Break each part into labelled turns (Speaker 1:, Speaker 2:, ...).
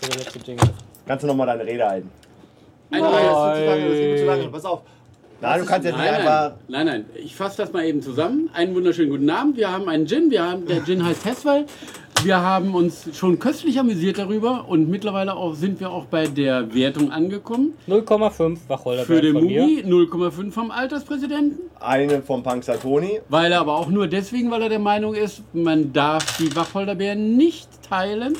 Speaker 1: für den letzten Jingle.
Speaker 2: Kannst du nochmal deine Rede halten?
Speaker 3: Nein, nein, das ist zu lange, das geht mir zu lange. Pass auf.
Speaker 2: Nein, du kannst jetzt nicht
Speaker 4: Nein,
Speaker 2: einfach.
Speaker 4: nein, nein, nein. Ich fasse das mal eben zusammen. Einen wunderschönen guten Abend. Wir haben einen Gin. Wir haben, der Gin heißt Hesswall. Wir haben uns schon köstlich amüsiert darüber und mittlerweile auch, sind wir auch bei der Wertung angekommen.
Speaker 1: 0,5 Wacholder
Speaker 4: Für den
Speaker 1: von mir.
Speaker 4: Mugi 0,5 vom Alterspräsidenten.
Speaker 2: Eine vom Punkster Toni.
Speaker 4: Weil er aber auch nur deswegen, weil er der Meinung ist, man darf die Wacholderbeeren nicht teilen.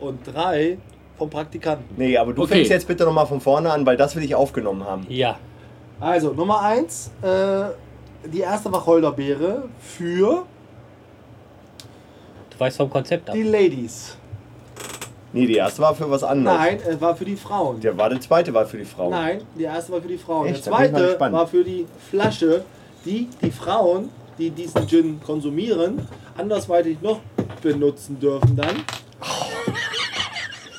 Speaker 3: Und drei vom Praktikanten.
Speaker 2: Nee, aber du
Speaker 4: Okay.
Speaker 2: fängst jetzt bitte nochmal von vorne an, weil das will ich aufgenommen haben.
Speaker 1: Ja.
Speaker 3: Also, Nummer eins, äh, die erste Wacholderbeere für
Speaker 1: Du weißt vom Konzept ab.
Speaker 3: die Ladies.
Speaker 2: Nee, die erste war für was anderes.
Speaker 3: Nein, äh, war für die Frauen.
Speaker 2: Der war der zweite war für die Frau.
Speaker 3: Nein, die erste war für die Frauen.
Speaker 2: Echt?
Speaker 3: Der
Speaker 2: Da bin ich mal
Speaker 3: zweite
Speaker 2: gespannt.
Speaker 3: war für die Flasche, die die Frauen, die diesen Gin konsumieren, andersweitig noch benutzen dürfen dann.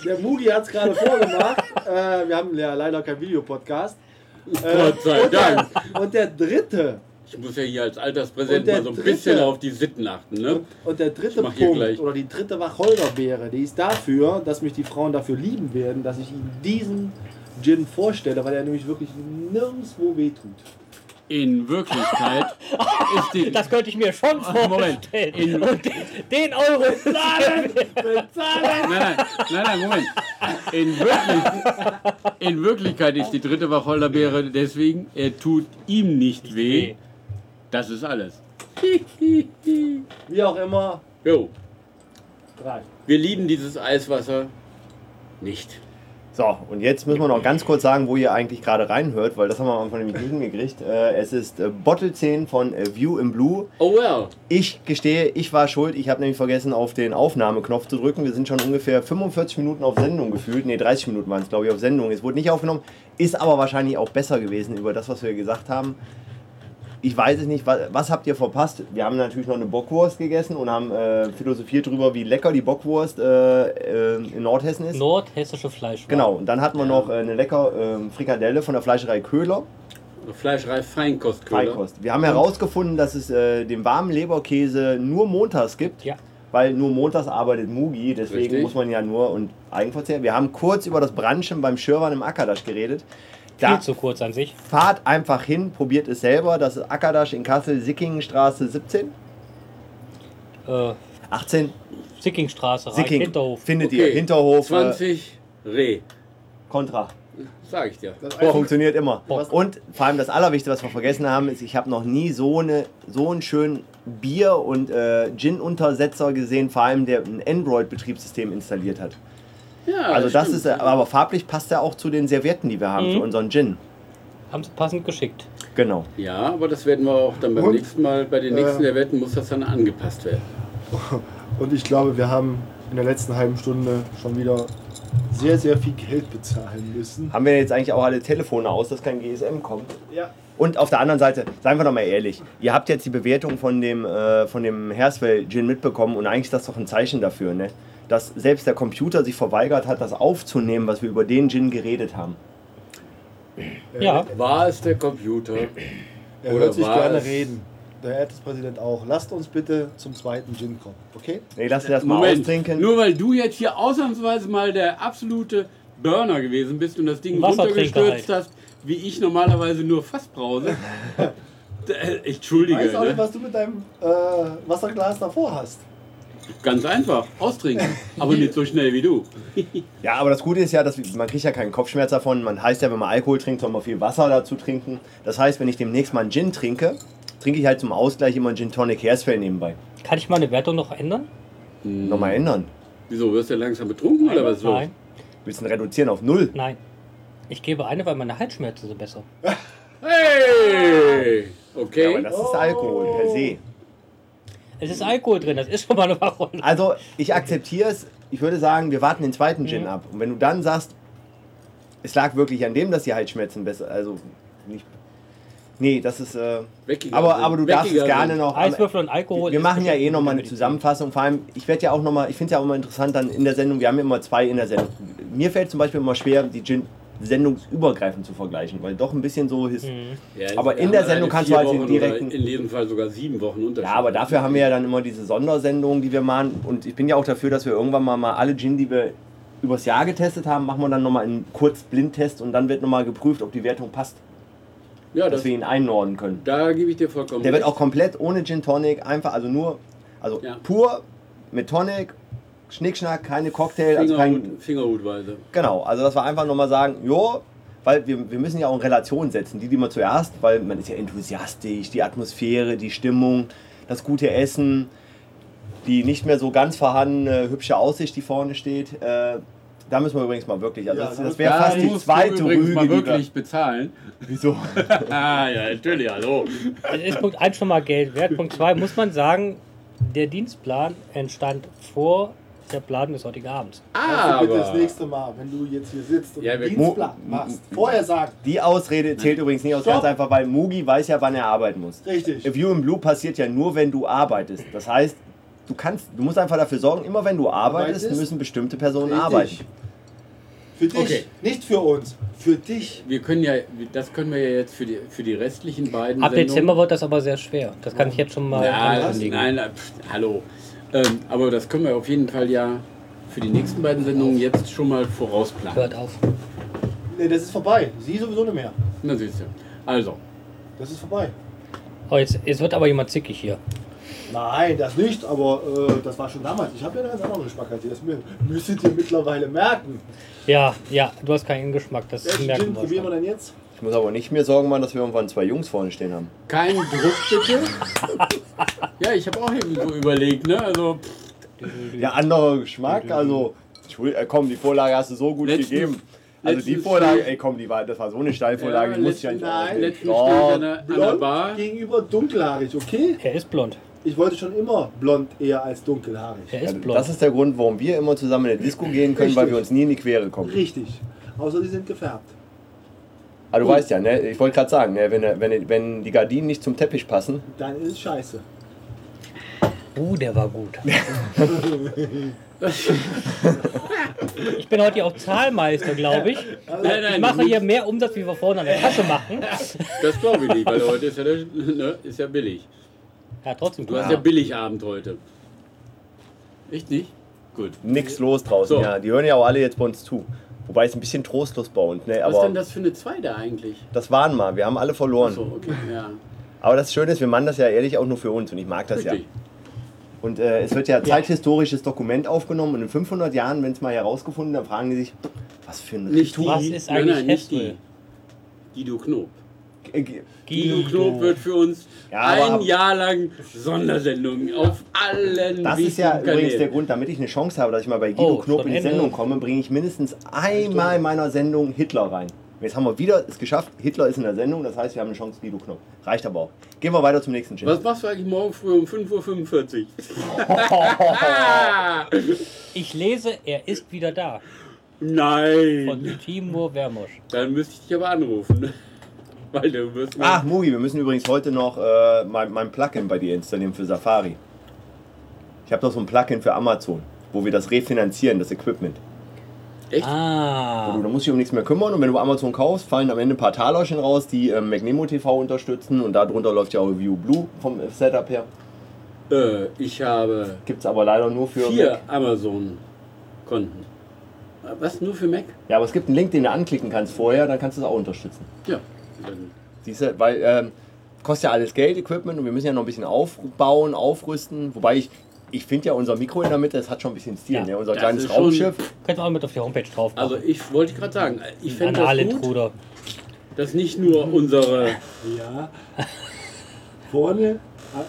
Speaker 3: Der Mugi hat es gerade vorgemacht. äh, wir haben ja leider keinen Videopodcast.
Speaker 2: Oh
Speaker 3: Äh,
Speaker 4: Gott sei Dank.
Speaker 3: Und der dritte,
Speaker 4: Ich muss ja hier als
Speaker 3: Und
Speaker 4: Alterspräsident
Speaker 3: der
Speaker 4: mal so ein
Speaker 3: dritte-
Speaker 4: bisschen auf die Sitten achten. Ne?
Speaker 3: Und der dritte
Speaker 4: Ich mach hier
Speaker 3: Punkt
Speaker 4: gleich.
Speaker 3: oder die dritte Wacholderbeere, die ist dafür, dass mich die Frauen dafür lieben werden, dass ich ihnen diesen Gin vorstelle, weil er nämlich wirklich nirgendwo wehtut.
Speaker 4: In Wirklichkeit ist die.
Speaker 1: Das könnte ich mir schon
Speaker 4: Moment.
Speaker 1: vorstellen.
Speaker 4: In,
Speaker 1: Und den Euro zahlen!
Speaker 4: Nein, nein, nein, nein, Moment. In, wirklich, in Wirklichkeit ist die dritte Wacholderbeere deswegen, er tut ihm nicht, weh.
Speaker 1: weh.
Speaker 4: Das ist alles.
Speaker 3: Wie auch immer,
Speaker 4: Jo,
Speaker 3: drei.
Speaker 4: wir lieben dieses Eiswasser nicht.
Speaker 2: So, und jetzt müssen wir noch ganz kurz sagen, wo ihr eigentlich gerade reinhört, weil das haben wir am Anfang nämlich nicht hingekriegt. Äh, es ist äh, Bottle 10 von äh, View in Blue.
Speaker 4: Oh well.
Speaker 2: Ich gestehe, ich war schuld. Ich habe nämlich vergessen, auf den Aufnahmeknopf zu drücken. Wir sind schon ungefähr 45 Minuten auf Sendung gefühlt. Ne, 30 Minuten waren es, glaube ich, auf Sendung. Es wurde nicht aufgenommen. Ist aber wahrscheinlich auch besser gewesen über das, was wir gesagt haben. Ich weiß es nicht, was, was habt ihr verpasst? Wir haben natürlich noch eine Bockwurst gegessen und haben äh, philosophiert darüber, wie lecker die Bockwurst äh, äh, in Nordhessen ist.
Speaker 1: Nordhessische Fleisch.
Speaker 2: Genau, und dann hatten wir noch äh, eine lecker ähm, Frikadelle von der Fleischerei Köhler.
Speaker 4: Fleischreif Feinkostköder.
Speaker 2: Beikost. Wir haben herausgefunden, dass es äh, den warmen Leberkäse nur montags gibt.
Speaker 1: Ja.
Speaker 2: Weil nur montags arbeitet Mugi, deswegen
Speaker 4: Richtig.
Speaker 2: muss man ja nur und Eigenverzehr. Wir haben kurz über das Branchen beim Schirwan im Akadasch geredet. Da
Speaker 1: Viel zu kurz an sich.
Speaker 2: fahrt einfach hin, probiert es selber. Das ist Akadasch in Kassel, Sickingenstraße 17,
Speaker 1: Äh,
Speaker 2: 18,
Speaker 1: Sickingstraße,
Speaker 2: Sicking.
Speaker 1: Ah, Hinterhof.
Speaker 2: Findet
Speaker 4: Okay.
Speaker 2: ihr Hinterhof, äh,
Speaker 4: 20 Reh,
Speaker 2: Kontra.
Speaker 4: sag ich dir.
Speaker 3: Das
Speaker 2: Boah,
Speaker 3: Einzige,
Speaker 2: funktioniert immer.
Speaker 1: Boah.
Speaker 2: Und vor allem das Allerwichtigste, was wir vergessen haben, ist, ich habe noch nie so, eine, so einen schönen Bier- und äh, Gin-Untersetzer gesehen, vor allem der ein Android-Betriebssystem installiert hat.
Speaker 4: Ja, Mhm.
Speaker 2: Also das
Speaker 4: stimmt.
Speaker 2: ist, äh, aber farblich passt er auch zu den Servietten, die wir haben für unseren Gin.
Speaker 1: Haben sie passend geschickt.
Speaker 2: Genau.
Speaker 4: Ja, aber das werden wir auch dann beim
Speaker 3: Und?
Speaker 4: nächsten Mal, bei den nächsten
Speaker 3: Äh.
Speaker 4: der Wetten muss das dann angepasst werden.
Speaker 3: und ich glaube, wir haben in der letzten halben Stunde schon wieder sehr, sehr viel Geld bezahlen müssen.
Speaker 2: Haben wir jetzt eigentlich auch alle Telefone aus, dass kein GSM kommt?
Speaker 3: Ja.
Speaker 2: Und auf der anderen Seite, seien wir doch mal ehrlich, ihr habt jetzt die Bewertung von dem, äh, von dem Herswell Gin mitbekommen und eigentlich ist das doch ein Zeichen dafür, ne? dass selbst der Computer sich verweigert hat, das aufzunehmen, was wir über den Gin geredet haben.
Speaker 4: Äh,
Speaker 1: Ja.
Speaker 4: War es der Computer?
Speaker 3: Er
Speaker 4: Oder
Speaker 3: hört sich
Speaker 4: war
Speaker 3: gerne
Speaker 4: es-
Speaker 3: reden. Der Erzpräsident auch. Lasst uns bitte zum zweiten Gin kommen, okay?
Speaker 2: Nee, lass dir das mal austrinken.
Speaker 4: Moment, nur weil du jetzt hier ausnahmsweise mal der absolute Burner gewesen bist und das Ding
Speaker 1: Wassertrinker
Speaker 4: runtergestürzt
Speaker 1: halt.
Speaker 4: hast, wie ich normalerweise nur fast brause. Äh, ich Entschuldige,
Speaker 3: Ich weiß auch nicht,
Speaker 4: ne?
Speaker 3: was du mit deinem äh, Wasserglas davor hast.
Speaker 4: ganz einfach, austrinken, aber nicht so schnell wie du.
Speaker 2: Ja, aber das Gute ist ja, dass wir- man kriegt ja keinen Kopfschmerz davon. Man heißt ja, wenn man Alkohol trinkt, soll man viel Wasser dazu trinken. Das heißt, wenn ich demnächst mal einen Gin trinke, trinke ich halt zum Ausgleich immer einen Gin Tonic Hersfeld nebenbei.
Speaker 1: Kann ich meine Wertung noch ändern?
Speaker 2: Nochmal ändern.
Speaker 4: Wieso, wirst du langsam betrunken oder was ist los?
Speaker 1: Nein,
Speaker 2: Willst du ihn reduzieren auf null?
Speaker 1: nein. Ich gebe eine, weil meine Halsschmerzen sind besser.
Speaker 4: Hey!
Speaker 2: Ja, aber
Speaker 4: Okay,
Speaker 2: das ist Alkohol per se.
Speaker 1: Es ist Alkohol drin, das ist schon mal eine Wacholder.
Speaker 2: Also, ich akzeptiere es. Ich würde sagen, wir warten den zweiten Gin ab. Und wenn du dann sagst, es lag wirklich an dem, dass die Halsschmerzen besser, also nicht. Nee, das ist. Äh,
Speaker 4: Weckiger
Speaker 2: aber,
Speaker 4: Sinn.
Speaker 2: aber du darfst es
Speaker 4: also Weckiger
Speaker 2: gerne
Speaker 4: Sinn.
Speaker 2: noch. am-
Speaker 1: Eiswürfel und Alkohol.
Speaker 2: Wir
Speaker 1: ist
Speaker 2: machen ja eh
Speaker 1: bestimmt
Speaker 2: nochmal eine
Speaker 1: Medizin.
Speaker 2: Zusammenfassung. Vor allem, ich werde ja auch nochmal, ich finde es ja auch immer interessant dann in der Sendung, wir haben ja immer zwei in der Sendung. Mir fällt zum Beispiel immer schwer, die Gin sendungsübergreifend zu vergleichen, weil doch ein bisschen so ist.
Speaker 1: Mhm.
Speaker 4: Ja,
Speaker 2: aber
Speaker 4: wir
Speaker 2: in der
Speaker 4: haben
Speaker 2: Sendung
Speaker 4: alleine
Speaker 2: kannst du
Speaker 4: vier
Speaker 2: halt den
Speaker 4: Wochen oder
Speaker 2: direkten-
Speaker 4: In jedem Fall sogar sieben Wochen Unterschied.
Speaker 2: Ja, aber dafür haben wir ja dann immer diese Sondersendungen, die wir machen. Und ich bin ja auch dafür, dass wir irgendwann mal, mal alle Gin, die wir übers Jahr getestet haben, machen wir dann nochmal einen Kurz-Blindtest und dann wird nochmal geprüft, ob die Wertung passt,
Speaker 4: Ja, das,
Speaker 2: dass wir ihn einordnen können.
Speaker 4: da gebe ich dir vollkommen
Speaker 2: Der wird
Speaker 4: recht.
Speaker 2: auch komplett ohne Gin Tonic, einfach, also nur, also
Speaker 4: Ja.
Speaker 2: pur mit Tonic, Schnickschnack, keine Cocktail, also kein,
Speaker 4: Fingerhut, Fingerhutweise.
Speaker 2: Genau, also dass wir einfach nochmal sagen, jo, weil wir, wir müssen ja auch in Relation setzen, die, die man zuerst, weil man ist ja enthusiastisch, die Atmosphäre, die Stimmung, das gute Essen, die nicht mehr so ganz vorhandene hübsche Aussicht, die vorne steht. Äh, da müssen wir übrigens mal wirklich, also
Speaker 5: Ja,
Speaker 2: das,
Speaker 5: da
Speaker 2: das
Speaker 5: muss-
Speaker 2: wäre
Speaker 4: Da
Speaker 2: fast die
Speaker 4: musst du
Speaker 2: zweite
Speaker 4: übrigens
Speaker 2: Rüge,
Speaker 4: mal
Speaker 2: die wir,
Speaker 4: wirklich bezahlen.
Speaker 2: Wieso?
Speaker 4: Ah, ja, natürlich, hallo.
Speaker 1: Also ist Punkt 1 schon mal Geld wert. Punkt 2 muss man sagen, der Dienstplan entstand vor der Planung des heutigen Abends.
Speaker 5: Kannst du bitte das
Speaker 4: Aber
Speaker 5: nächste Mal, wenn du jetzt hier sitzt und
Speaker 4: Ja,
Speaker 5: einen
Speaker 4: wir-
Speaker 5: Dienstplan machst, vorher sagen,
Speaker 2: Die Ausrede zählt übrigens nicht aus,
Speaker 5: Stopp.
Speaker 2: ganz einfach, weil Mugi weiß ja, wann er arbeiten muss.
Speaker 5: richtig.
Speaker 2: A View in Blue passiert ja nur, wenn du arbeitest. Das heißt, du kannst, du musst einfach dafür sorgen, immer wenn du arbeitest,
Speaker 5: Arbeitest?
Speaker 2: müssen bestimmte Personen
Speaker 5: Richtig.
Speaker 2: arbeiten.
Speaker 5: Für dich,
Speaker 4: Okay.
Speaker 5: nicht für uns, für dich.
Speaker 4: wir können ja, das können wir ja jetzt für die, für die restlichen beiden
Speaker 1: Ab
Speaker 4: Sendungen-
Speaker 1: Dezember wird das aber sehr schwer. Das kann ich jetzt schon mal
Speaker 4: Ja, das,
Speaker 1: ankündigen.
Speaker 4: nein, äh, pff, hallo. Ähm, aber das können wir auf jeden Fall ja für die nächsten beiden Sendungen jetzt schon mal vorausplanen.
Speaker 1: Hört auf.
Speaker 5: Nee, das ist vorbei. Sie sowieso nicht mehr.
Speaker 4: Na siehst du. Also,
Speaker 5: Das ist vorbei.
Speaker 1: Oh, jetzt, jetzt wird aber jemand zickig hier.
Speaker 5: Nein, das nicht, aber äh, das war schon damals. Ich habe ja einen ganz anderen Geschmack als ihr. Das mü- müsstet ihr mittlerweile merken.
Speaker 1: Ja, ja, du hast keinen Geschmack, das
Speaker 5: Welchen Gin
Speaker 1: merken wir.
Speaker 5: probieren wir
Speaker 1: schon.
Speaker 5: denn jetzt?
Speaker 2: Ich muss aber nicht mir Sorgen machen, dass wir irgendwann zwei Jungs vorne stehen haben.
Speaker 4: kein Druck bitte. Ja, ich habe auch eben so überlegt, ne? Also, pff,
Speaker 2: Ja, anderer Geschmack, also. Entschuldi- äh, Komm, die Vorlage hast du so gut
Speaker 4: Letztens-
Speaker 2: gegeben. Also die
Speaker 4: letztens
Speaker 2: Vorlage,
Speaker 4: steht-
Speaker 2: ey komm, die war, das war so eine Steilvorlage,
Speaker 4: Ja,
Speaker 2: die muss ich ja nicht
Speaker 5: letzten- nein,
Speaker 2: aufnehmen. Oh,
Speaker 4: letztens
Speaker 2: Doch.
Speaker 4: steht an der, an der
Speaker 5: Blond
Speaker 4: Bar.
Speaker 5: gegenüber dunkelhaarig, okay?
Speaker 1: Er ist blond.
Speaker 5: Ich wollte schon immer blond eher als dunkelhaarig.
Speaker 1: Er ist
Speaker 2: Also,
Speaker 1: blond.
Speaker 2: Das ist der Grund, warum wir immer zusammen in der Disco gehen können, weil wir uns nie in die Quere kommen.
Speaker 5: Richtig. Außer die sind gefärbt.
Speaker 2: Aber du weißt ja, ne? ich wollte gerade sagen, ne? wenn, der- wenn, wenn die Gardinen nicht zum Teppich passen,
Speaker 5: Dann ist es scheiße.
Speaker 1: uh, der war gut. ich bin heute hier auch Zahlmeister, glaube ich.
Speaker 4: Nein,
Speaker 1: Ich
Speaker 4: nein,
Speaker 1: mache
Speaker 4: du-
Speaker 1: hier mehr Umsatz, wie wir vorne an der Kasse machen.
Speaker 4: das glaube ich nicht, weil heute ist ja, der, ne, ist ja billig.
Speaker 1: Ja, trotzdem.
Speaker 4: Du
Speaker 1: gut.
Speaker 4: hast ja Billigabend heute. Echt nicht? Gut.
Speaker 2: nichts los draußen.
Speaker 4: So.
Speaker 2: Ja, die hören ja auch alle jetzt bei uns zu. Wobei es ein bisschen trostlos bei uns, ne?
Speaker 4: Was ist denn
Speaker 2: aber
Speaker 4: das für eine 2 da eigentlich?
Speaker 2: das waren mal, wir haben alle verloren.
Speaker 4: Achso, okay, ja.
Speaker 2: Aber das Schöne ist, wir machen das ja ehrlich auch nur für uns und ich mag das ja.
Speaker 4: Richtig.
Speaker 2: Und äh, es wird ja zeithistorisches Dokument aufgenommen und in 500 Jahren, wenn es mal herausgefunden, dann fragen die sich, was für ein
Speaker 4: Nicht die,
Speaker 2: Ritu-
Speaker 1: Was ist
Speaker 4: nein,
Speaker 1: eigentlich
Speaker 4: nein, nicht die.
Speaker 1: Hessel?
Speaker 4: Guido Knob.
Speaker 2: Äh, ge-
Speaker 4: Guido Knob wird für uns
Speaker 2: Ja, aber-
Speaker 4: ein Jahr lang Sondersendungen auf allen
Speaker 2: Das ist ja
Speaker 4: wichtigen
Speaker 2: übrigens der
Speaker 4: Kanälen.
Speaker 2: Grund, damit ich eine Chance habe, dass ich mal bei Guido
Speaker 1: Oh,
Speaker 2: Knob
Speaker 1: schon
Speaker 2: in die
Speaker 1: Ende.
Speaker 2: Sendung komme, bringe ich mindestens einmal in meiner Sendung Hitler rein. Jetzt haben wir wieder es geschafft, Hitler ist in der Sendung, das heißt, wir haben eine Chance, Guido Knob. Reicht aber auch. Gehen wir weiter zum nächsten Gin.
Speaker 4: Was machst du eigentlich morgen früh um 5.45 Uhr?
Speaker 1: Ich lese, er ist wieder da.
Speaker 4: Nein!
Speaker 1: Von Timur Wermosch.
Speaker 4: Dann müsste ich dich aber anrufen. ne? Weil du wirst. mir-
Speaker 2: Ach, Ah, Mugi, wir müssen übrigens heute noch äh, mein, mein Plugin bei dir installieren für Safari. Ich habe doch so ein Plugin für Amazon, wo wir das refinanzieren, das Equipment.
Speaker 4: Echt?
Speaker 1: Ah.
Speaker 2: Du, da musst dich um nichts mehr kümmern und wenn du Amazon kaufst, fallen am Ende ein paar Talerchen raus, die ähm, McNemo TV unterstützen und darunter läuft ja auch View Blue vom äh, Setup her.
Speaker 4: Äh, ich habe
Speaker 2: Gibt's aber leider nur für Mac.
Speaker 4: vier Amazon-Konten. Was? Nur für Mac?
Speaker 2: Ja, aber es gibt einen Link, den du anklicken kannst vorher, dann kannst du es auch unterstützen.
Speaker 4: Ja. Dann
Speaker 2: Siehst du, weil ähm, kostet ja alles Geld, Equipment und wir müssen ja noch ein bisschen aufbauen, aufrüsten. Wobei ich, ich finde ja unser Mikro in der Mitte, das hat schon ein bisschen Stil,
Speaker 1: Ja,
Speaker 2: ne? unser
Speaker 4: das
Speaker 2: kleines
Speaker 4: ist schon-
Speaker 2: Raumschiff.
Speaker 1: Könnt ihr auch mit auf die Homepage drauf machen.
Speaker 4: Also ich wollte gerade sagen, ich fände das gut,
Speaker 1: Analintruder.
Speaker 4: dass nicht nur
Speaker 2: Mhm.
Speaker 4: unsere
Speaker 5: Ja. Vorne ah,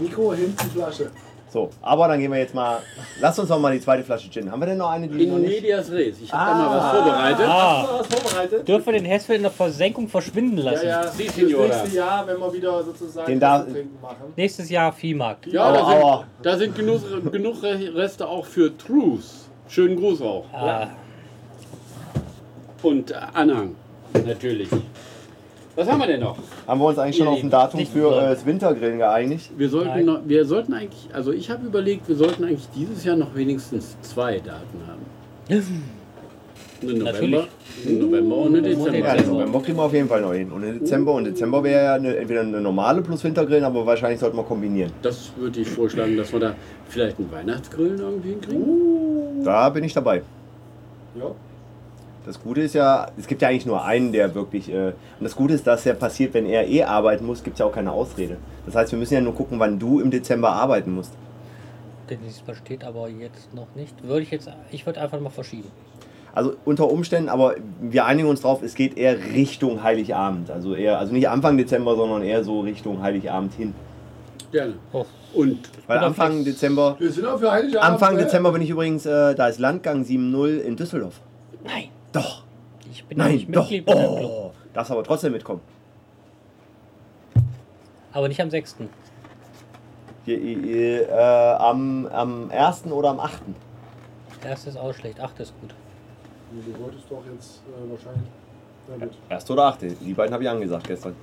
Speaker 5: Mikro, hinten Flasche.
Speaker 2: So, aber dann gehen wir jetzt mal. Lass uns noch mal die zweite Flasche Gin. Haben wir denn noch eine, die wir noch
Speaker 4: in
Speaker 2: nicht? Ah.
Speaker 4: medias res. Ich habe da mal was vorbereitet.
Speaker 1: Ah,
Speaker 5: Hast du was vorbereitet?
Speaker 1: dürfen wir den Hessel in der Versenkung verschwinden
Speaker 5: Ja,
Speaker 1: lassen?
Speaker 5: ja,
Speaker 4: Sie,
Speaker 5: fürs
Speaker 4: Signora.
Speaker 5: nächste Jahr, wenn wir wieder sozusagen
Speaker 2: Den darf-
Speaker 5: Kaffee trinken machen.
Speaker 1: Nächstes Jahr Viehmarkt.
Speaker 4: Ja,
Speaker 2: Aua, aua.
Speaker 4: da sind, da sind genug, genug Re- Reste auch für Truth. Schönen Gruß auch.
Speaker 1: Ah,
Speaker 4: Und äh, Anhang, natürlich. Was haben wir denn noch?
Speaker 2: Haben wir uns eigentlich schon
Speaker 4: Nee,
Speaker 2: auf ein Datum
Speaker 1: nicht
Speaker 2: für
Speaker 1: so.
Speaker 2: äh, das Wintergrillen geeinigt?
Speaker 4: Wir sollten,
Speaker 1: Nein.
Speaker 4: noch, wir sollten eigentlich, also ich habe überlegt, wir sollten eigentlich dieses Jahr noch wenigstens zwei Daten haben. Einen November, einen November und einen
Speaker 2: Ja,
Speaker 4: Dezember. Also
Speaker 2: im November kriegen wir auf jeden Fall noch hin. Und im Dezember. Und Dezember wäre ja eine, entweder eine normale plus Wintergrillen, aber wahrscheinlich sollten wir kombinieren.
Speaker 4: Das würde ich
Speaker 2: Uh.
Speaker 4: vorschlagen, dass wir da vielleicht einen Weihnachtsgrillen irgendwie hinkriegen.
Speaker 2: Da bin ich dabei.
Speaker 5: Ja.
Speaker 2: Das Gute ist ja, es gibt ja eigentlich nur einen, der wirklich. Äh, und das Gute ist, dass ja passiert, wenn er eh arbeiten muss, gibt es ja auch keine Ausrede. Das heißt, wir müssen ja nur gucken, wann du im Dezember arbeiten musst.
Speaker 1: Den diesmal steht aber jetzt noch nicht. Würde ich jetzt, ich würde einfach mal verschieben.
Speaker 2: Also unter Umständen, aber wir einigen uns drauf, es geht eher Richtung Heiligabend. Also eher, also nicht Anfang Dezember, sondern eher so Richtung Heiligabend hin.
Speaker 4: Gerne.
Speaker 1: Oh,
Speaker 4: Und
Speaker 2: Weil
Speaker 1: Oder
Speaker 2: Anfang
Speaker 1: vielleicht-
Speaker 2: Dezember.
Speaker 5: Wir sind auch für Heiligabend.
Speaker 2: Anfang
Speaker 5: ne?
Speaker 2: Dezember bin ich übrigens, äh, da ist Landgang 7.0 in Düsseldorf.
Speaker 1: nein,
Speaker 2: Doch,
Speaker 1: ich bin
Speaker 2: nein,
Speaker 1: nicht
Speaker 2: doch.
Speaker 1: Mitglied bei dem Club.
Speaker 2: Oh, darfst aber trotzdem mitkommen.
Speaker 1: Aber nicht am 6.
Speaker 2: Hier, hier, hier, äh, am, am 1. oder am 8.
Speaker 1: Der erste ist auch schlecht, 8 ist gut.
Speaker 5: Du wolltest doch jetzt äh, wahrscheinlich. Na gut.
Speaker 2: 1. oder 8. Die beiden habe ich angesagt gestern.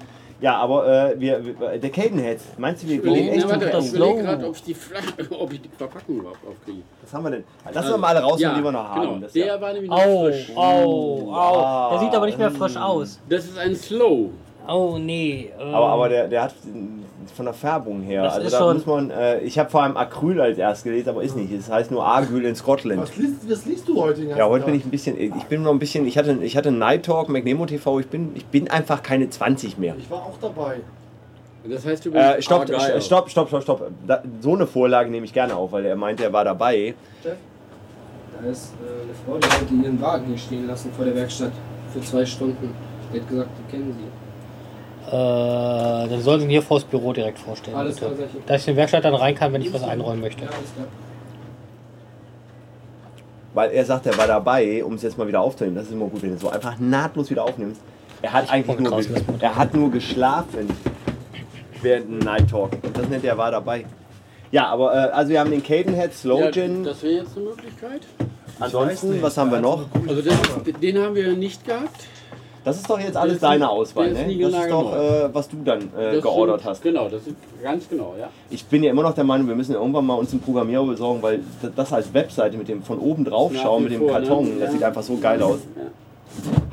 Speaker 2: Ja, aber äh, wir, wir, der Cadenheads, meinst du, wir
Speaker 4: ich
Speaker 2: gehen
Speaker 4: überlege
Speaker 2: echt
Speaker 1: na,
Speaker 2: zum
Speaker 1: warte.
Speaker 4: gerade,
Speaker 1: das
Speaker 4: ich überleg
Speaker 1: Low.
Speaker 4: grad, ob ich die Flagge, ob ich die Verpackung überhaupt aufkriege.
Speaker 2: Was haben wir denn? Lass uns mal alle raus, die wir noch haben.
Speaker 4: Genau.
Speaker 2: Das ist
Speaker 4: Der
Speaker 2: ja,
Speaker 4: war nämlich noch
Speaker 1: Au,
Speaker 4: frisch.
Speaker 1: au, au. Der
Speaker 2: Ah,
Speaker 1: sieht aber nicht mehr
Speaker 2: mm.
Speaker 1: frisch aus.
Speaker 4: Das ist ein Slow.
Speaker 1: Oh, nee. ähm,
Speaker 2: aber aber der, der hat von der Färbung her.
Speaker 1: Das
Speaker 2: also
Speaker 1: ist
Speaker 2: da
Speaker 1: schon-
Speaker 2: muss man. Äh, ich habe vor allem Acryl als erst gelesen, aber ist nicht. Es heißt nur Argyl in Scotland.
Speaker 5: Was liest, was liest du heute? den ganzen
Speaker 2: Ja, heute
Speaker 5: Tag?
Speaker 2: bin ich ein bisschen, äh, ich bin noch ein bisschen, ich hatte, ich hatte Night Talk, McNemo TV, ich bin, ich bin einfach keine 20 mehr.
Speaker 5: Ich war auch dabei.
Speaker 4: Das heißt übrigens.
Speaker 2: Äh, stopp,
Speaker 4: Argyle.
Speaker 2: st- stopp, stopp, stopp, stopp. Da, so eine Vorlage nehme ich gerne auf, weil er meinte, er war dabei.
Speaker 6: Chef, da ist äh, eine Frau, die hat ihren Wagen hier stehen lassen vor der Werkstatt für zwei Stunden. Die hat gesagt, die kennen sie.
Speaker 1: Äh, dann sollen sie ihn hier vors Büro direkt vorstellen.
Speaker 6: Alles klar,
Speaker 1: bitte.
Speaker 6: sag ich.
Speaker 1: Dass ich in die Werkstatt dann rein kann, wenn ich was einräumen möchte.
Speaker 6: Ja, alles klar.
Speaker 2: Weil er sagt, er war dabei, um es jetzt mal wieder aufzunehmen. Das ist immer gut, wenn du es so einfach nahtlos wieder aufnimmst. Er hat eigentlich
Speaker 1: komm
Speaker 2: nur,
Speaker 1: raus,
Speaker 2: ge-
Speaker 1: lass mal.
Speaker 2: er hat nur geschlafen während dem Night Talk. Und das nennt er, er war dabei. Ja, aber äh, also wir haben den Cadenhead, Slow
Speaker 4: Ja,
Speaker 2: Gin.
Speaker 4: das wäre jetzt eine Möglichkeit.
Speaker 2: Ansonsten,
Speaker 5: Weiß nicht,
Speaker 2: was haben wir
Speaker 5: da
Speaker 2: noch?
Speaker 5: hat's eine
Speaker 4: Also
Speaker 5: gute
Speaker 4: das,
Speaker 5: Frage.
Speaker 4: den haben wir nicht gehabt.
Speaker 2: Das ist doch jetzt alles
Speaker 4: ist
Speaker 2: deine
Speaker 4: nie-
Speaker 2: Auswahl,
Speaker 4: der ist nie
Speaker 2: ne? Das ist
Speaker 4: gelagert
Speaker 2: doch, äh, was du dann äh,
Speaker 4: Das
Speaker 2: geordert
Speaker 4: sind,
Speaker 2: hast.
Speaker 4: Genau, das ist ganz genau, ja.
Speaker 2: Ich bin ja immer noch der Meinung, wir müssen irgendwann mal uns einen Programmierer besorgen, weil d- das als Webseite mit dem von oben drauf
Speaker 4: Nach
Speaker 2: schauen,
Speaker 4: wie
Speaker 2: mit dem
Speaker 4: vor,
Speaker 2: Karton,
Speaker 4: ne?
Speaker 2: das
Speaker 4: Ja.
Speaker 2: sieht einfach so geil aus.
Speaker 4: ja.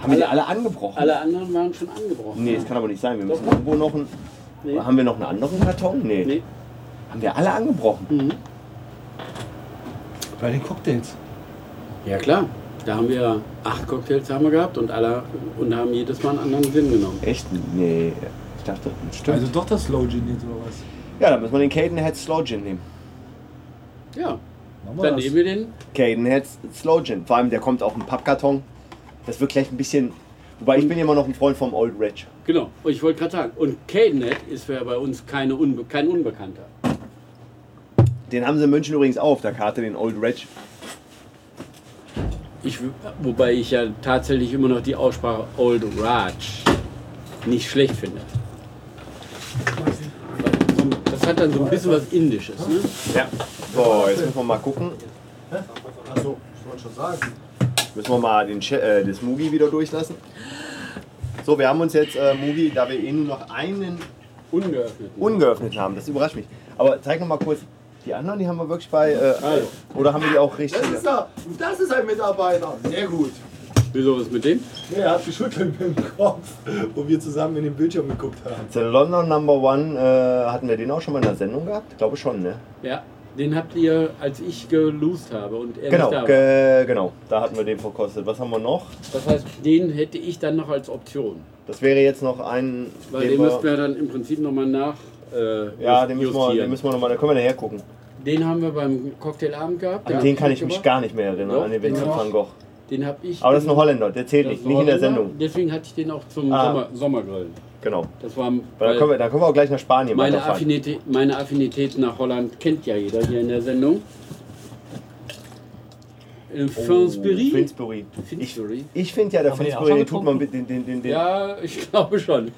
Speaker 2: Haben wir die alle angebrochen?
Speaker 4: Alle anderen waren schon angebrochen.
Speaker 2: Nee, das kann aber nicht sein. Wir müssen irgendwo noch einen.
Speaker 4: Nee.
Speaker 2: Haben wir noch einen anderen Karton? Nee.
Speaker 4: Nee.
Speaker 2: Haben wir alle angebrochen?
Speaker 4: Mhm.
Speaker 5: Bei den Cocktails.
Speaker 4: Ja klar, da haben wir acht Cocktails haben wir gehabt und alle und haben jedes Mal einen anderen Sinn genommen.
Speaker 2: Echt? Nee. Ich dachte, stimmt.
Speaker 5: Also doch das Slow Gin jetzt oder was?
Speaker 2: ja, dann müssen wir den Cadenhead Slow Gin nehmen.
Speaker 4: Ja,
Speaker 5: Machen wir
Speaker 4: dann
Speaker 5: das.
Speaker 4: nehmen wir den.
Speaker 2: Cadenhead Slow Gin. Vor allem, der kommt auch im Pappkarton. Das wird gleich ein bisschen. Wobei
Speaker 4: Mhm.
Speaker 2: ich bin immer noch ein Freund vom Old Reg.
Speaker 4: Genau, und ich wollte gerade sagen, und Cadenet ist ja bei uns keine Unbe kein Unbekannter.
Speaker 2: Den haben sie in München übrigens auch auf der Karte, den Old Reg.
Speaker 4: Ich, wobei ich ja tatsächlich immer noch die Aussprache Old Raj nicht schlecht finde. Das hat dann so ein bisschen was Indisches. Ne?
Speaker 2: Ja. So, jetzt müssen wir mal gucken.
Speaker 5: Achso, ich wollte schon sagen.
Speaker 2: Müssen wir mal den Che äh, das Mugi wieder durchlassen. So, wir haben uns jetzt äh, Mugi, da wir eh nur noch einen
Speaker 4: Ungeöffnet.
Speaker 2: ungeöffnet haben. Das überrascht mich. Aber zeig noch mal kurz. Die anderen, die haben wir wirklich bei. Äh,
Speaker 4: Also.
Speaker 2: Oder haben wir die auch richtig?
Speaker 5: Das ist, da, das ist ein Mitarbeiter. Sehr gut.
Speaker 4: Wieso was mit dem?
Speaker 5: Nee, er hat geschüttelt mit dem Kopf, wo wir zusammen in den Bildschirm geguckt haben.
Speaker 2: The London Number One, äh, hatten wir den auch schon mal in der Sendung gehabt? Glaube schon, ne?
Speaker 4: Ja, den habt ihr, als ich gelost habe und er
Speaker 2: Genau,
Speaker 4: nicht da war.
Speaker 2: ge genau. Da hatten wir den verkostet. Was haben wir noch?
Speaker 4: Das heißt, den hätte ich dann noch als Option.
Speaker 2: Das wäre jetzt noch ein.
Speaker 4: Weil den müssten wir dann im Prinzip nochmal nach. Äh,
Speaker 2: ja, den müssen wir,
Speaker 4: justieren.
Speaker 2: den müssen wir nochmal, da können wir nachher gucken.
Speaker 4: Den haben wir beim Cocktailabend gehabt.
Speaker 2: An
Speaker 4: hab
Speaker 2: den kann ich mich
Speaker 4: gemacht.
Speaker 2: gar nicht mehr erinnern,
Speaker 4: Doch,
Speaker 2: an den
Speaker 4: den
Speaker 2: Vincent
Speaker 4: auch.
Speaker 2: van Gogh.
Speaker 4: Den habe ich.
Speaker 2: Aber das ist ein Holländer, der zählt
Speaker 4: Das
Speaker 2: nicht,
Speaker 4: war
Speaker 2: nicht in der
Speaker 4: Holländer.
Speaker 2: Sendung.
Speaker 4: Deswegen hatte ich den auch zum
Speaker 2: Ah.
Speaker 4: Sommer, Sommergrillen.
Speaker 2: Genau.
Speaker 4: Das war
Speaker 2: Weil da, können wir, da können wir auch gleich nach Spanien
Speaker 4: meine,
Speaker 2: weiterfahren.
Speaker 4: Affinität, meine Affinität nach Holland kennt ja jeder hier in der Sendung. In Finsbury.
Speaker 2: Oh, Finsbury. Ich,
Speaker 4: Finsbury.
Speaker 2: ich finde ja, der
Speaker 1: Haben wir den auch
Speaker 2: Finsbury,
Speaker 1: schon
Speaker 2: den tut man mit den, den, den, den.
Speaker 4: Ja, ich glaube schon.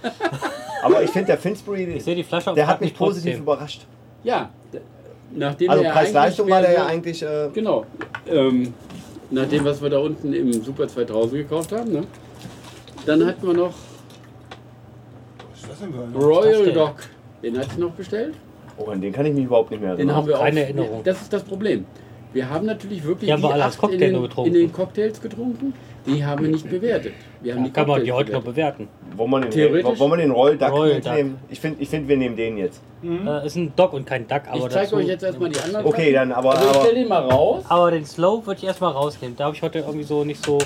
Speaker 2: Aber ich finde, der Finsbury,
Speaker 1: Ich sehe die Flasche und
Speaker 2: der
Speaker 1: frag
Speaker 2: hat mich positiv
Speaker 1: trotzdem.
Speaker 2: überrascht.
Speaker 4: Ja, d- nachdem
Speaker 2: Also
Speaker 4: er
Speaker 2: Preis-Leistung
Speaker 4: eigentlich
Speaker 2: war der
Speaker 4: mehr
Speaker 2: ja
Speaker 4: so-
Speaker 2: eigentlich. Äh,
Speaker 4: Genau. Ähm, nachdem, was wir da unten im Super 2000 gekauft haben, ne? dann hatten wir noch
Speaker 5: Was ist das denn für ein?
Speaker 4: Royal
Speaker 1: denn?
Speaker 4: Dog. Den hatte ich noch bestellt.
Speaker 2: oh, an den kann ich mich überhaupt nicht mehr
Speaker 4: Den
Speaker 2: erinnern.
Speaker 4: haben wir
Speaker 1: keine
Speaker 4: auch.
Speaker 1: Erinnerung.
Speaker 4: Das ist das Problem. Wir haben natürlich wirklich
Speaker 1: Die haben wir alle als
Speaker 4: acht
Speaker 1: Cocktail
Speaker 4: in, den,
Speaker 1: nur getrunken.
Speaker 4: in den Cocktails getrunken. Die haben wir nicht bewertet. Wir haben
Speaker 1: Ja, kann man die
Speaker 4: Cocktails
Speaker 1: heute noch
Speaker 4: bewertet.
Speaker 1: bewerten.
Speaker 2: Wollen wir den,
Speaker 4: Theoretisch-
Speaker 2: wollen wir den Roll Duck
Speaker 1: Roll Duck.
Speaker 2: mitnehmen? Ich finde, ich find, wir nehmen den jetzt.
Speaker 1: Äh, ist ein Dog und kein Duck, aber
Speaker 4: Ich zeige
Speaker 1: dazu-
Speaker 4: euch jetzt erstmal die anderen.
Speaker 2: Okay, dann aber.
Speaker 4: Also ich
Speaker 2: aber
Speaker 4: stell den mal raus.
Speaker 1: Aber den Slow würde ich erstmal rausnehmen. Da habe ich heute irgendwie so nicht so.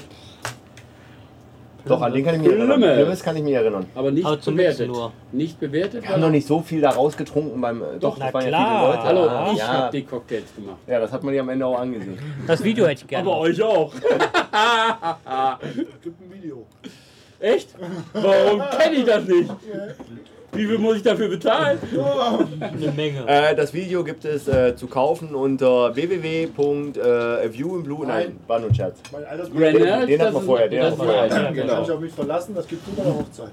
Speaker 2: doch, an den kann ich mich erinnern.
Speaker 4: Lümmel.
Speaker 2: Lümmes kann ich mich erinnern.
Speaker 4: Aber nicht
Speaker 1: Aber zum
Speaker 4: bewertet.
Speaker 1: Mixen nur.
Speaker 4: Nicht bewertet.
Speaker 2: Wir haben noch nicht so viel da rausgetrunken beim. äh, Doch,
Speaker 1: na
Speaker 2: das waren
Speaker 1: klar.
Speaker 2: ja viele Leute.
Speaker 4: Hallo,
Speaker 2: Ah,
Speaker 4: ich
Speaker 2: ja.
Speaker 4: habe die Cocktails gemacht.
Speaker 2: ja, das hat man ja am Ende auch angesehen.
Speaker 1: Das Video hätte ich gerne.
Speaker 4: Aber euch auch.
Speaker 5: Gibt ein Video.
Speaker 4: Echt? Warum kenne ich das nicht? Wie viel muss ich dafür bezahlen?
Speaker 1: eine Menge.
Speaker 2: Äh, das Video gibt es äh, zu kaufen unter www.aviewinblue. Nein, war nur ein Scherz.
Speaker 5: Mein alter
Speaker 4: Grand
Speaker 5: Bruder.
Speaker 4: Nash,
Speaker 2: den hatten
Speaker 4: das
Speaker 2: wir
Speaker 4: ist-
Speaker 2: vorher, den
Speaker 4: das
Speaker 2: hatten wir
Speaker 4: ist
Speaker 2: vorher.
Speaker 4: einer,
Speaker 5: Den
Speaker 4: genau.
Speaker 5: hab ich auf mich verlassen, das gibt nur bei der Hochzeit.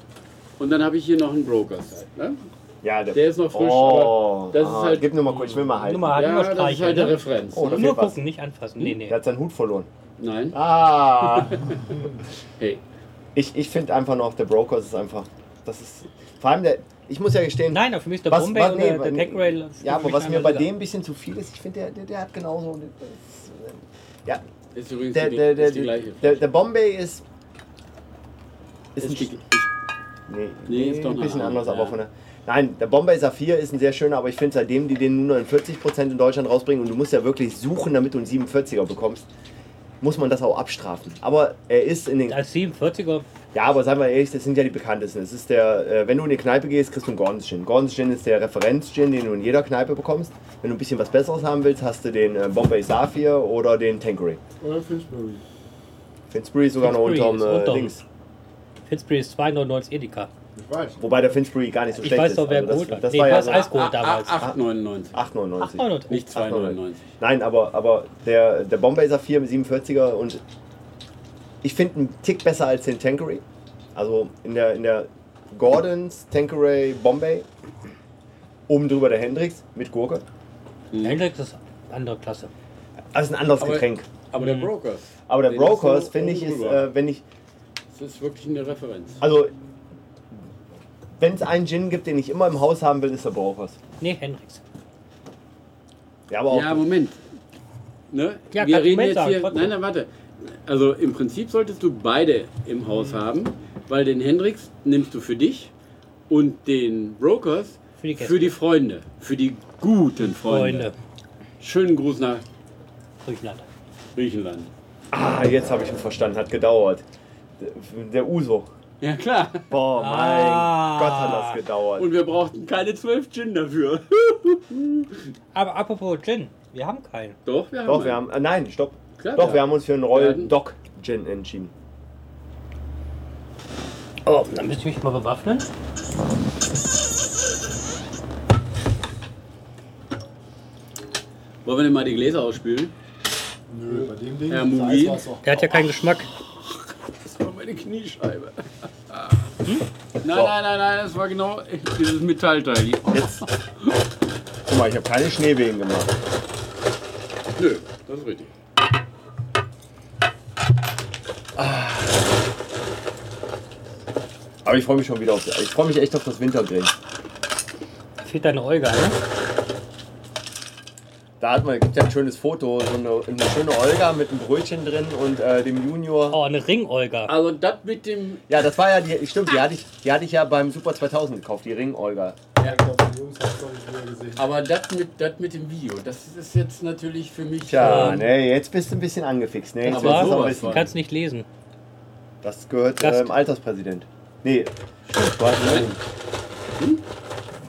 Speaker 4: Und dann habe ich hier noch einen Broker. Ne?
Speaker 2: Ja,
Speaker 4: Der ist noch frisch,
Speaker 2: Oh,
Speaker 4: aber das ist
Speaker 2: ah,
Speaker 4: halt-
Speaker 2: Gib nur mal kurz, ich will mal halten.
Speaker 1: Nur mal
Speaker 4: Ja, das ist
Speaker 1: überstreichen.
Speaker 4: halt der
Speaker 1: ne?
Speaker 4: Referenz.
Speaker 2: Oh, da
Speaker 1: Nur
Speaker 2: fehlt was.
Speaker 1: gucken, nicht anfassen. Nee, nee.
Speaker 2: Der hat seinen Hut verloren.
Speaker 4: Nein.
Speaker 2: Ah!
Speaker 4: Hey.
Speaker 2: ich ich finde einfach noch, der Brokers ist einfach. Das ist. Vor allem der. Ich muss ja gestehen.
Speaker 1: Nein, aber für mich ist der
Speaker 2: was-
Speaker 1: Bombay
Speaker 2: was-
Speaker 1: und
Speaker 2: nee,
Speaker 1: der, der
Speaker 2: nee,
Speaker 1: Pack Rail.
Speaker 2: Ja, aber was mir
Speaker 1: also
Speaker 2: bei dem ein bisschen zu viel ist, ich finde, der, der, der hat genauso. das- Ja,
Speaker 4: Ist übrigens
Speaker 2: der,
Speaker 4: die,
Speaker 2: der, der,
Speaker 4: ist die
Speaker 2: der,
Speaker 4: gleiche.
Speaker 2: der, der Bombay ist. Ist,
Speaker 4: Ist
Speaker 2: ein,
Speaker 4: die,
Speaker 2: nee,
Speaker 4: nee,
Speaker 2: nee,
Speaker 4: ist doch
Speaker 2: ein
Speaker 4: eine
Speaker 2: bisschen
Speaker 4: andere,
Speaker 2: anders, aber
Speaker 4: ja.
Speaker 2: von der. Nein, der Bombay Saphir ist ein sehr schöner, aber ich finde, seitdem die den nur 49% in Deutschland rausbringen und du musst ja wirklich suchen, damit du einen 47er bekommst, muss man das auch abstrafen. Aber er ist in den.
Speaker 1: Als 47er.
Speaker 2: Ja, aber seien wir ehrlich, das sind ja die bekanntesten. Es ist der, äh, wenn du in die Kneipe gehst, kriegst du einen Gordons Gin. Gordons Gin ist der Referenz-Gin, den du in jeder Kneipe bekommst. Wenn du ein bisschen was Besseres haben willst, hast du den äh, Bombay Saphir oder den Tanqueray.
Speaker 5: Oder Finsbury.
Speaker 2: Finsbury ist sogar noch
Speaker 1: Finsbury
Speaker 2: unterm,
Speaker 1: ist
Speaker 2: äh,
Speaker 1: unterm.
Speaker 2: Dings.
Speaker 1: Fitzbury ist 299 Edeka.
Speaker 5: Ich weiß.
Speaker 2: Wobei der Finsbury gar nicht so
Speaker 1: Ich
Speaker 2: schlecht
Speaker 1: weiß
Speaker 2: ist. also,
Speaker 1: doch, wer
Speaker 2: das,
Speaker 1: geholt hat.
Speaker 2: Das
Speaker 1: Nee,
Speaker 2: war ja
Speaker 1: was
Speaker 2: so
Speaker 1: Eis- Alkohol
Speaker 4: Ah, ah,
Speaker 1: damals.
Speaker 4: ah, 8,99.
Speaker 2: 8,99.
Speaker 1: 8,99.
Speaker 4: Nicht 2,99.
Speaker 2: Nein, aber, aber der, der Bombay Saphir 47er und ich finde einen Tick besser als den Tanqueray. Also in der, in der Gordons, Tanqueray, Bombay. Oben drüber der Hendrix mit Gurke.
Speaker 1: Hendrix ist andere Klasse.
Speaker 2: Also ein anderes
Speaker 4: Aber-
Speaker 2: Getränk.
Speaker 4: Aber der Brokers,
Speaker 2: Aber der
Speaker 4: den ist
Speaker 2: Brokers,
Speaker 4: so
Speaker 2: finde ich, ist,
Speaker 4: drüber.
Speaker 2: äh, wenn ich,
Speaker 4: das ist wirklich eine Referenz.
Speaker 2: also wenn es einen Gin gibt, den ich immer im Haus haben will, ist der Brokers.
Speaker 1: Nee, Hendrix.
Speaker 2: Ja, aber auch
Speaker 4: Ja, Moment. Ne?
Speaker 1: Ja, kannst
Speaker 4: Wir
Speaker 1: du
Speaker 4: reden
Speaker 1: Moment
Speaker 4: jetzt
Speaker 1: sagen,
Speaker 4: hier.
Speaker 1: trotzdem.
Speaker 4: Nein, nein, warte. Also im Prinzip solltest du beide im Haus
Speaker 1: Mhm.
Speaker 4: haben, weil den Hendrix nimmst du für dich und den Brokers
Speaker 1: Für die Gäste.
Speaker 4: für die Freunde, für die guten Freunde.
Speaker 1: Freunde.
Speaker 4: Schönen Gruß nach
Speaker 1: Griechenland.
Speaker 4: Griechenland.
Speaker 2: Ah, jetzt habe ich ihn verstanden, hat gedauert. Der- Der Uso.
Speaker 4: Ja klar.
Speaker 2: Boah, mein
Speaker 1: Ah.
Speaker 2: Gott, hat das gedauert.
Speaker 4: Und wir brauchten keine zwölf Gin dafür.
Speaker 1: Aber apropos Gin, wir haben keinen.
Speaker 4: Doch, wir haben.
Speaker 2: Doch, wir
Speaker 4: einen.
Speaker 2: haben. äh, Nein, stopp.
Speaker 4: Klar,
Speaker 2: Doch,
Speaker 4: ja.
Speaker 2: wir haben uns für einen Royal
Speaker 4: Ja.
Speaker 2: Doc Gin entschieden.
Speaker 1: Oh, dann müsste ich mich mal bewaffnen.
Speaker 4: Wollen wir denn mal die Gläser ausspülen?
Speaker 5: Nö, bei dem Ding
Speaker 4: Ja,
Speaker 5: ist
Speaker 4: Mugi.
Speaker 5: Eiswasser.
Speaker 1: Der hat ja keinen Geschmack.
Speaker 4: Das war meine Kniescheibe. Nein, nein, nein, nein, das war genau dieses Metallteil hier.
Speaker 2: Guck mal, ich habe keine Schneewehen gemacht.
Speaker 4: Nö, das ist richtig.
Speaker 2: Aber ich freue mich schon wieder auf. Ich freue mich echt auf das Wintergrillen.
Speaker 1: Da fehlt deine Olga, ne?
Speaker 2: Da hat man, gibt ja ein schönes Foto, so eine, eine schöne Olga mit einem Brötchen drin und äh, dem Junior.
Speaker 1: Oh, eine Ring-Olga.
Speaker 4: Also das mit dem.
Speaker 2: Ja, das war ja die, stimmt, die hatte ich, die hatte ich ja beim Super 2000 gekauft, die Ring Olga.
Speaker 5: Ich glaube, die Jungs haben es doch nicht mehr gesehen.
Speaker 4: Aber das mit, das mit dem Video, das ist jetzt natürlich für mich.
Speaker 2: Tja,
Speaker 4: ähm,
Speaker 2: ne, jetzt bist du ein bisschen angefixt, ne? Jetzt
Speaker 1: Das
Speaker 2: willst du
Speaker 1: war
Speaker 2: es noch
Speaker 4: sowas
Speaker 2: wissen.
Speaker 4: von.
Speaker 1: Kannst nicht lesen.
Speaker 2: Das gehört
Speaker 1: Gast.
Speaker 2: ähm, Alterspräsident. Nee, stimmt, du hast recht.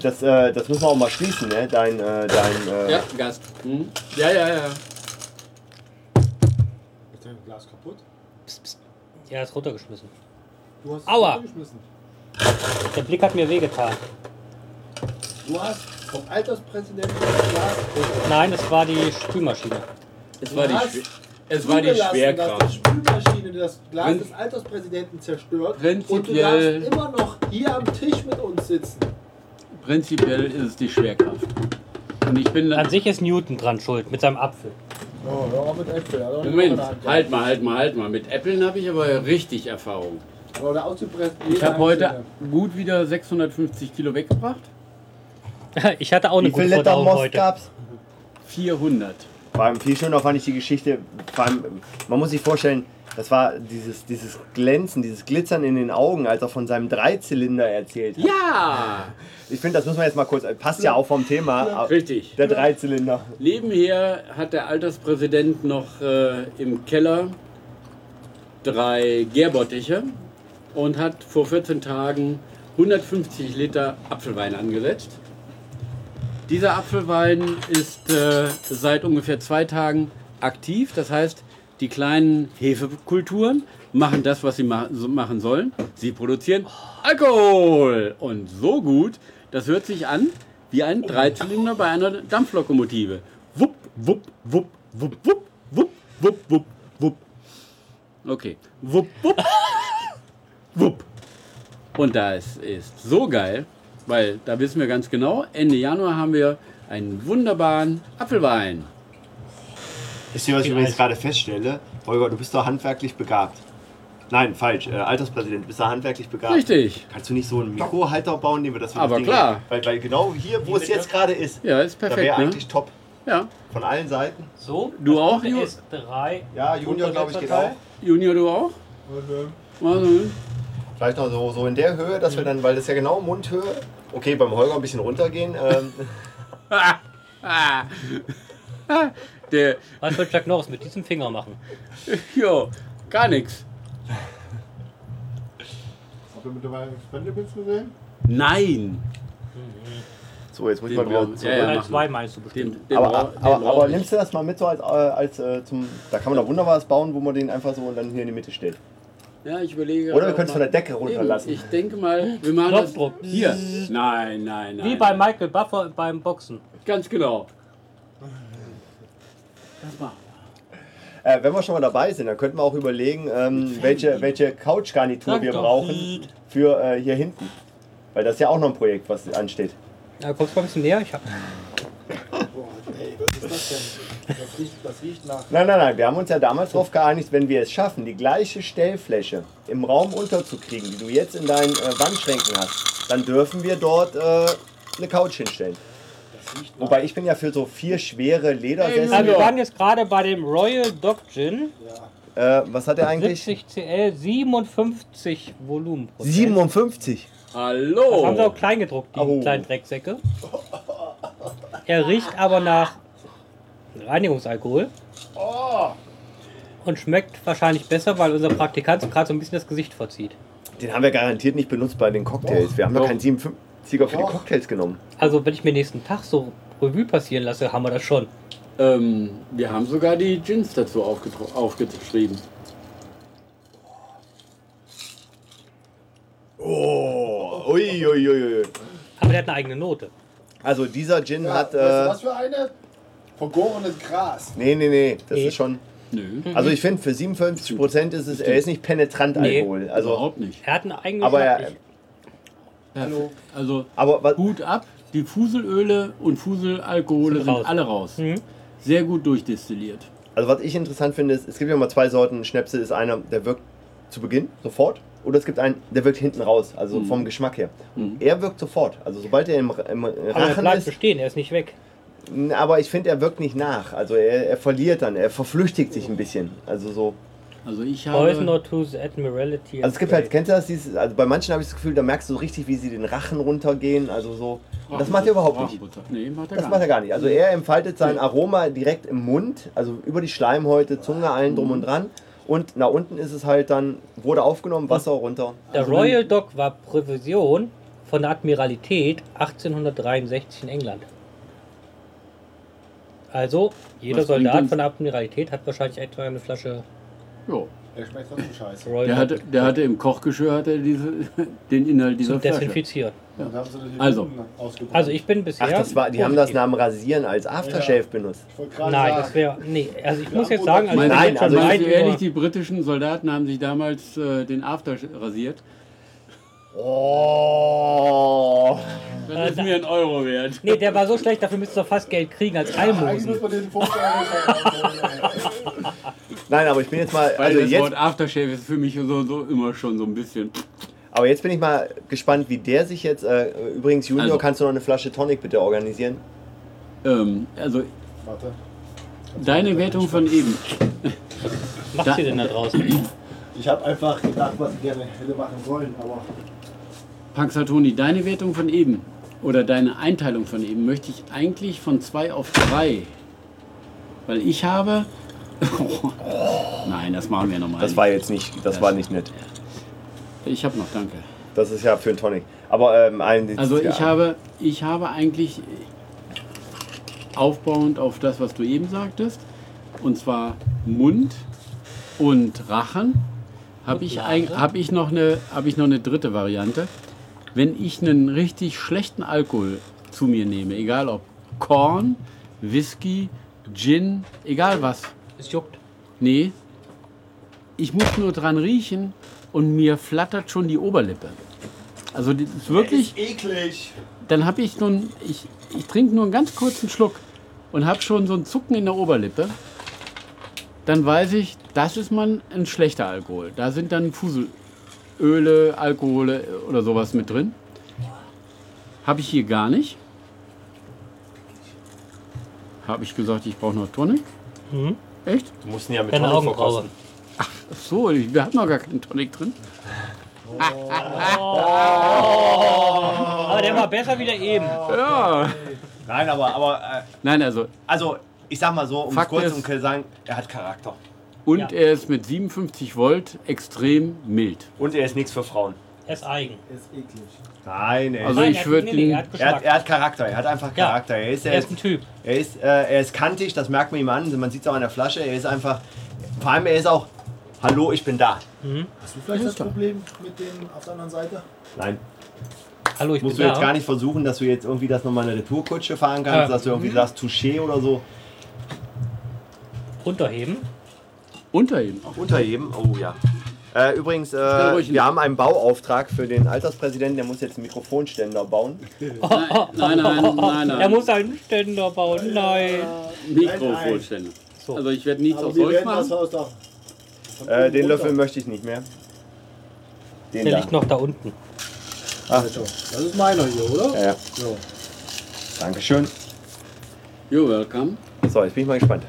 Speaker 2: Das, äh, das müssen wir auch mal schließen, ne? Dein, äh, dein, äh,
Speaker 4: Ja, Gast. Hm? Ja, ja, ja.
Speaker 5: Ist dein Glas kaputt?
Speaker 1: Psst, psst. Ja, ist runtergeschmissen.
Speaker 5: Du hast es
Speaker 1: Aua.
Speaker 5: runtergeschmissen.
Speaker 1: Der Blick hat mir wehgetan.
Speaker 5: Du hast vom Alterspräsidenten das Glas kaputt.
Speaker 1: Nein, es war die Spülmaschine.
Speaker 4: Es
Speaker 5: Du
Speaker 4: war die,
Speaker 5: hast
Speaker 4: Schwer- es war die
Speaker 5: zugelassen, Dass
Speaker 4: Schwerkraft.
Speaker 5: die Spülmaschine das Glas
Speaker 4: Prin-
Speaker 5: des Alterspräsidenten zerstört. Und du
Speaker 4: Prinzipiell-
Speaker 5: darfst immer noch hier am Tisch mit uns sitzen.
Speaker 4: Prinzipiell ist es die Schwerkraft. Und ich bin
Speaker 1: An sich ist Newton dran schuld mit seinem Apfel.
Speaker 5: Oh, hör auf mit Äpfel. Also
Speaker 4: Moment, halt mal, halt mal, halt mal. Mit Äppeln habe ich aber richtig Erfahrung.
Speaker 5: Oder ausgepresst.
Speaker 4: Ich habe heute gut wieder 650 Kilo weggebracht.
Speaker 1: Ich hatte auch eine
Speaker 2: Wie viel
Speaker 1: gute
Speaker 2: Liter
Speaker 1: Verdauung
Speaker 2: Most
Speaker 1: heute.
Speaker 2: gab's?
Speaker 4: 400.
Speaker 2: Vor allem viel schöner fand ich die Geschichte. Vor allem, man muss sich vorstellen, das war dieses, dieses Glänzen, dieses Glitzern in den Augen, als er von seinem Dreizylinder erzählt hat.
Speaker 4: Ja!
Speaker 2: Ich finde, das müssen wir jetzt mal kurz. Passt ja auch vom Thema. ab-
Speaker 4: Richtig.
Speaker 2: Der Dreizylinder.
Speaker 4: Nebenher hat der Alterspräsident noch äh, im Keller drei Gärbottiche und hat vor 14 Tagen 150 Liter Apfelwein angesetzt. Dieser Apfelwein ist äh, seit ungefähr zwei Tagen aktiv. Das heißt, die kleinen Hefekulturen machen das, was sie ma so machen sollen. Sie produzieren Alkohol. Und so gut, das hört sich an wie ein Dreizylinder bei einer Dampflokomotive. Wupp, wupp, wupp, wupp, wupp, wupp, wupp, wupp, wupp. Okay. Wupp, wupp, wupp. Und das ist so geil, weil da wissen wir ganz genau, Ende Januar haben wir einen wunderbaren Apfelwein.
Speaker 2: Wisst ihr, was ich übrigens gerade feststelle? Holger, du bist doch handwerklich begabt. Nein, falsch. Äh, Alterspräsident, du bist doch handwerklich begabt.
Speaker 4: Richtig.
Speaker 2: Kannst du nicht so einen Mikrohalter bauen, den wir das
Speaker 4: Aber
Speaker 2: das Ding-
Speaker 4: klar.
Speaker 2: Weil, weil genau hier, wo es jetzt gerade ist,
Speaker 4: Ja, ist
Speaker 2: da
Speaker 4: perfekt.
Speaker 2: wäre
Speaker 4: Ne?
Speaker 2: eigentlich top.
Speaker 4: Ja.
Speaker 2: Von allen Seiten.
Speaker 1: So,
Speaker 4: Du
Speaker 1: das
Speaker 4: auch,
Speaker 1: Gute
Speaker 4: Ju-
Speaker 1: ist drei.
Speaker 2: Ja, Junior, glaube ich, geht auch.
Speaker 4: Junior, du auch? Also,
Speaker 2: Vielleicht noch so, so in der Höhe, dass wir
Speaker 4: Mhm.
Speaker 2: dann, weil das ja genau Mundhöhe. Okay, beim Holger ein bisschen runtergehen. Ähm,
Speaker 4: ah, ah, ah, der,
Speaker 1: Was wird Chuck Norris mit diesem Finger machen?
Speaker 4: jo, gar nichts.
Speaker 3: Habt ihr mittlerweile Spendebits gesehen?
Speaker 4: Nein.
Speaker 2: so, jetzt muss ich
Speaker 4: Den
Speaker 2: mal wieder
Speaker 4: brauchen-
Speaker 2: zurück.
Speaker 4: Ja,
Speaker 1: Teil
Speaker 4: machen
Speaker 1: 2 meinst du bestimmt.
Speaker 4: Den, den
Speaker 2: aber,
Speaker 4: brau- den
Speaker 2: aber,
Speaker 4: brauch
Speaker 2: aber
Speaker 4: ich.
Speaker 2: nimmst du das mal mit so als, äh, als äh, zum. Da kann man doch wunderbar was bauen, wo man den einfach so dann hier in die Mitte stellt.
Speaker 4: Ja, ich überlege.
Speaker 2: Oder wir
Speaker 4: auch
Speaker 2: können es von
Speaker 4: mal-
Speaker 2: der Decke
Speaker 4: Eben,
Speaker 2: runterlassen.
Speaker 4: Ich denke mal, wir machen das
Speaker 1: Knopfdruck.
Speaker 4: hier. Nein, nein, nein.
Speaker 1: Wie bei Michael Buffer beim Boxen.
Speaker 4: Ganz genau. Das machen
Speaker 2: Äh, wenn wir schon mal dabei sind, dann könnten wir auch überlegen, ähm, welche, welche Couchgarnitur
Speaker 1: Sag
Speaker 2: wir
Speaker 1: doch.
Speaker 2: brauchen für äh, hier hinten. Weil das ist ja auch noch ein Projekt, was ansteht.
Speaker 1: Ja, kommst du mal ein bisschen näher? Ich hab...
Speaker 6: Boah, ey, was ist das denn? Das riecht, das riecht nach.
Speaker 2: Nein, nein, nein, wir haben uns ja damals darauf geeinigt, wenn wir es schaffen, die gleiche Stellfläche im Raum unterzukriegen, die du jetzt in deinen äh, Wandschränken hast, dann dürfen wir dort äh, eine Couch hinstellen. Wobei ich bin ja für so vier schwere
Speaker 1: Ja,
Speaker 2: Ledersessel.
Speaker 1: wir waren jetzt gerade bei dem Royal Dog Gin.
Speaker 2: Äh, was hat er eigentlich?
Speaker 1: 70 CL, 57 Volumen.
Speaker 2: 57.
Speaker 4: wir. Hallo.
Speaker 1: Das haben sie auch klein gedruckt, die
Speaker 2: Oh.
Speaker 1: kleinen Drecksäcke. Er riecht aber nach Reinigungsalkohol. Und schmeckt wahrscheinlich besser, weil unser Praktikant so gerade so ein bisschen das Gesicht verzieht.
Speaker 2: Den haben wir garantiert nicht benutzt bei den Cocktails. Wir haben doch
Speaker 4: Doch.
Speaker 2: keinen 57er für die Cocktails genommen.
Speaker 1: Also, wenn ich mir nächsten Tag so Revue passieren lasse, haben wir das schon.
Speaker 4: Ähm, wir haben sogar die Gins dazu aufgetro- aufgeschrieben.
Speaker 2: Oh, ui, ui, ui, ui.
Speaker 1: Aber der hat eine eigene Note.
Speaker 2: Also dieser Gin
Speaker 3: Ja,
Speaker 2: hat.
Speaker 3: weißt du,
Speaker 2: Äh,
Speaker 3: was für eine? Vergorenes Gras.
Speaker 2: nee, nee, nee. Das
Speaker 1: Nee.
Speaker 2: ist schon.
Speaker 4: Nö,
Speaker 2: Also ich finde für 57 Prozent ist es. Er ist nicht penetrant
Speaker 1: Nee.
Speaker 2: Alkohol. Also,
Speaker 4: überhaupt nicht.
Speaker 1: Er hat eine eigene
Speaker 2: aber er,
Speaker 4: Hallo. Also
Speaker 2: aber was,
Speaker 4: Hut ab, die Fuselöle und Fuselalkohole
Speaker 1: Sind
Speaker 4: sind
Speaker 1: raus.
Speaker 4: alle raus.
Speaker 1: Mhm.
Speaker 4: Sehr gut durchdestilliert.
Speaker 2: also was ich interessant finde ist, es gibt ja immer zwei Sorten Schnäpse. Ist einer, der wirkt zu Beginn sofort, oder es gibt einen, der wirkt hinten raus. Also vom Geschmack her. Und er wirkt sofort. Also sobald er im, im
Speaker 1: aber er
Speaker 2: Rachen
Speaker 1: bleibt
Speaker 2: ist,
Speaker 1: bestehen, er ist nicht weg.
Speaker 2: N- Aber ich finde, er wirkt nicht nach. Also er, er verliert dann, er verflüchtigt sich ein bisschen. Also so.
Speaker 4: Also ich habe.
Speaker 1: Poison or to the Admiralty.
Speaker 2: Also es gibt halt, kennst du das? Dieses, also bei manchen habe ich das Gefühl, da merkst du so richtig, wie sie den Rachen runtergehen. Also so. Und das macht er überhaupt nicht.
Speaker 4: Rachenbutter. Nee, macht er
Speaker 2: Das
Speaker 4: gar
Speaker 2: macht er
Speaker 4: nicht.
Speaker 2: gar nicht. Also er entfaltet sein Aroma direkt im Mund, also über die Schleimhäute, Zunge allen drum und dran. Und nach unten ist es halt dann, wurde aufgenommen, Wasser runter.
Speaker 1: Der
Speaker 4: Also
Speaker 1: Royal Dog war Prävision von der Admiralität 1863 in England. Also, jeder
Speaker 4: Was bringt
Speaker 1: Soldat
Speaker 4: uns-
Speaker 1: von der Admiralität hat wahrscheinlich etwa eine Flasche
Speaker 4: Jo.
Speaker 3: Der schmeckt trotzdem scheiße.
Speaker 1: Royal
Speaker 4: Der
Speaker 1: Dog
Speaker 4: hatte, der hatte im Kochgeschirr hatte er diese, den Inhalt dieser
Speaker 1: zum
Speaker 4: Flasche.
Speaker 1: Desinfizieren.
Speaker 3: Und da haben sie die
Speaker 4: Also.
Speaker 3: Lippen ausgebrochen.
Speaker 1: Also, ich bin bisher.
Speaker 2: Ach, das war, die haben das
Speaker 1: positiv.
Speaker 2: nach dem Rasieren als Aftershave benutzt.
Speaker 3: Ich wollte gerade
Speaker 1: Nein,
Speaker 3: sagen,
Speaker 1: das wäre. Nee, also ich
Speaker 3: Ja,
Speaker 1: muss jetzt
Speaker 3: gut,
Speaker 1: sagen, also
Speaker 4: Meinst du-
Speaker 2: Nein,
Speaker 1: ich
Speaker 2: also
Speaker 1: bin schon
Speaker 4: meinst du
Speaker 1: weit
Speaker 4: ehrlich,
Speaker 1: über-
Speaker 4: die britischen Soldaten haben sich damals äh, den After rasiert?
Speaker 2: Oh.
Speaker 4: Das ist mir ein Euro wert.
Speaker 1: Nee, der war so schlecht, dafür müsstest du fast Geld kriegen als
Speaker 3: Eigentlich
Speaker 1: Almosen.
Speaker 3: muss man den 50 Euro
Speaker 2: Nein, aber ich bin jetzt mal.
Speaker 4: Weil
Speaker 2: Also
Speaker 4: das
Speaker 2: jetzt,
Speaker 4: Wort Aftershave ist für mich so, so immer schon so ein bisschen.
Speaker 2: Aber jetzt bin ich mal gespannt, wie der sich jetzt. Äh, übrigens, Junior,
Speaker 4: Also.
Speaker 2: kannst du noch eine Flasche Tonic bitte organisieren?
Speaker 4: Ähm, also
Speaker 3: Warte.
Speaker 4: Deine Wertung von eben.
Speaker 1: macht
Speaker 4: Da-
Speaker 1: ihr denn da draußen?
Speaker 3: Ich habe einfach gedacht, was ich gerne hätte machen sollen, aber
Speaker 4: Paxatoni, deine Wertung von eben oder deine Einteilung von eben möchte ich eigentlich von 2 auf 3. Weil ich habe. Nein, das machen wir nochmal.
Speaker 2: Das war jetzt nicht, das war nicht nett.
Speaker 4: Ich habe noch, danke.
Speaker 2: Das ist ja für einen Tonic. Aber ähm, ein,
Speaker 4: Also
Speaker 2: ja,
Speaker 4: ich habe, ich habe eigentlich aufbauend auf das, was du eben sagtest, und zwar Mund und Rachen, habe ich, eig- hab ich, noch eine- hab ich noch eine dritte Variante. Wenn ich einen richtig schlechten Alkohol zu mir nehme, egal ob Korn, Whisky, Gin, egal was,
Speaker 1: Es juckt.
Speaker 4: nee, ich muss nur dran riechen und mir flattert schon die Oberlippe. Also das ist wirklich,
Speaker 3: eklig.
Speaker 4: dann habe ich so ein, ich, ich trinke nur einen ganz kurzen Schluck und habe schon so einen Zucken in der Oberlippe, dann weiß ich, das ist mal ein schlechter Alkohol. Da sind dann Fuselöle, Alkohole oder sowas mit drin. Habe ich hier gar nicht. Habe ich gesagt, ich brauche noch Tonic? Mhm. Echt?
Speaker 2: Du musst ihn ja mit
Speaker 1: Keine
Speaker 2: Tonic
Speaker 1: Augenbraue.
Speaker 2: verkosten.
Speaker 4: Ach so, ich- wir hatten noch gar keinen Tonic drin.
Speaker 1: Aber der war besser wie der eben.
Speaker 4: Ja.
Speaker 2: Nein, aber, aber äh,
Speaker 4: Nein, also,
Speaker 2: also ich sag mal so, um es
Speaker 4: Fakt
Speaker 2: kurz
Speaker 4: ist-
Speaker 2: zu sagen, er hat Charakter.
Speaker 4: und
Speaker 1: Ja.
Speaker 4: er ist mit 57 Volt extrem mild.
Speaker 2: Und er ist nichts für Frauen.
Speaker 1: Er ist eigen.
Speaker 2: Also
Speaker 3: Er ist eklig.
Speaker 2: Nein, ey.
Speaker 4: Also
Speaker 1: Nein,
Speaker 4: ich
Speaker 1: er hat-
Speaker 4: würde
Speaker 1: nee, nee, er
Speaker 4: ihn
Speaker 1: hat
Speaker 2: er,
Speaker 1: Geschmack.
Speaker 2: hat, er hat Charakter, er hat einfach
Speaker 1: Ja.
Speaker 2: Charakter. Er ist, er
Speaker 1: er
Speaker 2: ist,
Speaker 1: ist ein Typ.
Speaker 2: Er ist, äh, er ist kantig, das merkt man ihm an. Man sieht es auch an der Flasche. Er ist einfach. Vor allem, er ist auch. Hallo, ich bin da.
Speaker 3: Hast du vielleicht das Problem mit dem auf der anderen Seite?
Speaker 2: Nein.
Speaker 1: Hallo, ich
Speaker 2: Musst du
Speaker 1: bin
Speaker 2: jetzt
Speaker 1: da.
Speaker 2: gar nicht versuchen, dass du jetzt irgendwie das nochmal eine Retourkutsche fahren kannst,
Speaker 1: Ja. Mhm.
Speaker 2: dass du irgendwie sagst Touché oder so.
Speaker 1: Runterheben.
Speaker 4: unter ihm. Auch
Speaker 2: Unterheben. Oh ja. Äh, übrigens, äh,
Speaker 4: ruhig
Speaker 2: wir haben einen Bauauftrag für den Alterspräsidenten, der muss jetzt einen Mikrofonständer bauen.
Speaker 4: Nein, nein, nein, nein.
Speaker 1: Er muss halt einen Ständer bauen. Nein.
Speaker 4: Mikrofonständer.
Speaker 1: So.
Speaker 4: Also ich werde nichts
Speaker 3: Aber
Speaker 4: aus
Speaker 3: wir
Speaker 4: Holz
Speaker 3: werden das
Speaker 4: machen.
Speaker 3: Haus doch. von
Speaker 2: Äh,
Speaker 3: oben
Speaker 2: den Löffel
Speaker 3: runter.
Speaker 2: möchte ich nicht mehr. Den
Speaker 1: Der
Speaker 2: da.
Speaker 1: liegt noch da unten.
Speaker 3: Alter, Also, Das ist meiner hier, oder?
Speaker 1: Äh.
Speaker 2: Ja, ja.
Speaker 3: So.
Speaker 2: Dankeschön.
Speaker 4: You're welcome.
Speaker 2: So, jetzt bin ich mal gespannt.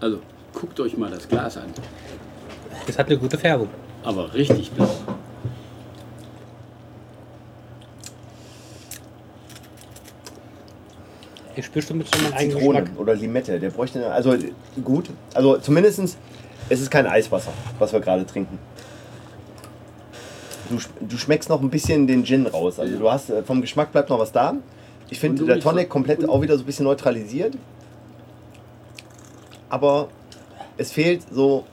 Speaker 4: Also guckt euch mal das Glas an.
Speaker 1: Das hat eine gute Färbung.
Speaker 4: Aber richtig blau.
Speaker 1: Ich spürst du mit schon meinen eigenen
Speaker 2: Zitrone
Speaker 1: Geschmack.
Speaker 2: oder Limette. Der bräuchte eine, also gut. Also zumindestens es ist kein Eiswasser, was wir gerade trinken. Du, sch- du schmeckst noch ein bisschen den Gin raus. Also du hast äh, vom Geschmack bleibt noch was da. Ich
Speaker 4: Und
Speaker 2: finde
Speaker 4: du
Speaker 2: der
Speaker 4: nicht so-
Speaker 2: Tonic komplett
Speaker 4: und-
Speaker 2: auch wieder so ein bisschen neutralisiert. Aber es fehlt so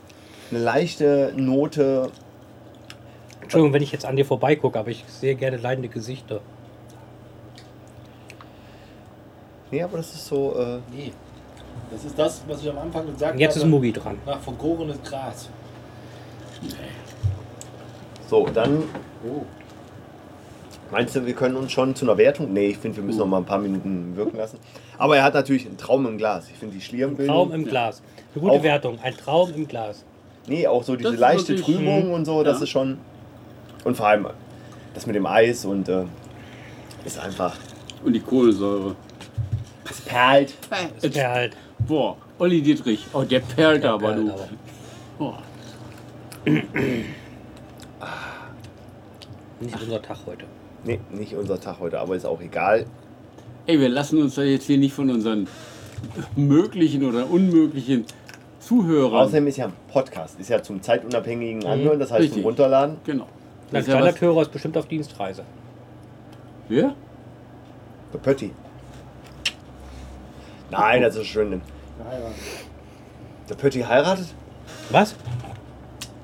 Speaker 2: eine leichte Note.
Speaker 1: Entschuldigung, wenn ich jetzt an dir vorbeigucke, aber ich sehe gerne leidende Gesichter.
Speaker 2: Nee, aber das ist so. Äh,
Speaker 3: Nee. Das ist das, was ich am Anfang gesagt
Speaker 1: Und jetzt ist
Speaker 3: habe.
Speaker 1: Mugi dran.
Speaker 3: Nach vergorenes Gras.
Speaker 2: so, dann. Meinst du, wir können uns schon zu einer Wertung? Nee, ich finde, wir
Speaker 4: Uh.
Speaker 2: müssen noch mal ein paar Minuten wirken lassen. Aber er hat natürlich einen Traum im Glas. Ich finde die Schlierenbildung.
Speaker 1: Traum im Glas. Eine gute
Speaker 2: Auch-
Speaker 1: Wertung. Ein Traum im Glas.
Speaker 2: Nee, auch so diese
Speaker 4: Das ist
Speaker 2: leichte
Speaker 4: wirklich-
Speaker 2: Trübung und so, das
Speaker 4: Ja.
Speaker 2: ist schon. Und vor allem das mit dem Eis und äh, ist einfach.
Speaker 4: Und die Kohlensäure.
Speaker 2: Es perlt.
Speaker 1: Ist der halt.
Speaker 4: Boah, Olli Dietrich. Oh, der perlt aber
Speaker 1: perlt
Speaker 4: du.
Speaker 1: aber.
Speaker 4: Boah.
Speaker 1: Nicht unser Tag heute.
Speaker 2: Nee, nicht unser Tag heute, aber ist auch egal.
Speaker 4: Ey, wir lassen uns da jetzt hier nicht von unseren möglichen oder unmöglichen Zuhörern.
Speaker 2: Außerdem ist ja ein Podcast, ist ja zum zeitunabhängigen Anhören, das heißt
Speaker 4: Mhm, Richtig.
Speaker 2: zum Runterladen.
Speaker 4: genau.
Speaker 1: Dein
Speaker 4: ja was-
Speaker 1: Standardhörer ist bestimmt auf Dienstreise.
Speaker 4: Wer?
Speaker 2: Der Pötti.
Speaker 4: Oh.
Speaker 2: Nein, das ist schön. Der Pötti heiratet?
Speaker 1: Was?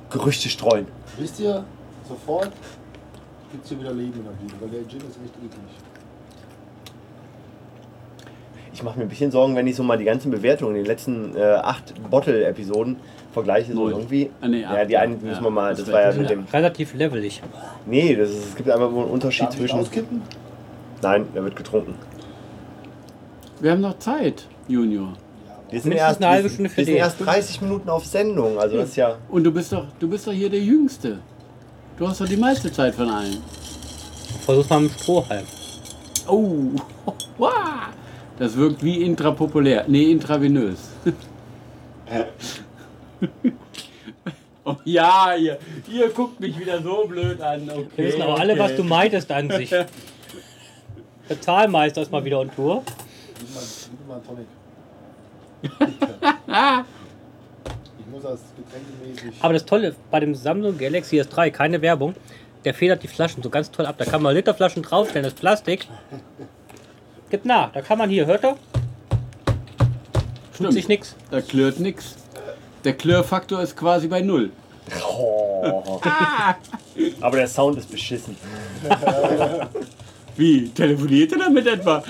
Speaker 2: Gerüchte streuen.
Speaker 3: Wisst ihr, sofort gibt es hier wieder Leben in der Bude, weil der Gin ist echt eklig.
Speaker 2: Ich mache mir ein bisschen Sorgen, wenn ich so mal die ganzen Bewertungen, die letzten äh, acht Bottle-Episoden vergleiche, so
Speaker 4: Null.
Speaker 2: irgendwie.
Speaker 4: Ah, nee,
Speaker 2: ja,
Speaker 4: acht,
Speaker 2: die einen
Speaker 4: ja.
Speaker 2: müssen wir mal,
Speaker 4: Das
Speaker 2: das
Speaker 4: wär-
Speaker 2: war ja
Speaker 4: das
Speaker 2: mit
Speaker 4: wär-
Speaker 2: dem.
Speaker 1: Relativ levelig.
Speaker 2: Nee, das ist, es gibt einfach wohl einen Unterschied
Speaker 3: Darf ich
Speaker 2: zwischen.
Speaker 3: auskippen?
Speaker 2: Nein, der wird getrunken.
Speaker 4: Wir haben noch Zeit, Junior.
Speaker 2: Wir sind
Speaker 1: Mindestens
Speaker 2: erst,
Speaker 1: eine halbe
Speaker 2: wir
Speaker 1: Stunde
Speaker 2: sind,
Speaker 1: für
Speaker 2: wir sind
Speaker 1: den.
Speaker 2: erst 30 Minuten auf Sendung, also das ist ja.
Speaker 4: Und du bist doch, du bist doch hier der Jüngste. Du hast doch die meiste Zeit von allen.
Speaker 1: Versuch's mal mit dem Strohhalm.
Speaker 4: Oh, wow. Das wirkt wie intrapopulär. Nee, intravenös. oh, ja, ihr, ihr guckt mich wieder so blöd an. Okay,
Speaker 1: Wir wissen aber alle,
Speaker 4: okay.
Speaker 1: was du meintest an sich. Der Zahlmeister ist mal wieder on Tour.
Speaker 3: Nimm mal, nimm mal einen Tonic. ich muss das getränkemäßig.
Speaker 1: Aber das Tolle bei dem Samsung Galaxy S3, keine Werbung, der federt die Flaschen so ganz toll ab. Da kann man Literflaschen draufstellen, das ist Plastik. Gibt nach, da kann man hier, hört er? Tut
Speaker 4: Stimmt.
Speaker 1: sich nichts.
Speaker 4: Da klirrt nix. Der Klirrfaktor ist quasi bei Null.
Speaker 2: Aber der Sound ist beschissen.
Speaker 4: Wie? Telefoniert er damit etwa?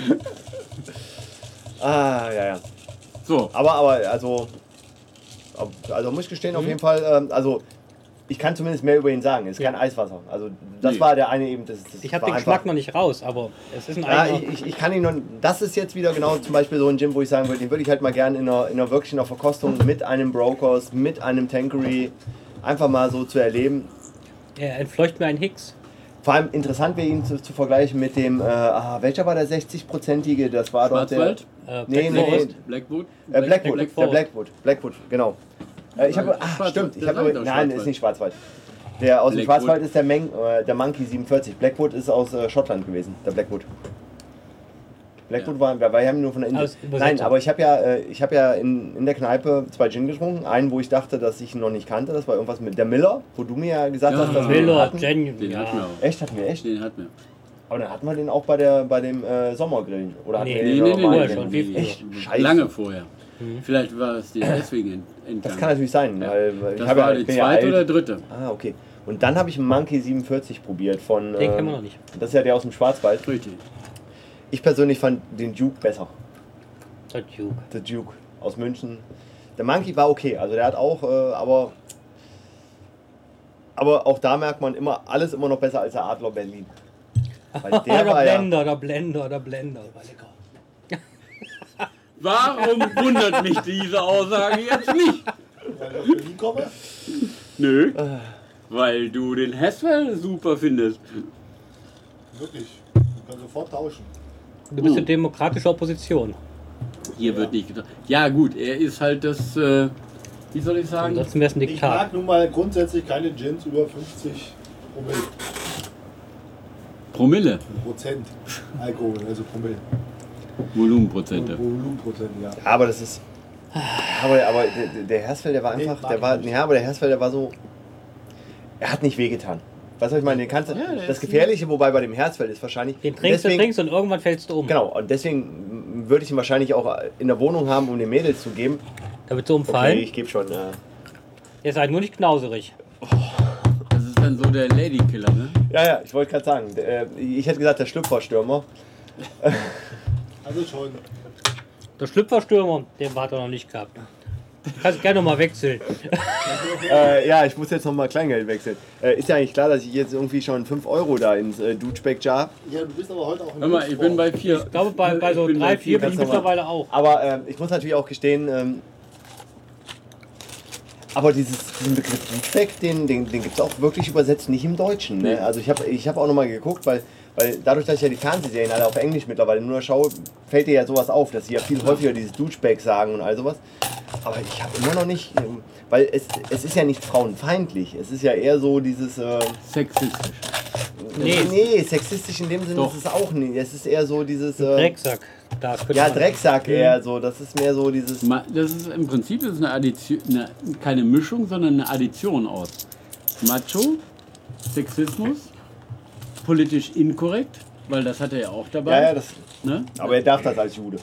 Speaker 2: Ah, ja, ja.
Speaker 4: So,
Speaker 2: Aber, aber, also, ab- also muss ich gestehen, auf jeden Fall, ähm, also, ich kann zumindest mehr über ihn sagen. Es ist kein Eiswasser. Also, das
Speaker 4: Nee.
Speaker 2: war der eine eben, das, das
Speaker 1: Ich habe
Speaker 2: war
Speaker 1: den
Speaker 2: einfach-
Speaker 1: Geschmack noch nicht raus, aber es ist ein
Speaker 2: Ja,
Speaker 1: eigener.
Speaker 2: ich, ich- ich kann ihn nur, das ist jetzt wieder genau zum Beispiel so ein Gin, wo ich sagen würde, den würde ich halt mal gerne in einer, in einer wirklich in einer Verkostung mit einem Brokers, mit einem Tankery einfach mal so zu erleben.
Speaker 1: Er entfleucht mir einen Hicks.
Speaker 2: Vor allem interessant wäre ihn zu, zu vergleichen mit dem, äh, ah, welcher war der 60-prozentige? Das war doch der.
Speaker 4: Schwarzwald,
Speaker 1: Äh,
Speaker 2: Nee,
Speaker 1: Black
Speaker 2: nee,
Speaker 1: Forest.
Speaker 2: nee.
Speaker 4: Blackwood.
Speaker 2: Äh, Blackwood,
Speaker 1: Black
Speaker 2: der
Speaker 1: Forest.
Speaker 2: Blackwood, Blackwood, genau. Äh, ich habe,
Speaker 4: Schwarzwald,
Speaker 2: ach, stimmt, ich
Speaker 4: der
Speaker 2: habe, aber-
Speaker 4: sagt doch
Speaker 2: nein,
Speaker 4: Schwarzwald.
Speaker 2: ist nicht Schwarzwald. Der aus dem
Speaker 4: Blackwood.
Speaker 2: Schwarzwald ist der, Meng, äh, der Monkey 47. Blackwood ist aus äh, Schottland gewesen, der Blackwood. Blackwood war, wir, wir haben nur von der Insel.
Speaker 1: Aus Übersetzung.
Speaker 2: Nein, aber ich habe ja, äh, ich habe ja in, in der Kneipe zwei Gin getrunken. Einen, wo ich dachte, dass ich ihn noch nicht kannte. Das war irgendwas mit der Miller, wo du mir ja gesagt
Speaker 4: Ja.
Speaker 2: hast, dass wir den
Speaker 1: Miller,
Speaker 2: hatten.
Speaker 1: Genuine.
Speaker 4: Den Also, hatten wir
Speaker 1: Ja.
Speaker 4: auch.
Speaker 2: Echt, hatten wir echt.
Speaker 4: Den hatten wir.
Speaker 2: Aber dann hatten wir den auch bei der, bei dem äh, Sommergrillen. Oder hatten
Speaker 1: Nee,
Speaker 2: wir
Speaker 1: nee,
Speaker 2: den
Speaker 1: nee,
Speaker 2: noch mal
Speaker 1: vorher
Speaker 2: in-
Speaker 1: schon. Wie- Mhm.
Speaker 2: Echt? Scheiße.
Speaker 4: Lange vorher. Vielleicht war es dir deswegen ent-
Speaker 2: Das
Speaker 4: entgangen.
Speaker 2: kann natürlich sein,
Speaker 4: Ja.
Speaker 2: weil weil ich
Speaker 4: Das
Speaker 2: habe ja,
Speaker 4: war
Speaker 2: ich
Speaker 4: die
Speaker 2: bin ja
Speaker 4: zweite
Speaker 2: alt.
Speaker 4: oder dritte.
Speaker 2: Ah, okay. Und dann habe ich einen Monkey 47 probiert von. ähm,
Speaker 1: Den kennen wir noch nicht.
Speaker 2: Das ist ja der aus dem Schwarzwald.
Speaker 4: Richtig.
Speaker 2: Ich persönlich fand den Duke besser.
Speaker 1: Der Duke.
Speaker 2: Der Duke aus München. Der Monkey war okay, also der hat auch, äh, aber. Aber auch da merkt man immer, alles immer noch besser als der Adler Berlin. Weil
Speaker 1: Ah,
Speaker 2: der
Speaker 1: der
Speaker 2: war ja.
Speaker 1: Blender, der Blender, der Blender. War lecker.
Speaker 4: Warum wundert mich diese Aussage jetzt nicht?
Speaker 3: Weil ich aus Berlin komme?
Speaker 4: Nö. Weil du den Hesswell super findest.
Speaker 3: Wirklich. Man kann sofort tauschen.
Speaker 1: Du bist
Speaker 4: Hm.
Speaker 1: eine demokratische Opposition.
Speaker 4: Hier wird nicht getan. Ja gut, er ist halt das, äh, wie soll ich sagen?
Speaker 1: Ansonsten wäre es ein
Speaker 3: Ich
Speaker 1: Diktat.
Speaker 3: mag nun mal grundsätzlich keine Gins über 50 Promille.
Speaker 4: Promille,
Speaker 3: Prozent Alkohol, also Promille.
Speaker 4: Volumenprozente.
Speaker 3: Volumenprozent, ja.
Speaker 2: Ja, aber das ist. Aber, aber der, der Hersfeld, der war
Speaker 3: Nee,
Speaker 2: einfach.
Speaker 3: mag
Speaker 2: der
Speaker 3: ich
Speaker 2: war,
Speaker 3: nicht.
Speaker 2: ja, aber der Hersfeld, der war so. Er hat nicht wehgetan. Weißt du, was ich meine? Den kannst du,
Speaker 4: der
Speaker 2: das
Speaker 4: ist-
Speaker 2: Gefährliche, wobei bei dem Hersfeld ist wahrscheinlich.
Speaker 1: Den trinkst du,
Speaker 2: deswegen-
Speaker 1: trinkst und irgendwann fällst du um.
Speaker 2: Genau, und deswegen würde ich ihn wahrscheinlich auch in der Wohnung haben, um den Mädels zu geben.
Speaker 1: Da wird so
Speaker 2: Okay,
Speaker 1: umfallen.
Speaker 2: ich gebe schon. Äh,
Speaker 1: Ihr seid nur nicht knauserig.
Speaker 4: Das ist dann so der Ladykiller, ne?
Speaker 2: ja, ja, ich wollte gerade sagen, äh, ich hätte gesagt, der Schlüpferstürmer.
Speaker 3: Also schon.
Speaker 1: Der Schlüpferstürmer, den hat er noch nicht gehabt. Kannst gerne noch mal wechseln.
Speaker 2: Äh, ja, ich muss jetzt nochmal Kleingeld wechseln. Äh, ist ja eigentlich klar, dass ich jetzt irgendwie schon 5 Euro da ins äh, Dudeback-Jar
Speaker 3: Ja, du bist aber heute auch in
Speaker 4: Hör mal, ich bin bei vier.
Speaker 1: Ich glaube, bei, bei so
Speaker 4: Ich bin
Speaker 1: drei, vier bin
Speaker 4: ganz
Speaker 1: ich
Speaker 2: normal.
Speaker 1: mittlerweile auch.
Speaker 2: Aber ähm, ich muss natürlich auch gestehen, ähm, aber dieses, diesen Begriff Feedback, den, den, den gibt es auch wirklich übersetzt nicht im Deutschen. Ne?
Speaker 4: Nee.
Speaker 2: Also ich habe ich hab auch nochmal geguckt, weil, weil dadurch, dass ich ja die Fernsehserien alle auf Englisch mittlerweile nur schaue, fällt dir ja sowas auf, dass sie ja viel häufiger dieses Duschback sagen und all sowas. Aber ich habe immer noch nicht, ähm, weil es, es ist ja nicht frauenfeindlich, es ist ja eher so dieses... Äh,
Speaker 4: Sexistisch.
Speaker 1: Nee.
Speaker 2: nee, sexistisch in dem Sinne
Speaker 4: Doch.
Speaker 2: ist es auch nicht. Es ist eher so dieses... Äh,
Speaker 1: Drecksack. Das könnte
Speaker 2: ja,
Speaker 1: man-
Speaker 2: Drecksack eher so. Das ist mehr so dieses...
Speaker 4: Ma- Das ist im Prinzip das ist eine Addition, eine, keine Mischung, sondern eine Addition aus Macho, Sexismus, politisch inkorrekt, weil das hat er ja auch dabei.
Speaker 2: Ja, ja, das,
Speaker 4: ne?
Speaker 2: Aber er darf das als Jude.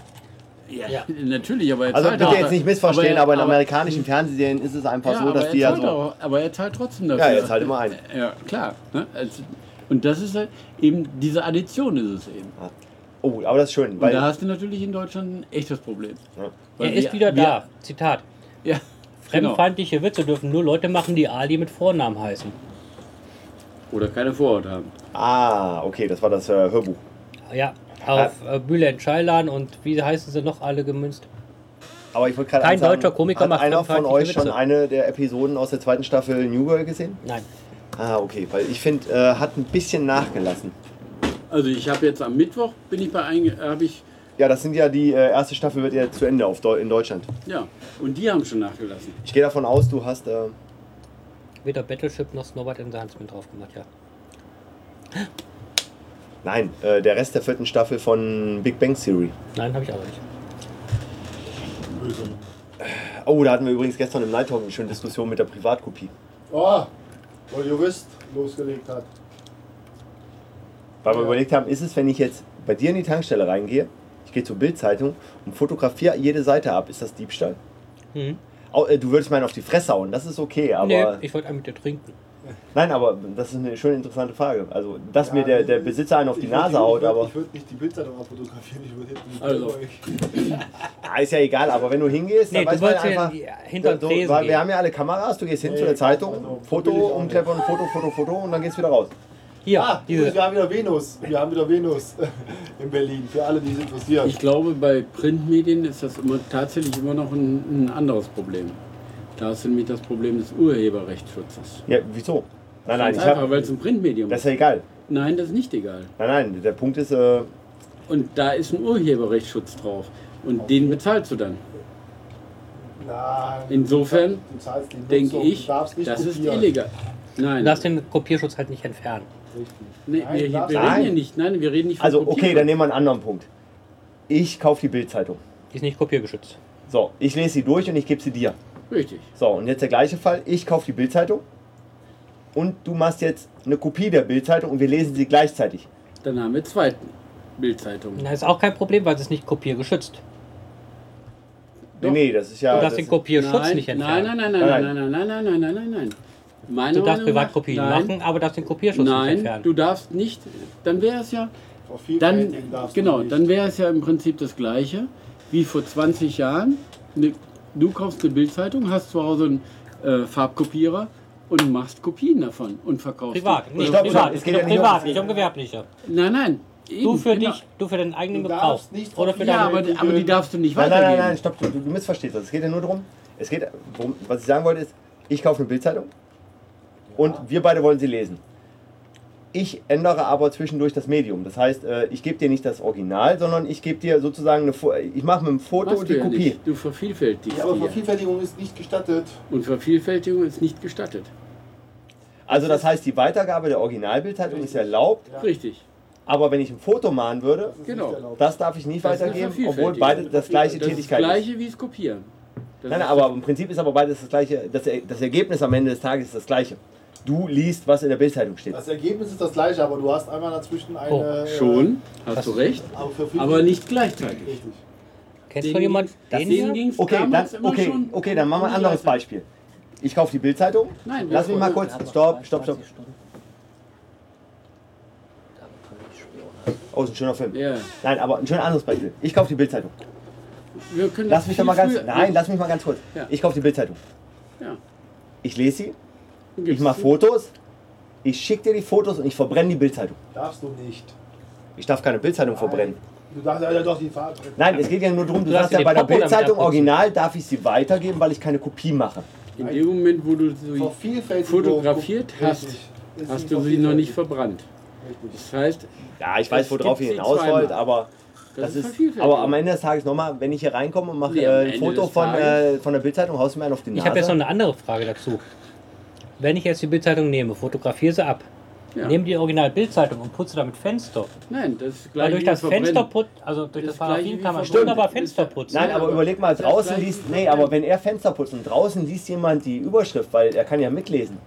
Speaker 4: ja,
Speaker 1: Ja.
Speaker 4: natürlich, aber er
Speaker 2: Also
Speaker 4: zahlt
Speaker 2: bitte
Speaker 4: auch-
Speaker 2: jetzt nicht missverstehen, aber, in
Speaker 4: aber-
Speaker 2: amerikanischen Fernsehserien ist es einfach
Speaker 4: ja,
Speaker 2: so, dass
Speaker 4: aber
Speaker 2: die also-
Speaker 4: er
Speaker 2: ja
Speaker 4: zahlt
Speaker 2: so.
Speaker 4: auch, aber er zahlt trotzdem dafür.
Speaker 2: Ja, er zahlt immer ein.
Speaker 4: Ja, klar. Ne? Also, und das ist halt eben diese Addition ist es eben.
Speaker 2: Oh, aber das ist schön,
Speaker 4: Und
Speaker 2: weil
Speaker 4: da hast du natürlich in Deutschland ein echtes Problem. Weil
Speaker 1: Er ist
Speaker 4: wir-
Speaker 1: wieder
Speaker 4: wir-
Speaker 1: da. Zitat.
Speaker 4: Ja, genau.
Speaker 1: Fremdfeindliche Witze dürfen nur Leute machen, die Ali mit Vornamen heißen.
Speaker 4: Oder keine Vorurteile haben.
Speaker 2: ah, okay, das war das äh, Hörbuch.
Speaker 1: Ja, auf
Speaker 2: Ah.
Speaker 1: äh, Bülent Ceylan und wie heißen sie noch alle gemünzt?
Speaker 2: Aber ich wollte gerade
Speaker 1: Kein
Speaker 2: eins sagen,
Speaker 1: deutscher Komiker
Speaker 2: hat
Speaker 1: macht
Speaker 2: einer von
Speaker 1: fremdfeindliche
Speaker 2: euch schon
Speaker 1: Witze.
Speaker 2: eine der Episoden aus der zweiten Staffel New Girl gesehen?
Speaker 1: Nein.
Speaker 2: Ah, okay, weil ich finde, äh, hat ein bisschen nachgelassen.
Speaker 4: Also ich habe jetzt am Mittwoch bin ich bei ein, habe ich
Speaker 2: Ja, das sind ja die äh, erste Staffel wird ja zu Ende auf Deu in Deutschland.
Speaker 4: Ja, und die haben schon nachgelassen.
Speaker 2: Ich gehe davon aus, du hast äh,
Speaker 1: Weder Battleship noch Snowball in the Huntsman drauf gemacht, ja.
Speaker 2: nein, äh, der Rest der vierten Staffel von Big Bang Theory.
Speaker 1: Nein, habe ich auch nicht.
Speaker 3: Böse.
Speaker 2: Oh, da hatten wir übrigens gestern im Night Talk eine schöne Diskussion mit der Privatkopie.
Speaker 3: Oh, weil Jurist losgelegt hat.
Speaker 2: Weil wir
Speaker 3: Ja.
Speaker 2: überlegt haben, ist es, wenn ich jetzt bei dir in die Tankstelle reingehe, ich gehe zur Bildzeitung und fotografiere jede Seite ab, ist das Diebstahl?
Speaker 1: Mhm.
Speaker 2: Au- äh, du würdest meinen auf die Fresse hauen, das ist okay, aber.
Speaker 1: nee, ich wollte einfach mit dir trinken.
Speaker 2: Nein, aber das ist eine schöne interessante Frage. Also, dass mir der, der Besitzer einen auf die
Speaker 3: Ich
Speaker 2: Nase
Speaker 3: würd-
Speaker 2: haut,
Speaker 3: ich würd-
Speaker 2: aber.
Speaker 3: Ich würde nicht die Bildzeitung abfotografieren, ich würde hinten.
Speaker 4: Also.
Speaker 2: Ah, ist ja egal, aber wenn du hingehst, dann
Speaker 1: Nee, du
Speaker 2: weiß man
Speaker 1: wolltest ja
Speaker 2: einfach.
Speaker 1: die- hinter
Speaker 2: so,
Speaker 1: den Tresen
Speaker 2: weil wir
Speaker 1: gehen.
Speaker 2: haben ja alle Kameras, du gehst hin
Speaker 3: Nee,
Speaker 2: zu der Zeitung,
Speaker 3: also,
Speaker 2: Foto,
Speaker 3: will ich auch
Speaker 2: umklappern, Foto, Foto, Foto und dann geht's wieder raus.
Speaker 1: Hier,
Speaker 3: Ah, übrigens,
Speaker 1: diese.
Speaker 3: wir haben wieder Venus. Wir haben wieder Venus in Berlin. Für alle, die es interessiert.
Speaker 4: Ich glaube, bei Printmedien ist das immer tatsächlich immer noch ein, ein anderes Problem. Da ist nämlich das Problem des Urheberrechtsschutzes.
Speaker 2: Ja, wieso? Nein, nein,
Speaker 4: Ganz
Speaker 2: ich
Speaker 4: einfach,
Speaker 2: hab,
Speaker 4: weil es ein Printmedium
Speaker 2: das ist
Speaker 4: ist.
Speaker 2: ja egal.
Speaker 4: Nein, das ist nicht egal.
Speaker 2: Nein, nein, der Punkt ist, äh,
Speaker 4: Und da ist ein Urheberrechtsschutz drauf. Und den bezahlst du dann.
Speaker 3: Nein,
Speaker 4: Insofern
Speaker 3: du zahlst die Nutzung,
Speaker 4: Denke ich,
Speaker 3: du darfst nicht
Speaker 4: das ist
Speaker 3: kopieren.
Speaker 4: illegal. Nein,
Speaker 1: Lass den Kopierschutz halt nicht entfernen.
Speaker 3: Richtig.
Speaker 4: nee,
Speaker 3: Nein,
Speaker 4: wir,
Speaker 3: du
Speaker 4: wir
Speaker 3: darfst-
Speaker 4: reden
Speaker 2: Nein.
Speaker 4: hier nicht. Nein, wir reden nicht von
Speaker 2: also okay,
Speaker 4: Kopierschutz.
Speaker 2: dann nehmen wir einen anderen Punkt. Ich kaufe die Bildzeitung.
Speaker 1: Die ist nicht kopiergeschützt.
Speaker 2: So, ich lese sie durch und ich gebe sie dir.
Speaker 4: Richtig.
Speaker 2: So, und jetzt der gleiche Fall. Ich kaufe die Bildzeitung und du machst jetzt eine Kopie der Bildzeitung und wir lesen sie gleichzeitig.
Speaker 4: Dann haben wir zweiten Bildzeitung.
Speaker 1: Na, ist auch kein Problem, weil es ist nicht kopiergeschützt.
Speaker 2: Nee, nee, das ist ja.
Speaker 1: Du
Speaker 2: das
Speaker 1: darfst den
Speaker 2: ist,
Speaker 1: Kopierschutz
Speaker 4: nein,
Speaker 1: nicht entfernen.
Speaker 4: nein, nein, nein, nein, nein, nein, nein, nein, nein, nein, nein, nein. Meine
Speaker 1: Du darfst
Speaker 4: Meinung nach-
Speaker 1: Privatkopien
Speaker 4: nein,
Speaker 1: machen, aber darfst den Kopierschutz nicht
Speaker 4: Nein,
Speaker 1: entfernen.
Speaker 4: du darfst nicht. Dann wäre es ja,
Speaker 3: Vor vielen
Speaker 4: dann
Speaker 3: Fällen darfst du
Speaker 4: genau,
Speaker 3: nicht.
Speaker 4: dann wäre es ja im Prinzip das Gleiche wie vor 20 Jahren. Ne, Du kaufst eine Bildzeitung, hast zu Hause einen äh, Farbkopierer und machst Kopien davon und verkaufst.
Speaker 1: privat.
Speaker 4: die.
Speaker 1: Nee,
Speaker 2: Stopp,
Speaker 1: privat.
Speaker 2: es
Speaker 1: Es
Speaker 2: geht
Speaker 1: geht um
Speaker 2: ja nicht um-
Speaker 1: privat, nicht um gewerbliche.
Speaker 4: Nein, nein. Eben,
Speaker 1: Du für
Speaker 4: genau.
Speaker 1: dich, du für deinen eigenen
Speaker 3: Du
Speaker 1: Gebrauch.
Speaker 3: darfst nicht
Speaker 1: Oder für
Speaker 4: Ja,
Speaker 1: deinen.
Speaker 4: aber, aber die darfst du nicht
Speaker 2: nein, nein,
Speaker 4: weitergeben.
Speaker 2: nein, nein, stopp, du, du missverstehst das. Es geht ja nur darum, es geht, worum, was ich sagen wollte ist, ich kaufe eine Bildzeitung und wir beide wollen sie lesen. Ich ändere aber zwischendurch das Medium. Das heißt, äh, ich gebe dir nicht das Original, sondern ich gebe dir sozusagen eine, Fo- ich mache mit dem Foto
Speaker 4: Machst du
Speaker 2: die
Speaker 4: ja
Speaker 2: Kopie.
Speaker 4: nicht. Du vervielfältigst
Speaker 3: Ja, aber
Speaker 4: die ja.
Speaker 3: Vervielfältigung ist nicht gestattet.
Speaker 4: Und Vervielfältigung ist nicht gestattet.
Speaker 2: Also das heißt, die Weitergabe der Originalbildzeitung ist erlaubt,
Speaker 3: Ja.
Speaker 4: Richtig.
Speaker 2: aber wenn ich ein Foto machen würde,
Speaker 3: Das ist
Speaker 4: Genau.
Speaker 3: nicht erlaubt.
Speaker 2: das darf ich nicht
Speaker 4: Das ist
Speaker 2: weitergeben,
Speaker 4: eine
Speaker 2: obwohl beide das gleiche
Speaker 4: Das ist das
Speaker 2: Tätigkeit ist.
Speaker 4: gleiche wie es kopieren. Das
Speaker 2: Nein,
Speaker 4: ist-
Speaker 2: aber im Prinzip ist aber beides das gleiche. Das, Er- das Ergebnis am Ende des Tages ist das gleiche. Du liest, was in der Bildzeitung steht.
Speaker 3: Das Ergebnis ist das gleiche, aber du hast einmal dazwischen eine.
Speaker 1: Oh,
Speaker 4: Schon, hast du recht.
Speaker 3: äh, Aber, für viele-
Speaker 4: Aber nicht gleichzeitig.
Speaker 3: Richtig.
Speaker 1: Kennst du jemanden, den hier?
Speaker 4: ging's
Speaker 2: Okay, dann,
Speaker 4: damals immer
Speaker 2: okay,
Speaker 4: schon
Speaker 2: okay, dann machen wir ein
Speaker 4: um die
Speaker 2: anderes
Speaker 4: Leute.
Speaker 2: Beispiel. Ich kaufe die Bildzeitung.
Speaker 4: Nein,
Speaker 2: Lass mich
Speaker 4: wir-
Speaker 2: mal kurz. Stopp, stopp, stopp. Oh, ist ein schöner Film.
Speaker 4: Ja,
Speaker 2: Nenein, aber ein schön anderes Beispiel. Ich kaufe die Bildzeitung.
Speaker 4: wir können
Speaker 2: Lass mich doch
Speaker 4: viel
Speaker 2: mal ganz.
Speaker 4: früher-
Speaker 2: Nein, lass mich mal ganz kurz.
Speaker 4: Ja.
Speaker 2: Ich kaufe die Bildzeitung.
Speaker 4: Ja.
Speaker 2: Ich lese sie.
Speaker 4: Dann
Speaker 2: Ich
Speaker 4: gibt's-
Speaker 2: mache Fotos. Ich schicke dir die Fotos und ich verbrenne die Bildzeitung.
Speaker 3: Darfst du nicht.
Speaker 2: Ich darf keine Bildzeitung verbrennen.
Speaker 3: Nein. Du darfst ja doch die Farbe.
Speaker 2: Nein, es geht ja nur darum, du
Speaker 1: Du hast
Speaker 2: sagst ja
Speaker 1: dir
Speaker 2: bei
Speaker 1: den
Speaker 2: der
Speaker 1: Popo damit
Speaker 2: Bildzeitung
Speaker 1: abputzen.
Speaker 2: original darf ich sie weitergeben, weil ich keine Kopie mache.
Speaker 4: In dem Moment, wo du sie
Speaker 3: Vervielfältigung.
Speaker 4: fotografiert hast, hast du sie noch nicht verbrannt.
Speaker 3: Richtig.
Speaker 4: Das heißt,
Speaker 2: Ja, ich weiß,
Speaker 4: Es
Speaker 2: worauf
Speaker 4: gibt
Speaker 2: ihr
Speaker 4: sie
Speaker 2: hinaus
Speaker 4: zweimal.
Speaker 2: wollt, aber das,
Speaker 4: das,
Speaker 2: ist.
Speaker 4: Vervielfältigung.
Speaker 2: aber am Ende des Tages nochmal, wenn ich hier reinkomme und mache
Speaker 4: Nee, am
Speaker 2: äh, ein
Speaker 4: Ende
Speaker 2: Foto
Speaker 4: des
Speaker 2: von,
Speaker 4: Tages-
Speaker 2: äh, von der Bildzeitung, haust du mir einen auf die
Speaker 1: Ich
Speaker 2: Nase.
Speaker 1: habe jetzt noch eine andere Frage dazu. Wenn ich jetzt die Bildzeitung nehme, fotografiere sie ab,
Speaker 4: Ja.
Speaker 1: nehme die Original-Bildzeitung und putze damit Fenster.
Speaker 4: Nein, das ist gleich
Speaker 1: Weil durch
Speaker 4: wie
Speaker 1: das
Speaker 4: verbrennen.
Speaker 1: Fensterputz, also durch das,
Speaker 4: Das
Speaker 1: das
Speaker 4: gleiche
Speaker 1: Paraffin
Speaker 4: wie
Speaker 1: kann man
Speaker 4: verbrennen.
Speaker 1: wunderbar Fenster putzen.
Speaker 2: Nein,
Speaker 4: Ja,
Speaker 2: aber
Speaker 4: aber
Speaker 2: überleg mal,
Speaker 4: das
Speaker 2: draußen
Speaker 4: gleiche
Speaker 2: liest.
Speaker 4: wie
Speaker 2: Nee,
Speaker 4: verbrennen.
Speaker 2: aber wenn er Fenster putzt und draußen liest jemand die Überschrift, weil er kann ja mitlesen.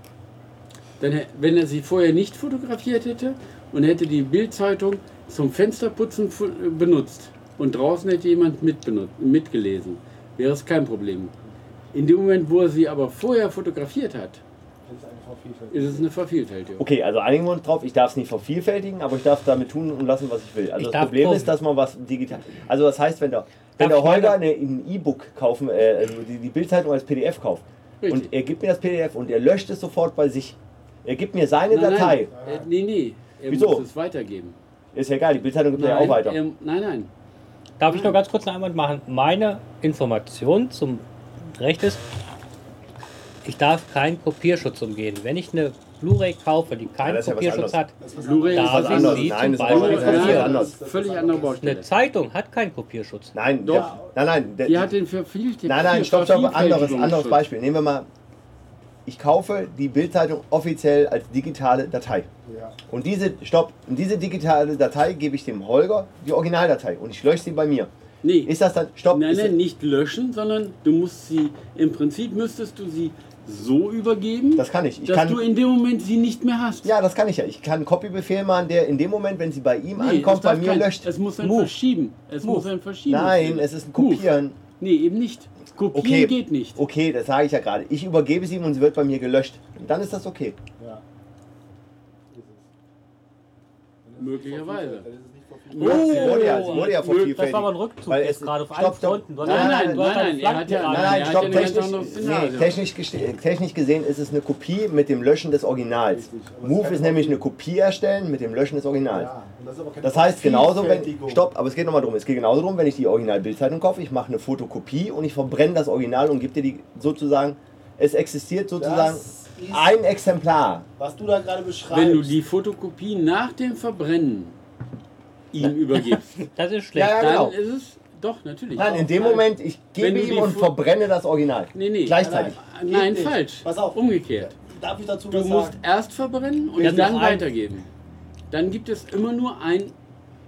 Speaker 4: Dann, hä- wenn er sie vorher nicht fotografiert hätte und hätte die Bildzeitung zum Fensterputzen fu- äh, benutzt und draußen hätte jemand mitbenut- mitgelesen, wäre es kein Problem. In dem Moment, wo er sie aber vorher fotografiert hat,
Speaker 3: Das ist eine Vervielfältigung.
Speaker 4: ist es eine Vervielfältigung.
Speaker 2: Okay, also einigen wir uns drauf, ich darf es nicht vervielfältigen, aber ich darf damit tun und lassen, was ich will. Also
Speaker 1: Ich
Speaker 2: das
Speaker 1: darf
Speaker 2: Problem
Speaker 1: gucken.
Speaker 2: ist, dass man was digital. Also das heißt, wenn der, wenn
Speaker 1: Darf
Speaker 2: der
Speaker 1: ich meine-
Speaker 2: Holger eine, ein E-Book kaufen, äh, also die, die Bildzeitung als PDF kauft
Speaker 4: Richtig.
Speaker 2: und er gibt mir das PDF und er löscht es sofort bei sich. Er gibt mir seine Datei.
Speaker 4: Nein, äh, nee, nee. Er
Speaker 2: Wieso?
Speaker 4: muss es weitergeben.
Speaker 2: Ist ja egal, die Bildzeitung gibt ja
Speaker 4: Nein,
Speaker 2: auch weiter.
Speaker 4: er- nein, nein.
Speaker 1: Darf ich noch ganz kurz einen Einwand machen? Meine Information zum Recht ist, Ich darf keinen Kopierschutz umgehen. Wenn ich eine Blu-ray kaufe, die keinen
Speaker 2: das ist ja was
Speaker 1: Kopierschutz
Speaker 2: anderes.
Speaker 1: hat,
Speaker 3: Das ist
Speaker 4: Blu-ray
Speaker 1: Da
Speaker 4: ist
Speaker 1: sind
Speaker 4: was anderes.
Speaker 1: sie.
Speaker 2: Nein, das
Speaker 1: zum
Speaker 2: ist
Speaker 1: Beispiel-
Speaker 2: was anderes.
Speaker 4: Ja.
Speaker 2: anders.
Speaker 4: äh, Völlig andere Baustelle.
Speaker 1: eine Zeitung hat keinen Kopierschutz.
Speaker 2: Nein,
Speaker 4: Doch.
Speaker 2: der, nein, nein. Der,
Speaker 4: Die hat den vervielt.
Speaker 2: Nein, nein, stopp, stopp, anderes, anderes Beispiel. Nehmen wir mal, ich kaufe die Bildzeitung offiziell als digitale Datei.
Speaker 3: Ja.
Speaker 2: Und diese, stopp, und diese digitale Datei gebe ich dem Holger, die Originaldatei, und ich lösche sie bei mir.
Speaker 4: Nee.
Speaker 2: Ist das dann, stopp,
Speaker 4: Nein,
Speaker 2: ist
Speaker 4: nein,
Speaker 2: das,
Speaker 4: nicht löschen, sondern du musst sie, im Prinzip müsstest du sie so übergeben,
Speaker 2: das kann ich. ich
Speaker 4: dass
Speaker 2: kann,
Speaker 4: du in dem Moment sie nicht mehr hast.
Speaker 2: ja, das kann ich ja. Ich kann einen Copy-Befehl machen, der in dem Moment, wenn sie bei ihm
Speaker 4: Nee, es
Speaker 2: ankommt, bei
Speaker 4: darf
Speaker 2: mir
Speaker 4: kein-
Speaker 2: löscht.
Speaker 4: Es muss ein
Speaker 1: Move.
Speaker 4: Verschieben. Es muss ein Verschieben.
Speaker 2: Nein,
Speaker 4: sein.
Speaker 2: es ist ein
Speaker 4: Move.
Speaker 2: Kopieren.
Speaker 4: Nee, eben nicht. Kopieren
Speaker 2: Okay. Oh,
Speaker 4: geht nicht.
Speaker 2: Okay, das sage ich ja gerade. Ich übergebe sie ihm und sie wird bei mir gelöscht. Und dann ist das okay.
Speaker 3: ja.
Speaker 4: Möglicherweise.
Speaker 3: Das ist nicht verfügbar.
Speaker 1: Oh,
Speaker 2: wurde ja- wurde ja vervielfältigt.
Speaker 1: Das war aber ein Rückzug
Speaker 2: Weil
Speaker 1: jetzt
Speaker 2: es-
Speaker 1: gerade auf
Speaker 2: stopp,
Speaker 1: allen
Speaker 2: stopp.
Speaker 1: Fronten. Du hast
Speaker 2: Nein,
Speaker 1: ja-
Speaker 2: nein,
Speaker 1: du hast
Speaker 4: nein,
Speaker 1: deine
Speaker 4: nein, er hat ja-
Speaker 1: Flanken gerade.
Speaker 2: Nein, nein,
Speaker 4: er hat ja
Speaker 2: stopp,
Speaker 4: eine ganz
Speaker 2: technisch,
Speaker 4: andere Szenario.
Speaker 2: nee, technisch, geste- technisch gesehen ist es eine Kopie mit dem Löschen des Originals.
Speaker 3: Richtig, aber es ist
Speaker 2: Move
Speaker 3: keine
Speaker 2: ist nämlich
Speaker 3: Kopie.
Speaker 2: eine Kopie erstellen mit dem Löschen des Originals.
Speaker 3: Ja, und das, ist aber keine
Speaker 2: Das heißt genauso, wenn.
Speaker 3: Vervielfältigung.
Speaker 2: Stopp, aber es geht nochmal drum. Es geht genauso drum, wenn ich die Originalbildzeitung kaufe, ich mache eine Fotokopie und ich verbrenne das Original und gebe dir die sozusagen. Es existiert sozusagen
Speaker 3: Das ist,
Speaker 2: ein Exemplar.
Speaker 3: was du da gerade beschreibst.
Speaker 4: Wenn du die Fotokopie nach dem Verbrennen ihm übergibst,
Speaker 1: Das ist schlecht.
Speaker 2: Ja, ja, genau.
Speaker 4: dann ist es doch natürlich.
Speaker 2: Nein, in dem Moment, ich
Speaker 4: Wenn
Speaker 2: gebe
Speaker 4: du
Speaker 2: ihm
Speaker 4: die
Speaker 2: und
Speaker 4: Fo-
Speaker 2: verbrenne das Original.
Speaker 4: Nee, nee.
Speaker 2: Gleichzeitig.
Speaker 3: Geht
Speaker 4: Nein,
Speaker 3: nicht.
Speaker 4: falsch.
Speaker 3: Pass auf.
Speaker 4: Umgekehrt.
Speaker 3: Darf ich dazu
Speaker 4: Du
Speaker 3: was
Speaker 4: musst
Speaker 3: sagen?
Speaker 4: erst verbrennen und
Speaker 1: Wir haben
Speaker 4: dann
Speaker 1: noch ein-
Speaker 4: weitergeben. Dann gibt es immer nur ein.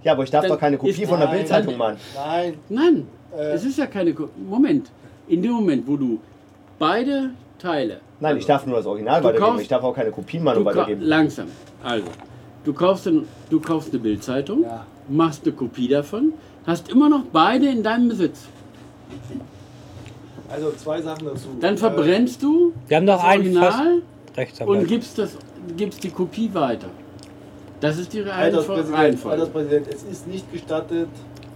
Speaker 2: Ja, aber ich darf
Speaker 4: Dann
Speaker 2: doch keine
Speaker 4: ist-
Speaker 2: Kopie von der
Speaker 3: Nein.
Speaker 2: Bildzeitung machen.
Speaker 3: Nein,
Speaker 4: Nein,
Speaker 3: Äh.
Speaker 4: es ist ja keine. Ko Moment. In dem Moment, wo du beide Teile.
Speaker 2: Nein, ich darf nur das Original
Speaker 4: Du
Speaker 2: weitergeben.
Speaker 4: kaufst-
Speaker 2: Ich darf auch keine Kopien machen
Speaker 4: Du
Speaker 2: und
Speaker 4: ka-
Speaker 2: weitergeben.
Speaker 4: langsam. Also, du kaufst, ein, du kaufst eine Bildzeitung,
Speaker 3: Ja.
Speaker 4: machst eine Kopie davon, hast immer noch beide in deinem Besitz.
Speaker 3: also zwei Sachen dazu. Äh,
Speaker 4: Dann verbrennst du
Speaker 1: Wir haben noch
Speaker 4: das
Speaker 1: einen fast
Speaker 4: Original und
Speaker 1: Rechtsanwalt.
Speaker 4: gibst, das, gibst die Kopie weiter. Das ist die
Speaker 3: Äh,
Speaker 4: Reihenfol-
Speaker 3: Alterspräsident,
Speaker 4: Reihenfolge.
Speaker 3: Alterspräsident, es ist nicht gestattet,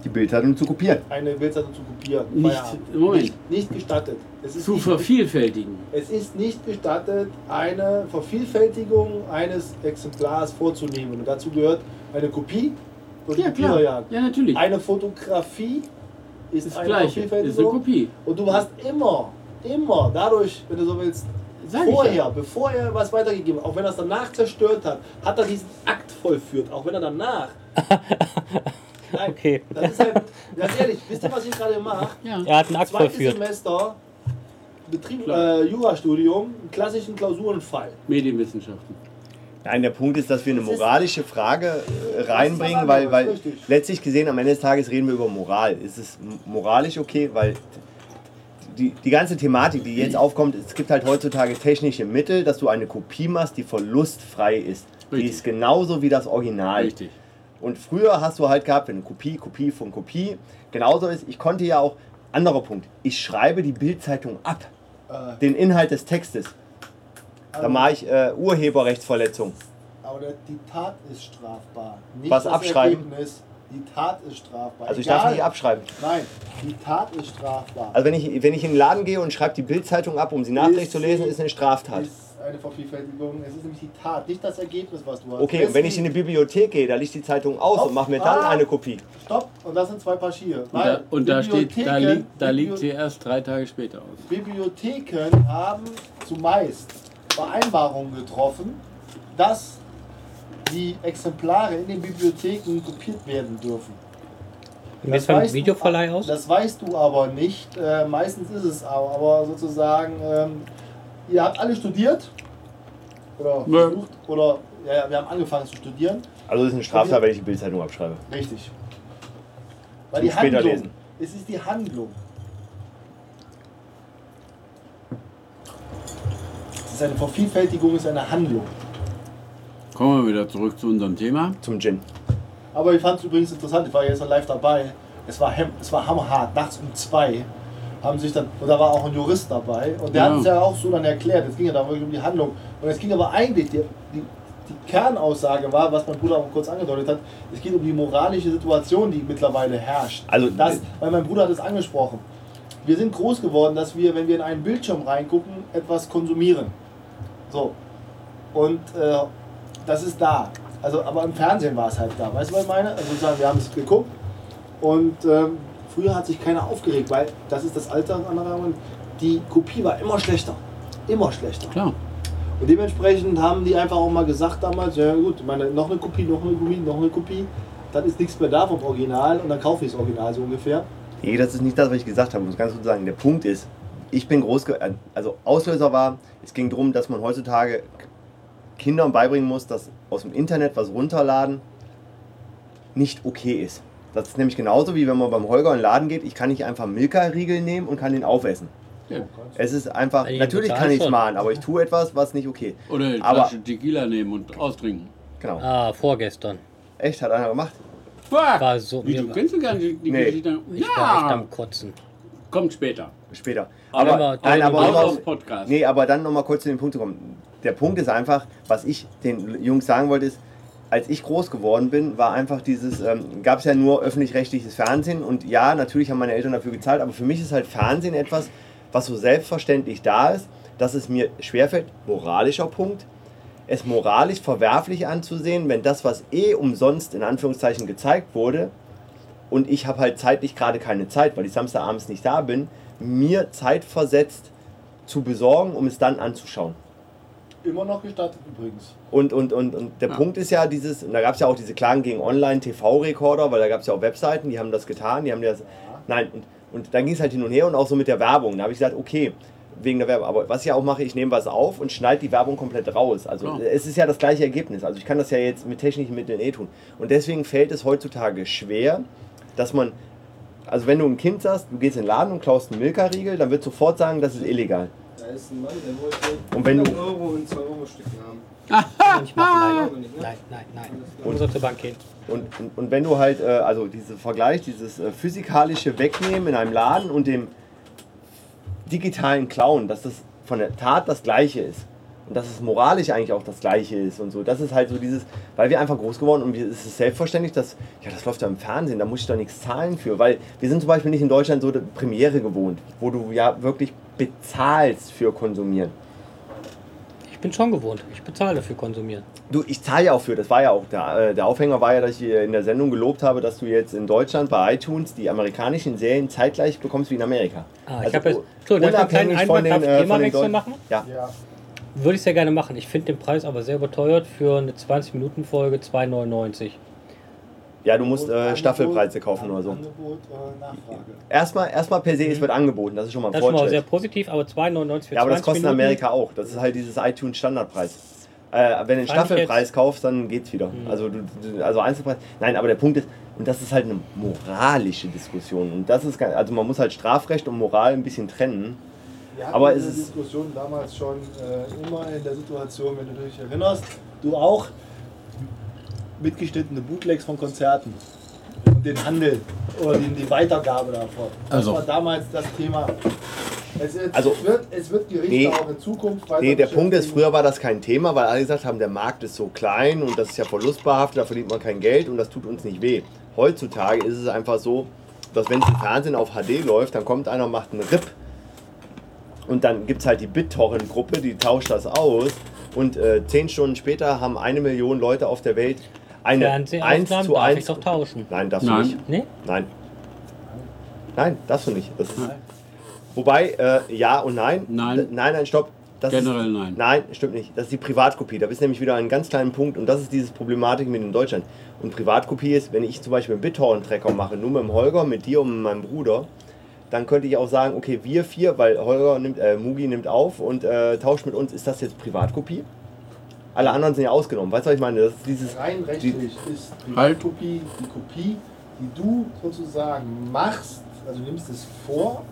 Speaker 2: Die Bildzeitung zu kopieren.
Speaker 3: eine Bildzeitung zu kopieren.
Speaker 4: Nicht-
Speaker 3: Feierabend.
Speaker 4: Moment.
Speaker 3: Nicht, nicht gestattet. Es ist
Speaker 4: Zu
Speaker 3: nicht-
Speaker 4: vervielfältigen.
Speaker 3: Es ist nicht gestattet, eine Vervielfältigung eines Exemplars vorzunehmen. Und dazu gehört eine Kopie und
Speaker 4: Ja, klar.
Speaker 3: Kopierjagd.
Speaker 4: Ja, natürlich.
Speaker 3: Eine Fotografie ist,
Speaker 4: Das
Speaker 3: eine
Speaker 4: gleiche. Ist eine
Speaker 3: Vervielfältigung.
Speaker 4: Kopie.
Speaker 3: Und du hast immer, immer dadurch, wenn du so willst,
Speaker 4: Sag ich
Speaker 3: vorher,
Speaker 4: ja.
Speaker 3: bevor er was weitergegeben hat, auch wenn er es danach zerstört hat, hat er diesen Akt vollführt, auch wenn er danach. Nein,
Speaker 1: Okay.
Speaker 3: das ist halt, ganz ehrlich, wisst ihr, was ich gerade mache?
Speaker 4: Ja.
Speaker 1: Er hat einen Akt
Speaker 3: Zweites
Speaker 1: vollführt.
Speaker 3: Semester, Betrieb,
Speaker 4: Klar.
Speaker 3: äh, Jurastudium, einen klassischen Klausurenfall.
Speaker 4: Medienwissenschaften.
Speaker 2: Nein, der Punkt ist, dass wir eine
Speaker 3: Das ist-
Speaker 2: moralische Frage äh, reinbringen, weil, weil
Speaker 3: Richtig.
Speaker 2: letztlich gesehen am Ende des Tages reden wir über Moral. Ist es m- moralisch okay? Weil die, die ganze Thematik, die jetzt aufkommt, es gibt halt heutzutage technische Mittel, dass du eine Kopie machst, die verlustfrei ist. Die
Speaker 4: Richtig.
Speaker 2: ist genauso wie das Original.
Speaker 4: Richtig.
Speaker 2: Und früher hast du halt gehabt, wenn Kopie, Kopie von Kopie. Genauso ist, ich konnte ja auch, anderer Punkt, ich schreibe die Bildzeitung ab,
Speaker 3: Äh, Ähm.
Speaker 2: den Inhalt des Textes. Da mache ich äh, Urheberrechtsverletzung.
Speaker 3: Aber der- die Tat ist strafbar. Nicht
Speaker 2: Was
Speaker 3: das
Speaker 2: abschreiben?
Speaker 3: Ergebnis. Die Tat ist strafbar.
Speaker 2: Also ich
Speaker 3: Egal.
Speaker 2: darf nicht abschreiben.
Speaker 3: Nein, die Tat ist strafbar.
Speaker 2: Also wenn ich, wenn ich in den Laden gehe und schreibe die Bildzeitung ab, um sie nachträglich zu lesen, ist eine Straftat.
Speaker 3: ist eine Vervielfältigung. Es ist nämlich die Tat, nicht das Ergebnis, was du hast.
Speaker 2: Okay, und wenn ich in
Speaker 3: Deswegen-
Speaker 2: eine Bibliothek gehe, da liegt die Zeitung aus und mache mir dann eine Kopie.
Speaker 3: Stopp, und das sind zwei Paar Skier.
Speaker 4: Und da, und da steht, da
Speaker 3: Bibliotheken-
Speaker 4: liegt, da liegt sie
Speaker 3: Biblio-
Speaker 4: erst drei Tage später aus.
Speaker 3: Bibliotheken haben zumeist Vereinbarungen getroffen, dass die Exemplare in den Bibliotheken kopiert werden dürfen.
Speaker 1: Wie sieht beim
Speaker 3: weißt du-
Speaker 1: Videoverleih aus?
Speaker 3: Das weißt du aber nicht. Äh, meistens ist es aber, aber sozusagen, ähm, ihr habt alle studiert. Oder
Speaker 4: Nö.
Speaker 3: versucht. Oder ja, ja, wir haben angefangen zu studieren.
Speaker 2: Also ist eine Straftat, wenn ich die Bildzeitung abschreibe.
Speaker 3: Richtig. Weil
Speaker 2: Zum
Speaker 3: die
Speaker 2: später
Speaker 3: Handlung.
Speaker 2: lesen.
Speaker 3: Es ist die Handlung. Es ist eine Vervielfältigung, es ist eine Handlung.
Speaker 4: Kommen wir wieder zurück zu unserem Thema.
Speaker 2: Zum Gin.
Speaker 3: Aber ich fand es übrigens interessant, ich war gestern live dabei. Es war, hem- es war hammerhart, nachts um zwei haben sich dann, und da war auch ein Jurist dabei, und der
Speaker 4: Ja.
Speaker 3: hat
Speaker 2: Mhm.
Speaker 3: es ja auch so dann erklärt, es ging ja da wirklich um die Handlung. Und es ging aber eigentlich, die, die, die Kernaussage war, was mein Bruder auch kurz angedeutet hat, es geht um die moralische Situation, die mittlerweile herrscht.
Speaker 2: Also-
Speaker 3: das, weil mein Bruder hat es angesprochen. Wir sind groß geworden, dass wir, wenn wir in einen Bildschirm reingucken, etwas konsumieren. So. Und äh, das ist da. Also, aber im Fernsehen war es halt da. Weißt du, was ich meine? Also, sozusagen, wir haben es geguckt und ähm, früher hat sich keiner aufgeregt, weil das ist das Alter anderer Mann. Die Kopie war immer schlechter. immer schlechter.
Speaker 4: Klar.
Speaker 3: Und dementsprechend haben die einfach auch mal gesagt damals, ja gut, ich meine, noch eine Kopie, noch eine Kopie, noch eine Kopie, dann ist nichts mehr da vom Original und dann kaufe ich das Original so ungefähr.
Speaker 2: Nee, das ist nicht das, was ich gesagt habe, um es ganz gut zu sagen. Der Punkt ist, ich bin groß ge- äh, also Auslöser war, es ging darum, dass man heutzutage Kindern beibringen muss, dass aus dem Internet was runterladen nicht okay ist. Das ist nämlich genauso wie wenn man beim Holger in den Laden geht, ich kann nicht einfach Milka-Riegel nehmen und kann den aufessen.
Speaker 4: Ja.
Speaker 2: Es ist einfach,
Speaker 1: Weil die
Speaker 2: natürlich
Speaker 1: bezahlen
Speaker 2: kann ich es
Speaker 1: schon.
Speaker 2: machen, aber ich tue etwas, was nicht okay.
Speaker 4: Oder eine
Speaker 2: Aber-
Speaker 4: Flasche Tequila nehmen und austrinken.
Speaker 2: Genau.
Speaker 1: Ah, vorgestern.
Speaker 2: Echt, hat einer gemacht.
Speaker 1: War so-
Speaker 4: Wie, du Ah.
Speaker 1: mir-
Speaker 4: kennst du gar nicht die
Speaker 2: Nee.
Speaker 4: Geschichte?
Speaker 1: Ich war echt
Speaker 4: Ja,
Speaker 1: am Kotzen.
Speaker 4: kommt später.
Speaker 2: Später.
Speaker 1: Aber-
Speaker 2: Aber, nein, aber,
Speaker 1: aber-
Speaker 2: aber
Speaker 4: auf Podcast.
Speaker 2: Nee, aber dann nochmal kurz zu dem Punkt zu kommen. Der Punkt ist einfach, was ich den Jungs sagen wollte, ist, als ich groß geworden bin, war einfach dieses, ähm, gab es ja nur öffentlich-rechtliches Fernsehen und ja, natürlich haben meine Eltern dafür gezahlt, aber für mich ist halt Fernsehen etwas, was so selbstverständlich da ist, dass es mir schwerfällt, moralischer Punkt, es moralisch verwerflich anzusehen, wenn das, was eh umsonst in Anführungszeichen gezeigt wurde, und ich habe halt zeitlich gerade keine Zeit, weil ich Samstagabends nicht da bin, mir Zeit versetzt zu besorgen, um es dann anzuschauen.
Speaker 3: Immer noch gestattet übrigens.
Speaker 2: Und, und, und, und der Punkt ist ja dieses, und da gab es ja auch diese Klagen gegen Online-TV-Rekorder, weil da gab es ja auch Webseiten, die haben das getan, die haben das. Nein, und, und dann ging es halt hin und her und auch so mit der Werbung. Da habe ich gesagt, okay, wegen der Werbung. Aber was ich ja auch mache, ich nehme was auf und schneide die Werbung komplett raus. Also
Speaker 4: Klar.
Speaker 2: es ist ja das gleiche Ergebnis. Also ich kann das ja jetzt mit technischen Mitteln eh tun. Und deswegen fällt es heutzutage schwer, dass man, also wenn du ein Kind hast, du gehst in den Laden und klaust einen Milka-Riegel, dann wird sofort sagen, das ist illegal.
Speaker 6: Da ist ein Mann, der wollte
Speaker 2: Und wenn du-
Speaker 6: 100 Euro und 2 Euro Stücken haben.
Speaker 1: Ich mach,
Speaker 6: Haben wir nicht, ne?
Speaker 1: nein, nein, nein, nein.
Speaker 6: Alles klar.
Speaker 1: Und so zur Bank gehen.
Speaker 2: Und, und, und wenn du halt, äh, also diesen Vergleich, dieses äh, physikalische Wegnehmen in einem Laden und dem digitalen Klauen, dass das von der Tat das Gleiche ist. Und dass es moralisch eigentlich auch das Gleiche ist und so. Das ist halt so dieses, weil wir einfach groß geworden und wir- es ist selbstverständlich, dass, ja, das läuft ja im Fernsehen, da muss ich doch nichts zahlen für. Weil wir sind zum Beispiel nicht in Deutschland so eine Premiere gewohnt, wo du ja wirklich bezahlst für konsumieren.
Speaker 1: Ich bin schon gewohnt. Ich bezahle dafür konsumieren.
Speaker 2: Du, ich zahle ja auch für, das war ja auch der, äh, der Aufhänger war ja, dass ich äh, in der Sendung gelobt habe, dass du jetzt in Deutschland bei iTunes die amerikanischen Serien zeitgleich bekommst wie in Amerika.
Speaker 1: Ah,
Speaker 2: Also,
Speaker 1: ich habe jetzt.
Speaker 2: u-
Speaker 1: So, darf ich einen kleinen
Speaker 2: unabhängig von
Speaker 1: Einwand, darf ich
Speaker 2: den, äh, von den
Speaker 1: Themawechsel
Speaker 2: Deut-
Speaker 1: machen?
Speaker 2: Ja,
Speaker 3: Ja.
Speaker 1: Würde ich sehr gerne machen. Ich finde den Preis aber sehr überteuert für eine 20-Minuten-Folge 2,99.
Speaker 2: ja, du musst
Speaker 3: Und
Speaker 2: äh,
Speaker 3: Angebot-
Speaker 2: Staffelpreise kaufen oder so.
Speaker 3: Angebot, äh, Nachfrage.
Speaker 2: Erstmal, erstmal per se, es wird angeboten, das ist schon mal ein
Speaker 1: Das ist schon mal sehr
Speaker 2: Fortschritt.
Speaker 1: positiv, aber 2,99 für
Speaker 2: Ja, aber das
Speaker 1: 20
Speaker 2: kostet in
Speaker 1: Minuten.
Speaker 2: Amerika auch. Das ist halt dieses iTunes Standardpreis. Äh, wenn du einen
Speaker 1: Fand ich
Speaker 2: Staffelpreis
Speaker 1: jetzt-
Speaker 2: kaufst, dann geht's wieder.
Speaker 1: Hm.
Speaker 2: Also, du, du, also Einzelpreis. Nein, aber der Punkt ist, und das ist halt eine moralische Diskussion. Und das ist, gar- also man muss halt Strafrecht und Moral ein bisschen trennen.
Speaker 3: Wir hatten
Speaker 2: Aber
Speaker 3: diese
Speaker 2: es ist-
Speaker 3: Diskussion damals schon äh, immer in der Situation, wenn du dich erinnerst, du auch mitgeschnittene Bootlegs von Konzerten und den Handel oder die, die Weitergabe davon. Das
Speaker 4: Also.
Speaker 3: war damals das Thema. Es, es,
Speaker 2: Also-
Speaker 3: wird, es wird Gerichte
Speaker 2: Nee.
Speaker 3: auch in Zukunft weiter
Speaker 2: Nee, der
Speaker 1: äh,
Speaker 2: Punkt ist,
Speaker 3: beschäftigen.
Speaker 2: früher war das kein Thema, weil alle gesagt haben, der Markt ist so klein und das ist ja verlustbehaftet, da verdient man kein Geld und das tut uns nicht weh. Heutzutage ist es einfach so, dass wenn es im Fernsehen auf HD läuft, dann kommt einer und macht einen RIP und dann gibt es halt die BitTorrent-Gruppe, die tauscht das aus und äh, zehn Stunden später haben eine Million Leute auf der Welt eine 1
Speaker 1: Fernsehaufnahmen
Speaker 2: zu
Speaker 1: darf
Speaker 2: 1.
Speaker 1: ich doch tauschen.
Speaker 2: Nein, darfst
Speaker 4: Nein.
Speaker 2: du nicht.
Speaker 1: Ne?
Speaker 2: Nein. Nein, darfst du nicht. Das ist, wobei, äh, ja und nein.
Speaker 4: Nein.
Speaker 2: D- Nein, nein, stopp. Das
Speaker 4: Generell
Speaker 2: ist,
Speaker 4: nein.
Speaker 2: Nein, stimmt nicht. Das ist die Privatkopie. Da bist du nämlich wieder an einem ganz kleinen Punkt und das ist diese Problematik mit in Deutschland. Und Privatkopie ist, wenn ich zum Beispiel einen BitTorrent-Tracker mache, nur mit dem Holger, mit dir und mit meinem Bruder, dann könnte ich auch sagen, okay, wir vier, weil Holger nimmt, äh, Mugi nimmt auf und äh, tauscht mit uns, ist das jetzt Privatkopie? Alle anderen sind ja ausgenommen. Weißt du, was ich meine? Das ist dieses.
Speaker 3: Rein rechtlich ist die
Speaker 4: Halt.
Speaker 3: Kopie die Kopie, die du sozusagen machst, also du nimmst es vor,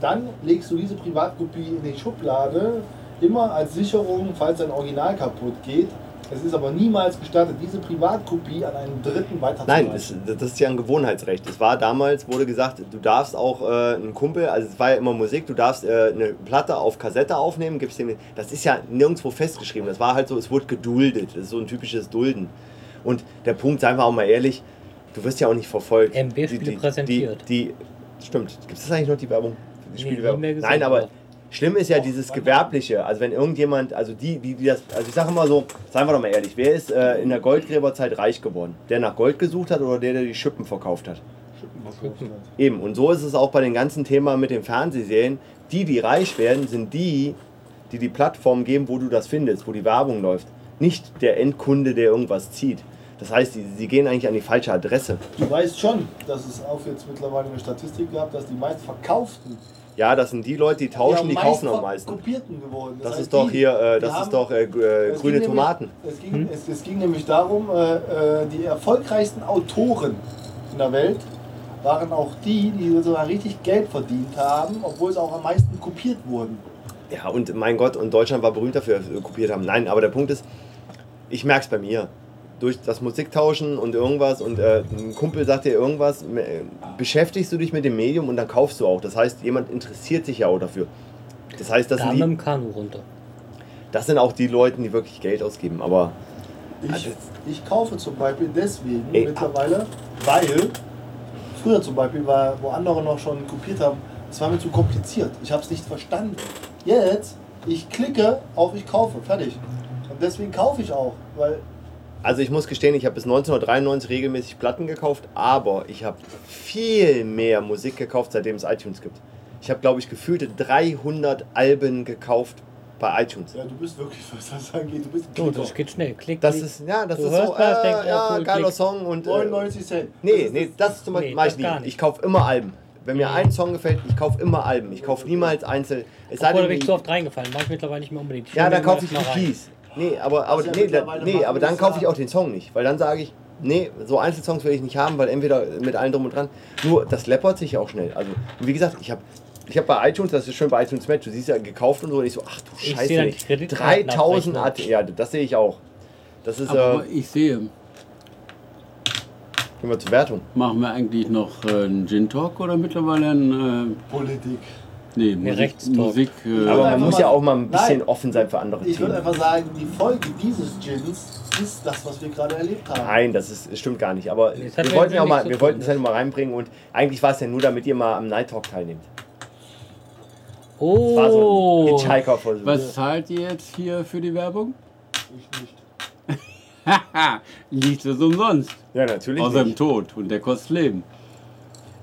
Speaker 3: dann legst du diese Privatkopie in die Schublade, immer als Sicherung, falls dein Original kaputt geht. Es ist aber niemals gestattet, diese Privatkopie an einen Dritten weiterzuleiten.
Speaker 2: Nein, das, das ist ja ein Gewohnheitsrecht. Es war damals, wurde gesagt, du darfst auch äh, einen Kumpel, also es war ja immer Musik, du darfst äh, eine Platte auf Kassette aufnehmen, gibst dem. Das ist ja nirgendwo festgeschrieben. Das war halt so, es wurde geduldet. Das ist so ein typisches Dulden. Und der Punkt, seien wir auch mal ehrlich, du wirst ja auch nicht verfolgt.
Speaker 1: MB-Spiele präsentiert.
Speaker 2: Die, die, stimmt. Gibt es eigentlich noch die Werbung? Die
Speaker 1: Nee,
Speaker 2: Spielewerbung?
Speaker 1: nie mehr gesehen,
Speaker 2: Nein, aber
Speaker 1: aber-
Speaker 2: schlimm ist ja dieses Gewerbliche. Also wenn irgendjemand, also die, die, die das, also ich sage immer so, seien wir doch mal ehrlich, wer ist äh, in der Goldgräberzeit reich geworden? Der nach Gold gesucht hat oder der, der die Schippen verkauft hat? Eben, und so ist es auch bei dem ganzen Thema mit den Fernsehserien. Die, die reich werden, sind die, die die Plattform geben, wo du das findest, wo die Werbung läuft. Nicht der Endkunde, der irgendwas zieht. Das heißt, sie, sie gehen eigentlich an die falsche Adresse.
Speaker 3: Du weißt schon, dass es auch jetzt mittlerweile eine Statistik gab, dass die meistverkauften
Speaker 2: Ja, das sind die Leute, die
Speaker 3: eher
Speaker 2: tauschen, die kaufen am meisten.
Speaker 3: kopierten geworden.
Speaker 2: Das
Speaker 3: heißt,
Speaker 2: ist doch
Speaker 3: die-
Speaker 2: hier, äh,
Speaker 3: wir
Speaker 2: das
Speaker 3: haben-
Speaker 2: ist doch äh, gr- äh,
Speaker 3: es
Speaker 2: grüne
Speaker 3: ging
Speaker 2: Tomaten.
Speaker 3: Nämlich, es, ging, es, es ging nämlich darum, äh, äh, die erfolgreichsten Autoren in der Welt waren auch die, die sozusagen richtig Geld verdient haben, obwohl sie auch am meisten kopiert wurden.
Speaker 2: Ja, und mein Gott, und Deutschland war berühmt dafür, dass wir kopiert haben. Nein, aber der Punkt ist, ich merke es bei mir. Durch das Musiktauschen und irgendwas und äh, ein Kumpel sagt dir irgendwas, m- äh, beschäftigst du dich mit dem Medium und dann kaufst du auch. Das heißt, jemand interessiert sich ja auch dafür. Das heißt, das
Speaker 1: da
Speaker 2: sind,
Speaker 1: mit
Speaker 2: die,
Speaker 1: dem Kanu runter.
Speaker 2: das sind auch die Leute, die wirklich Geld ausgeben. Aber
Speaker 3: Ich,
Speaker 2: Also-
Speaker 3: ich kaufe zum Beispiel deswegen
Speaker 2: Ey,
Speaker 3: mittlerweile, weil früher zum Beispiel war, wo andere noch schon kopiert haben, es war mir zu kompliziert. Ich habe es nicht verstanden. Jetzt, ich klicke auf ich kaufe, fertig. Und deswegen kaufe ich auch, weil
Speaker 2: Also ich muss gestehen, ich habe bis 1993 regelmäßig Platten gekauft, aber ich habe viel mehr Musik gekauft, seitdem es iTunes gibt. Ich habe, glaube ich, gefühlte 300 Alben gekauft bei iTunes.
Speaker 3: ja, du bist wirklich, was das angeht, du bist ein
Speaker 1: So,
Speaker 3: Klicker.
Speaker 1: das geht schnell. Klick,
Speaker 2: Das
Speaker 1: klick.
Speaker 2: ist, ja, das
Speaker 1: Du
Speaker 2: ist
Speaker 1: hörst
Speaker 2: so,
Speaker 1: was,
Speaker 2: äh,
Speaker 1: denkst, oh,
Speaker 2: ja,
Speaker 1: cool,
Speaker 2: geiler
Speaker 1: klick.
Speaker 2: Song und... Äh,
Speaker 3: 99 Cent.
Speaker 2: nee, nee, das zum Beispiel
Speaker 1: Nee,
Speaker 2: mache ich
Speaker 1: das gar
Speaker 2: nie.
Speaker 1: nicht.
Speaker 2: Ich kaufe immer Alben. Wenn mir
Speaker 1: Nee.
Speaker 2: ein Song gefällt, ich kaufe immer Alben. Ich kaufe niemals einzeln. Es sei
Speaker 1: Obwohl, da
Speaker 2: denn,
Speaker 1: bin ich zu oft reingefallen. Mach ich mittlerweile nicht mehr unbedingt. Ich
Speaker 2: ja,
Speaker 1: hol mir
Speaker 2: dann kaufe
Speaker 1: immer
Speaker 2: ich die
Speaker 1: erst mal rein.
Speaker 2: Keys. Nee, aber, aber,
Speaker 3: Was ja
Speaker 2: nee, dann,
Speaker 3: mittlerweile
Speaker 2: nee,
Speaker 3: machen,
Speaker 2: aber dann
Speaker 3: ist
Speaker 2: kaufe
Speaker 3: ja-
Speaker 2: ich auch den Song nicht, weil dann sage ich, nee, so Einzelsongs will ich nicht haben, weil entweder mit allem drum und dran, nur das läppert sich ja auch schnell. Also, und wie gesagt, ich habe ich hab bei iTunes, das ist schön bei iTunes Match, du siehst ja gekauft und so, und ich so, ach du
Speaker 1: Ich
Speaker 2: Scheiße,
Speaker 1: sehe dann
Speaker 2: ey,
Speaker 1: die Kreditkartenabrechnung.
Speaker 2: 3000 Art, ja, das sehe ich auch. Das ist, äh,
Speaker 4: Aber ich sehe,
Speaker 2: gehen wir zur Wertung.
Speaker 4: machen wir eigentlich noch äh, einen Gin Talk oder mittlerweile einen. Äh,
Speaker 3: Politik.
Speaker 4: nee,
Speaker 1: Rechts-Talk.
Speaker 4: Musik. Musik äh,
Speaker 2: Aber man
Speaker 3: einfach
Speaker 2: muss
Speaker 3: mal-
Speaker 2: ja auch mal ein bisschen
Speaker 3: Nein.
Speaker 2: offen sein für andere
Speaker 3: Ich würde
Speaker 2: Themen.
Speaker 3: einfach sagen, die Folge dieses Gins ist das, was wir gerade erlebt haben.
Speaker 2: Nein, das ist, es stimmt gar nicht. Aber
Speaker 1: Das hat
Speaker 2: wir
Speaker 1: mit
Speaker 2: wollten ja auch
Speaker 1: nichts
Speaker 2: mal,
Speaker 1: zu
Speaker 2: wir
Speaker 1: tun,
Speaker 2: wollten es ja
Speaker 1: ne?
Speaker 2: nur mal reinbringen und eigentlich war es ja nur, damit ihr mal am Night Talk teilnehmt.
Speaker 1: Oh,
Speaker 2: Das war so ein Hitchhiker-Versuch.
Speaker 4: Oh. was zahlt ihr jetzt hier für die Werbung?
Speaker 3: Ich nicht.
Speaker 4: Haha, Licht ist umsonst.
Speaker 2: Ja, natürlich.
Speaker 4: Außer im
Speaker 2: nicht.
Speaker 4: Tod und der kostet Leben.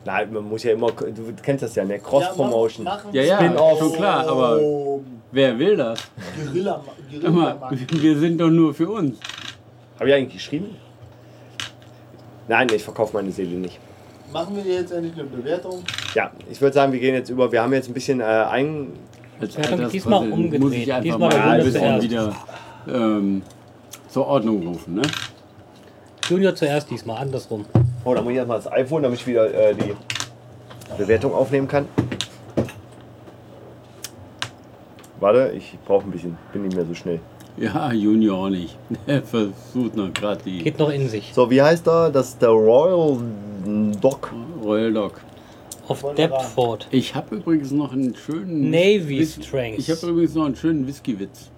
Speaker 2: Nein, man muss ja immer, du kennst das ja, ne?
Speaker 3: Ja, mach- Oh,
Speaker 2: Cross-Promotion.
Speaker 3: machen
Speaker 4: Ja, ja,
Speaker 3: Spin-off.
Speaker 4: schon klar, aber- Wer will das?
Speaker 3: Guerilla,
Speaker 4: Immer,
Speaker 3: Guerilla
Speaker 4: wir sind doch nur für uns.
Speaker 2: Habe ich eigentlich geschrieben? Nein, ich verkaufe meine Seele nicht.
Speaker 3: Machen wir jetzt endlich eine Bewertung?
Speaker 2: Ja, ich würde sagen, wir gehen jetzt über. Wir haben jetzt ein bisschen äh, ein.
Speaker 4: Als
Speaker 1: Ja, dann
Speaker 4: Alterspräsident
Speaker 1: diesmal umgedreht.
Speaker 4: Muss ich einfach
Speaker 1: Diesmal
Speaker 2: der
Speaker 4: mal ein
Speaker 2: Runde
Speaker 4: bisschen
Speaker 2: zuerst.
Speaker 4: wieder ähm, zur Ordnung rufen. Ne?
Speaker 1: Junior zuerst diesmal, andersrum.
Speaker 2: Oh, da muss ich erstmal das iPhone, damit ich wieder äh, die Bewertung aufnehmen kann. Warte, ich brauche ein bisschen. Bin nicht mehr so schnell.
Speaker 4: Ja, Junior auch nicht. Er versucht noch gerade die
Speaker 1: Geht noch in sich.
Speaker 2: So, wie heißt da? Das ist der Royal Dock.
Speaker 4: Royal Dog.
Speaker 1: Auf
Speaker 3: Wollen wir
Speaker 1: Deptford.
Speaker 4: Ich habe übrigens noch einen schönen.
Speaker 1: Navy
Speaker 4: Whis-
Speaker 1: Strength.
Speaker 4: Ich habe übrigens noch einen schönen Whiskywitz.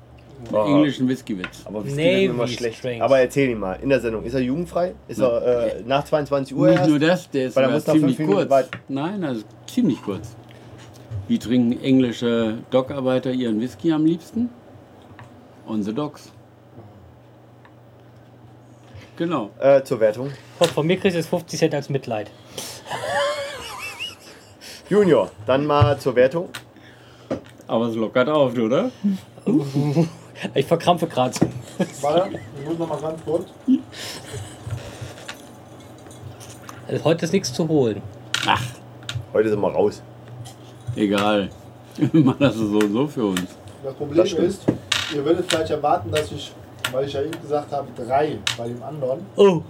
Speaker 4: Einen
Speaker 2: Ah.
Speaker 4: englischen Whiskywitz.
Speaker 2: Aber
Speaker 1: Navy
Speaker 2: Whisky werden immer schlecht.
Speaker 1: Strength.
Speaker 2: Aber erzähl ihn mal, in der Sendung. Ist er jugendfrei? Ist er äh, nach 22 Uhr
Speaker 4: Nicht
Speaker 2: erst?
Speaker 4: nur das, der ist
Speaker 2: Weil er
Speaker 4: sogar
Speaker 2: muss nach
Speaker 4: ziemlich
Speaker 2: fünf Minuten
Speaker 4: kurz.
Speaker 2: weit-
Speaker 4: Nein, also ziemlich kurz. Wie trinken englische Dockarbeiter ihren Whisky am liebsten? On the Docks. Genau.
Speaker 2: Äh, zur Wertung.
Speaker 1: Komm, von mir kriegst du jetzt 50 Cent als Mitleid.
Speaker 2: Junior, dann mal zur Wertung.
Speaker 4: Aber es lockert auf, oder?
Speaker 1: Ich verkrampfe gerade.
Speaker 3: Warte, ich muss nochmal ganz kurz.
Speaker 1: Also heute ist nichts zu holen.
Speaker 4: Ach,
Speaker 2: Heute sind wir raus.
Speaker 4: egal. Mann, das ist so und so für uns.
Speaker 3: Das Problem
Speaker 2: Das stimmt.
Speaker 3: ist, ihr würdet vielleicht erwarten, dass ich, weil ich ja eben gesagt habe, drei bei dem anderen.
Speaker 1: Oh.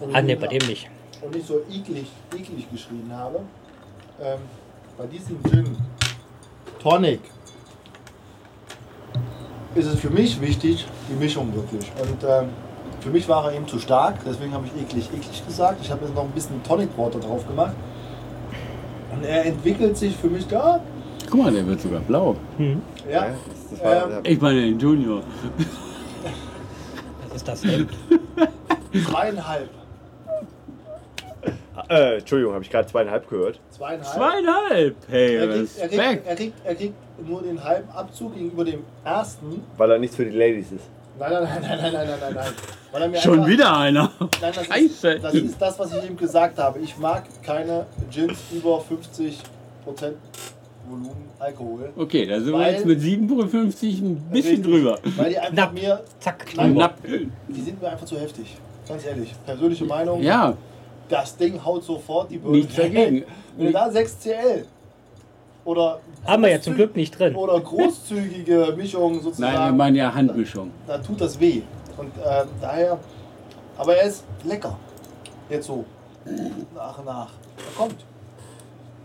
Speaker 3: Und
Speaker 1: Ah, ne, bei dem nicht.
Speaker 3: Und nicht so eklig, eklig geschrieben habe. Ähm, bei diesem Gin Tonic ist es für mich wichtig, die Mischung wirklich. Und ähm, für mich war er eben zu stark, deswegen habe ich eklig, eklig gesagt. Ich habe jetzt noch ein bisschen Tonic Water drauf gemacht. Und er entwickelt sich für mich da.
Speaker 4: Guck mal, der wird sogar blau.
Speaker 3: Ja,
Speaker 2: das war,
Speaker 3: Ähm,
Speaker 4: Ich meine, den Junior.
Speaker 1: Das ist das Hemd.
Speaker 3: zweieinhalb.
Speaker 2: äh, Entschuldigung, habe ich gerade zweieinhalb gehört.
Speaker 3: Zweieinhalb.
Speaker 4: Zweieinhalb. Hey,
Speaker 3: Er kriegt, er, kriegt,
Speaker 4: Respekt.
Speaker 3: er, kriegt, er kriegt nur den halben Abzug gegenüber dem ersten.
Speaker 2: Weil er nichts für die Ladies ist.
Speaker 3: Nein, nein, nein, nein, nein, nein, nein, nein, nein. Weil er mir
Speaker 4: Schon
Speaker 3: einfach-
Speaker 4: wieder einer.
Speaker 3: Nein, das,
Speaker 4: Scheiße.
Speaker 3: Ist, das ist das, was ich eben gesagt habe. Ich mag keine Gins über 50% Volumen Alkohol.
Speaker 4: Okay, da sind wir
Speaker 3: Weil-
Speaker 4: jetzt mit 7,50 ein bisschen
Speaker 3: Richtig.
Speaker 4: drüber.
Speaker 3: Weil die einfach
Speaker 1: Knapp.
Speaker 3: mir,
Speaker 1: Zack.
Speaker 3: Nein.
Speaker 4: Knapp.
Speaker 3: die sind mir einfach zu heftig. Ganz ehrlich. Persönliche Meinung,
Speaker 4: Ja,
Speaker 3: das Ding haut sofort die Birne.
Speaker 4: nichts dagegen.
Speaker 3: Wenn du da 6CL oder
Speaker 1: Haben wir ja zum Glück nicht drin.
Speaker 3: oder großzügige Mischung
Speaker 4: Nein, wir
Speaker 3: sozusagen,
Speaker 4: meinen ja Handmischung.
Speaker 3: da tut das weh. Und äh, daher, aber er ist lecker. Jetzt so. Nach und nach. Er kommt.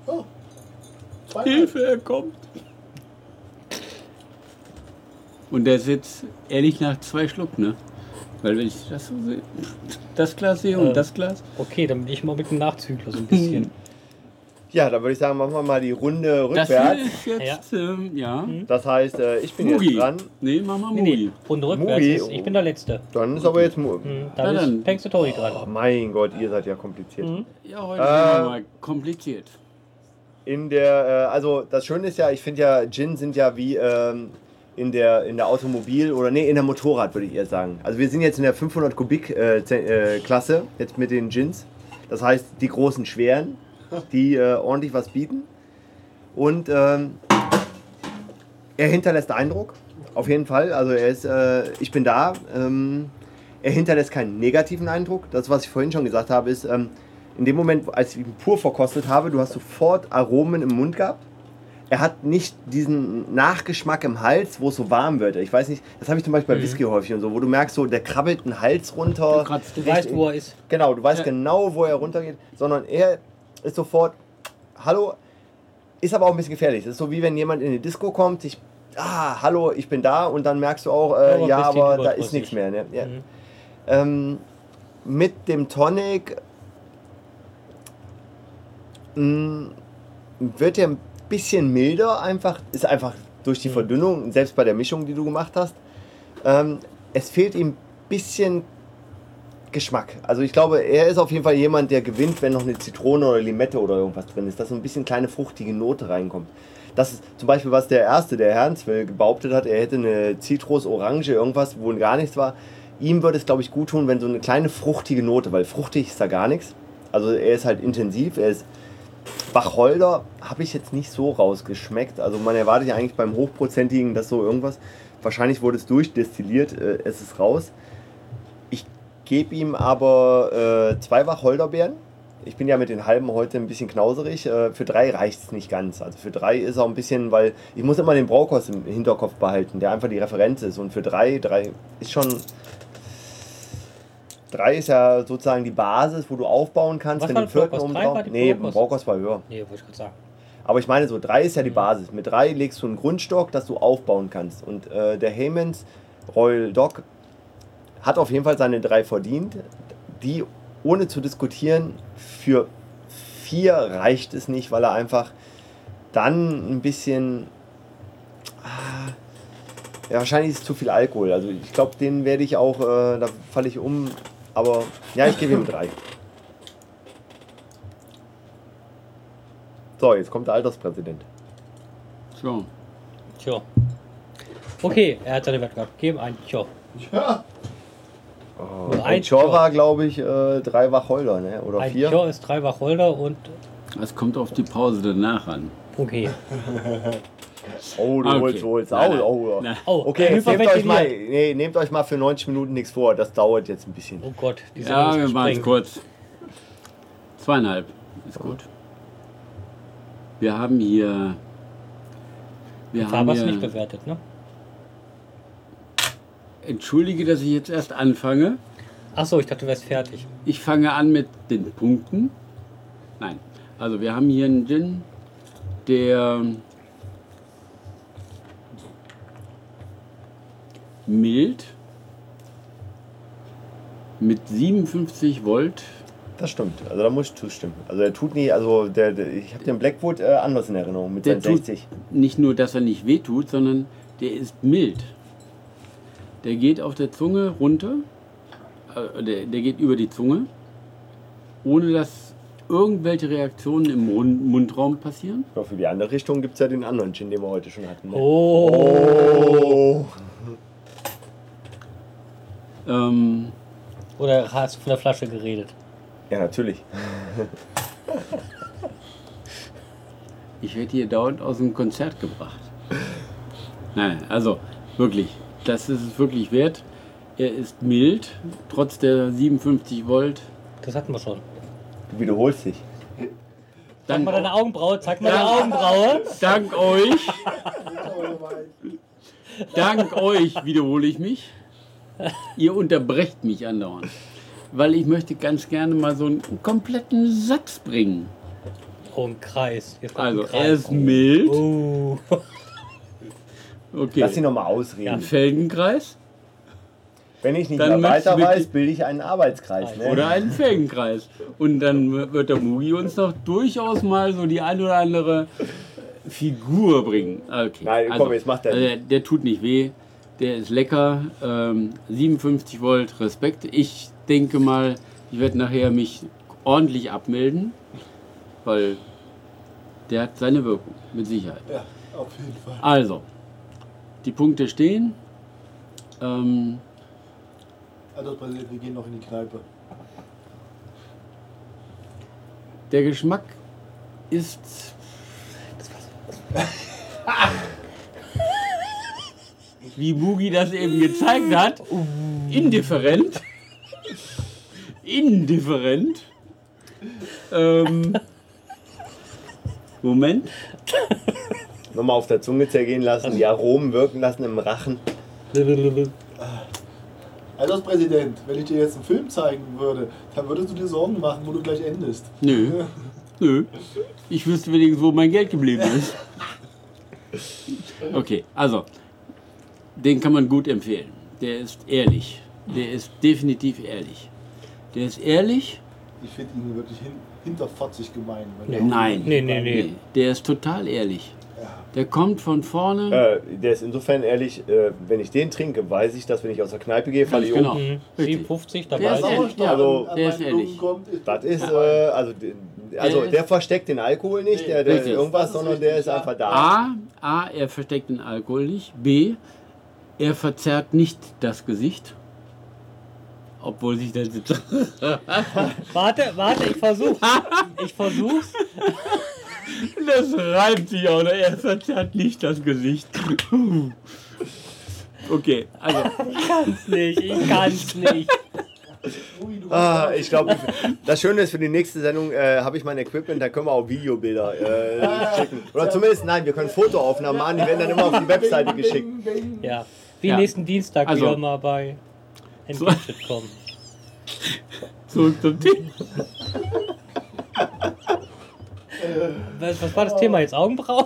Speaker 3: Ja. Zweimal.
Speaker 4: Hilfe, er kommt. Und der sitzt ehrlich nach zwei Schluck, ne? Weil wenn ich das so sehe, das Glas sehe und
Speaker 1: Äh.
Speaker 4: das Glas.
Speaker 1: Okay, dann bin ich mal mit dem Nachzügler so ein bisschen.
Speaker 2: Ja, dann würde ich sagen, machen wir mal die Runde
Speaker 4: Das
Speaker 2: rückwärts.
Speaker 4: ist jetzt, ähm, ja.
Speaker 2: Das heißt, äh, ich bin
Speaker 4: Mugi.
Speaker 2: jetzt dran.
Speaker 4: Nee, mach mal
Speaker 1: Nee,
Speaker 4: Mugi.
Speaker 1: nee, Runde rückwärts.
Speaker 2: Mugi,
Speaker 1: Ist,
Speaker 2: oh.
Speaker 1: ich bin der Letzte.
Speaker 2: Dann ist aber jetzt Mugi.
Speaker 1: Hm,
Speaker 4: Na
Speaker 1: dann
Speaker 4: dann.
Speaker 1: ist, fängst du Tori
Speaker 2: Oh,
Speaker 1: dran.
Speaker 2: mein Gott, ihr seid ja kompliziert.
Speaker 1: Mhm.
Speaker 4: Ja, heute
Speaker 2: Äh.
Speaker 4: sind wir mal kompliziert.
Speaker 2: In der, äh, also das Schöne ist ja, ich finde ja, Gin sind ja wie ähm, in der in der Automobil oder nee in der Motorrad würde ich eher sagen. Also wir sind jetzt in der 500 Kubik äh, Ze- äh, Klasse jetzt mit den Gins. Das heißt die großen schweren, die äh, ordentlich was bieten und ähm, er hinterlässt Eindruck auf jeden Fall. Also er ist, äh, ich bin da. Ähm, er hinterlässt keinen negativen Eindruck. Das, was ich vorhin schon gesagt habe, ist, ähm, in dem Moment, als ich ihn pur verkostet habe, du hast sofort Aromen im Mund gehabt. Er hat nicht diesen Nachgeschmack im Hals, wo es so warm wird. Ich weiß nicht, das habe ich zum Beispiel bei Whisky häufig und so, wo du merkst, so, der krabbelt einen Hals runter.
Speaker 4: Du kratzt
Speaker 1: Mhm. Du weißt, wo er ist.
Speaker 2: Genau, du weißt
Speaker 4: Ja.
Speaker 2: genau, wo er runtergeht, sondern er ist sofort, hallo, ist aber auch ein bisschen gefährlich. Das ist so wie wenn jemand in eine Disco kommt, sich, ah, hallo, ich bin da und dann merkst du auch, äh,
Speaker 1: Aber
Speaker 2: ja,
Speaker 1: ein bisschen
Speaker 2: aber da
Speaker 1: überdrüssig.
Speaker 2: ist nichts mehr. Ne? Ja.
Speaker 1: Mhm.
Speaker 2: Ähm, mit dem Tonic mh, mm, wird er ein bisschen milder, einfach, ist einfach durch
Speaker 1: Mhm.
Speaker 2: die Verdünnung, selbst bei der Mischung, die du gemacht hast. Ähm, es fehlt ihm ein bisschen Geschmack. Also ich glaube, er ist auf jeden Fall jemand, der gewinnt, wenn noch eine Zitrone oder Limette oder irgendwas drin ist, dass so ein bisschen kleine fruchtige Note reinkommt. Das ist zum Beispiel, was der Erste, der Herrnswell, behauptet hat, er hätte eine Zitrus, Orange, irgendwas, wo gar nichts war. Ihm würde es, glaube ich, gut tun, wenn so eine kleine fruchtige Note, weil fruchtig ist da gar nichts. Also er ist halt intensiv, er ist Wacholder, habe ich jetzt nicht so rausgeschmeckt. Also man erwartet ja eigentlich beim Hochprozentigen, dass so irgendwas, wahrscheinlich wurde es durchdestilliert, äh, es ist raus gebe ihm aber äh, zwei Wacholderbeeren. Ich bin ja mit den halben heute ein bisschen knauserig. Äh, für drei reicht es nicht ganz. Also für drei ist auch ein bisschen, weil ich muss immer den Braukost im Hinterkopf behalten, der einfach die Referenz ist. Und für drei, drei ist schon. Drei ist ja sozusagen die Basis, wo du aufbauen kannst.
Speaker 1: Was war
Speaker 2: du
Speaker 1: das Braukost?
Speaker 2: oben
Speaker 1: Drei
Speaker 2: drauf-
Speaker 1: war die
Speaker 2: Nee,
Speaker 1: Braukost?
Speaker 2: Braukost war höher.
Speaker 1: Nee, wollte ich gerade sagen.
Speaker 2: Aber ich meine so, drei ist ja die Basis. Mit drei legst du einen Grundstock, dass du aufbauen kannst. Und äh, der Haymans Royal Dog hat auf jeden Fall seine drei verdient, die ohne zu diskutieren für vier reicht es nicht, weil er einfach dann ein bisschen ah, ja, wahrscheinlich ist zu viel Alkohol. Also ich glaube, den werde ich auch, äh, da falle ich um. Aber ja, ich gebe ihm drei. So, jetzt kommt der Alterspräsident.
Speaker 4: So.
Speaker 1: Tja. Okay, er hat seine Wettkampf. Geben ein Tja.
Speaker 3: Ja.
Speaker 2: Oh,
Speaker 1: Nur
Speaker 2: ein
Speaker 1: ein
Speaker 2: Chor
Speaker 1: Chor.
Speaker 2: war, glaube ich, äh, drei Wacholder, ne? oder
Speaker 1: Ein
Speaker 2: vier.
Speaker 1: Tja ist drei Wacholder und
Speaker 4: Das kommt auf die Pause danach an.
Speaker 1: okay.
Speaker 2: Oh, du
Speaker 4: Ah, okay.
Speaker 2: holst, holst. Oh,
Speaker 4: Nein, nein.
Speaker 2: oh, oh.
Speaker 4: Nein.
Speaker 1: Oh,
Speaker 2: Okay, jetzt
Speaker 1: Hyper-
Speaker 2: nehmt euch, mal,
Speaker 1: ventiliert.
Speaker 2: nee, nehmt euch mal für 90 Minuten nichts vor. Das dauert jetzt ein bisschen.
Speaker 1: Oh Gott, die Sonne
Speaker 4: Ja,
Speaker 1: ist
Speaker 4: wir
Speaker 1: gesprengt.
Speaker 4: machen es kurz. Zweieinhalb ist gut. Wir haben hier. Wir
Speaker 1: Da haben
Speaker 4: haben
Speaker 1: wir es nicht
Speaker 4: hier
Speaker 1: bewertet, ne?
Speaker 4: Entschuldige, dass ich jetzt erst anfange.
Speaker 1: Achso, ich dachte, du wärst fertig.
Speaker 4: Ich fange an mit den Punkten. Nein. Also wir haben hier einen Gin, der mild mit 57 Volt.
Speaker 2: Das stimmt. Also da muss ich zustimmen. Also er tut nie, also der, der, ich habe den Blackwood äh, anders in Erinnerung mit
Speaker 4: Der
Speaker 2: seinen
Speaker 4: tut
Speaker 2: 60.
Speaker 4: nicht nur, dass er nicht wehtut, sondern der ist mild. Der geht auf der Zunge runter, äh, der, der geht über die Zunge, ohne dass irgendwelche Reaktionen im Rund- Mundraum passieren.
Speaker 2: Ja, für die andere Richtung gibt es ja den anderen Gin, den wir heute schon hatten. ne?
Speaker 1: Oh,
Speaker 2: Oh.
Speaker 4: Ähm,
Speaker 1: oder hast du von der Flasche geredet?
Speaker 2: Ja, natürlich.
Speaker 4: Ich werde hier dauernd aus dem Konzert gebracht. Nein, also wirklich, das ist es wirklich wert. Er ist mild, trotz der 57 Volt.
Speaker 1: Das hatten wir schon.
Speaker 2: Du wiederholst dich.
Speaker 1: Zeig
Speaker 4: Dank,
Speaker 1: mal deine Augenbraue, zeig mal deine Augenbraue.
Speaker 4: dank euch, dank euch wiederhole ich mich. Ihr unterbrecht mich andauernd, weil ich möchte ganz gerne mal so einen kompletten Satz bringen.
Speaker 1: Oh, ein Kreis. Jetzt kommt
Speaker 4: Also
Speaker 1: ein
Speaker 4: er
Speaker 1: Kreis.
Speaker 4: ist mild.
Speaker 1: Oh.
Speaker 4: Okay.
Speaker 2: Lass ihn nochmal ausreden.
Speaker 4: Ein Felgenkreis
Speaker 2: Wenn ich nicht
Speaker 4: Dann
Speaker 2: mehr
Speaker 4: möchtest
Speaker 2: weiter
Speaker 4: du
Speaker 2: weiß,
Speaker 4: bitte-
Speaker 2: bilde ich einen Arbeitskreis. Ne?
Speaker 4: oder einen Felgenkreis. Und dann wird der Mugi uns doch durchaus mal so die ein oder andere Figur bringen. Okay.
Speaker 2: Nein, komm, jetzt macht er
Speaker 4: also der, der tut nicht weh. Der ist lecker. Ähm, 57 Volt, Respekt. Ich denke mal, ich werde nachher mich ordentlich abmelden, weil der hat seine Wirkung, mit Sicherheit.
Speaker 3: Ja, auf jeden Fall.
Speaker 4: Also, die Punkte stehen. Ähm,
Speaker 3: Adolf Präsident, wir gehen noch in die Kneipe.
Speaker 4: Der Geschmack ist. Wie Mugi das eben gezeigt hat, indifferent. Indifferent. Ähm, Moment.
Speaker 2: Nochmal auf der Zunge zergehen
Speaker 4: Also-
Speaker 2: lassen, die Aromen wirken lassen im Rachen.
Speaker 3: Adolf Präsident, wenn ich dir jetzt einen Film zeigen würde, dann würdest du dir Sorgen machen, wo du gleich endest.
Speaker 4: Nö. Nö. Ich wüsste wenigstens, wo mein Geld geblieben ist. Okay, also, den kann man gut empfehlen. Der ist ehrlich. Der ist definitiv ehrlich. Der ist ehrlich?
Speaker 3: Ich finde ihn wirklich hin, hinterfotzig gemein. weil er-
Speaker 4: Nein.
Speaker 1: Nee, nee, nee.
Speaker 4: Der ist total ehrlich.
Speaker 3: Ja.
Speaker 4: Der kommt von vorne.
Speaker 2: Äh, der ist insofern ehrlich, äh, wenn ich den trinke, weiß ich, dass wenn ich aus der Kneipe gehe, falle
Speaker 4: Ganz
Speaker 2: ich
Speaker 4: genau.
Speaker 2: um.
Speaker 1: Mhm.
Speaker 4: Richtig.
Speaker 1: 57
Speaker 4: Der
Speaker 1: dabei.
Speaker 4: ist ehrlich.
Speaker 3: Sauerstoff
Speaker 2: Also,
Speaker 4: der
Speaker 3: an meinen
Speaker 4: ist ehrlich.
Speaker 3: Lungen Kommt, ist
Speaker 2: Das ist, äh, also, d- also
Speaker 4: Der ist-
Speaker 2: der versteckt den Alkohol nicht, der, der
Speaker 4: Richtig.
Speaker 3: Das
Speaker 2: irgendwas,
Speaker 3: ist
Speaker 2: sondern
Speaker 3: richtig,
Speaker 2: der ist
Speaker 3: ja.
Speaker 2: einfach da.
Speaker 4: A, A, er versteckt den Alkohol nicht. B, er verzerrt nicht das Gesicht. Obwohl sich das jetzt.
Speaker 1: Warte, warte, ich versuch's. Ich versuch's.
Speaker 4: Das reimt sich auch, oder? Er verzerrt nicht das Gesicht. Okay, also,
Speaker 1: Nicht, ich kann's nicht.
Speaker 3: Ui, du
Speaker 2: Ah, ich glaube, das Schöne ist, für die nächste Sendung äh, habe ich mein Equipment, da können wir auch Videobilder
Speaker 3: Ah.
Speaker 2: äh, schicken. Oder zumindest, nein, wir können Fotoaufnahmen machen, die werden dann immer auf die Webseite geschickt.
Speaker 1: Ja. Wie
Speaker 4: Ja.
Speaker 1: nächsten Dienstag
Speaker 4: Also-
Speaker 1: wieder mal bei
Speaker 4: So.
Speaker 1: Engadget kommen.
Speaker 4: zurück zum Thema.
Speaker 1: Was, was war das Thema jetzt? Augenbrauen?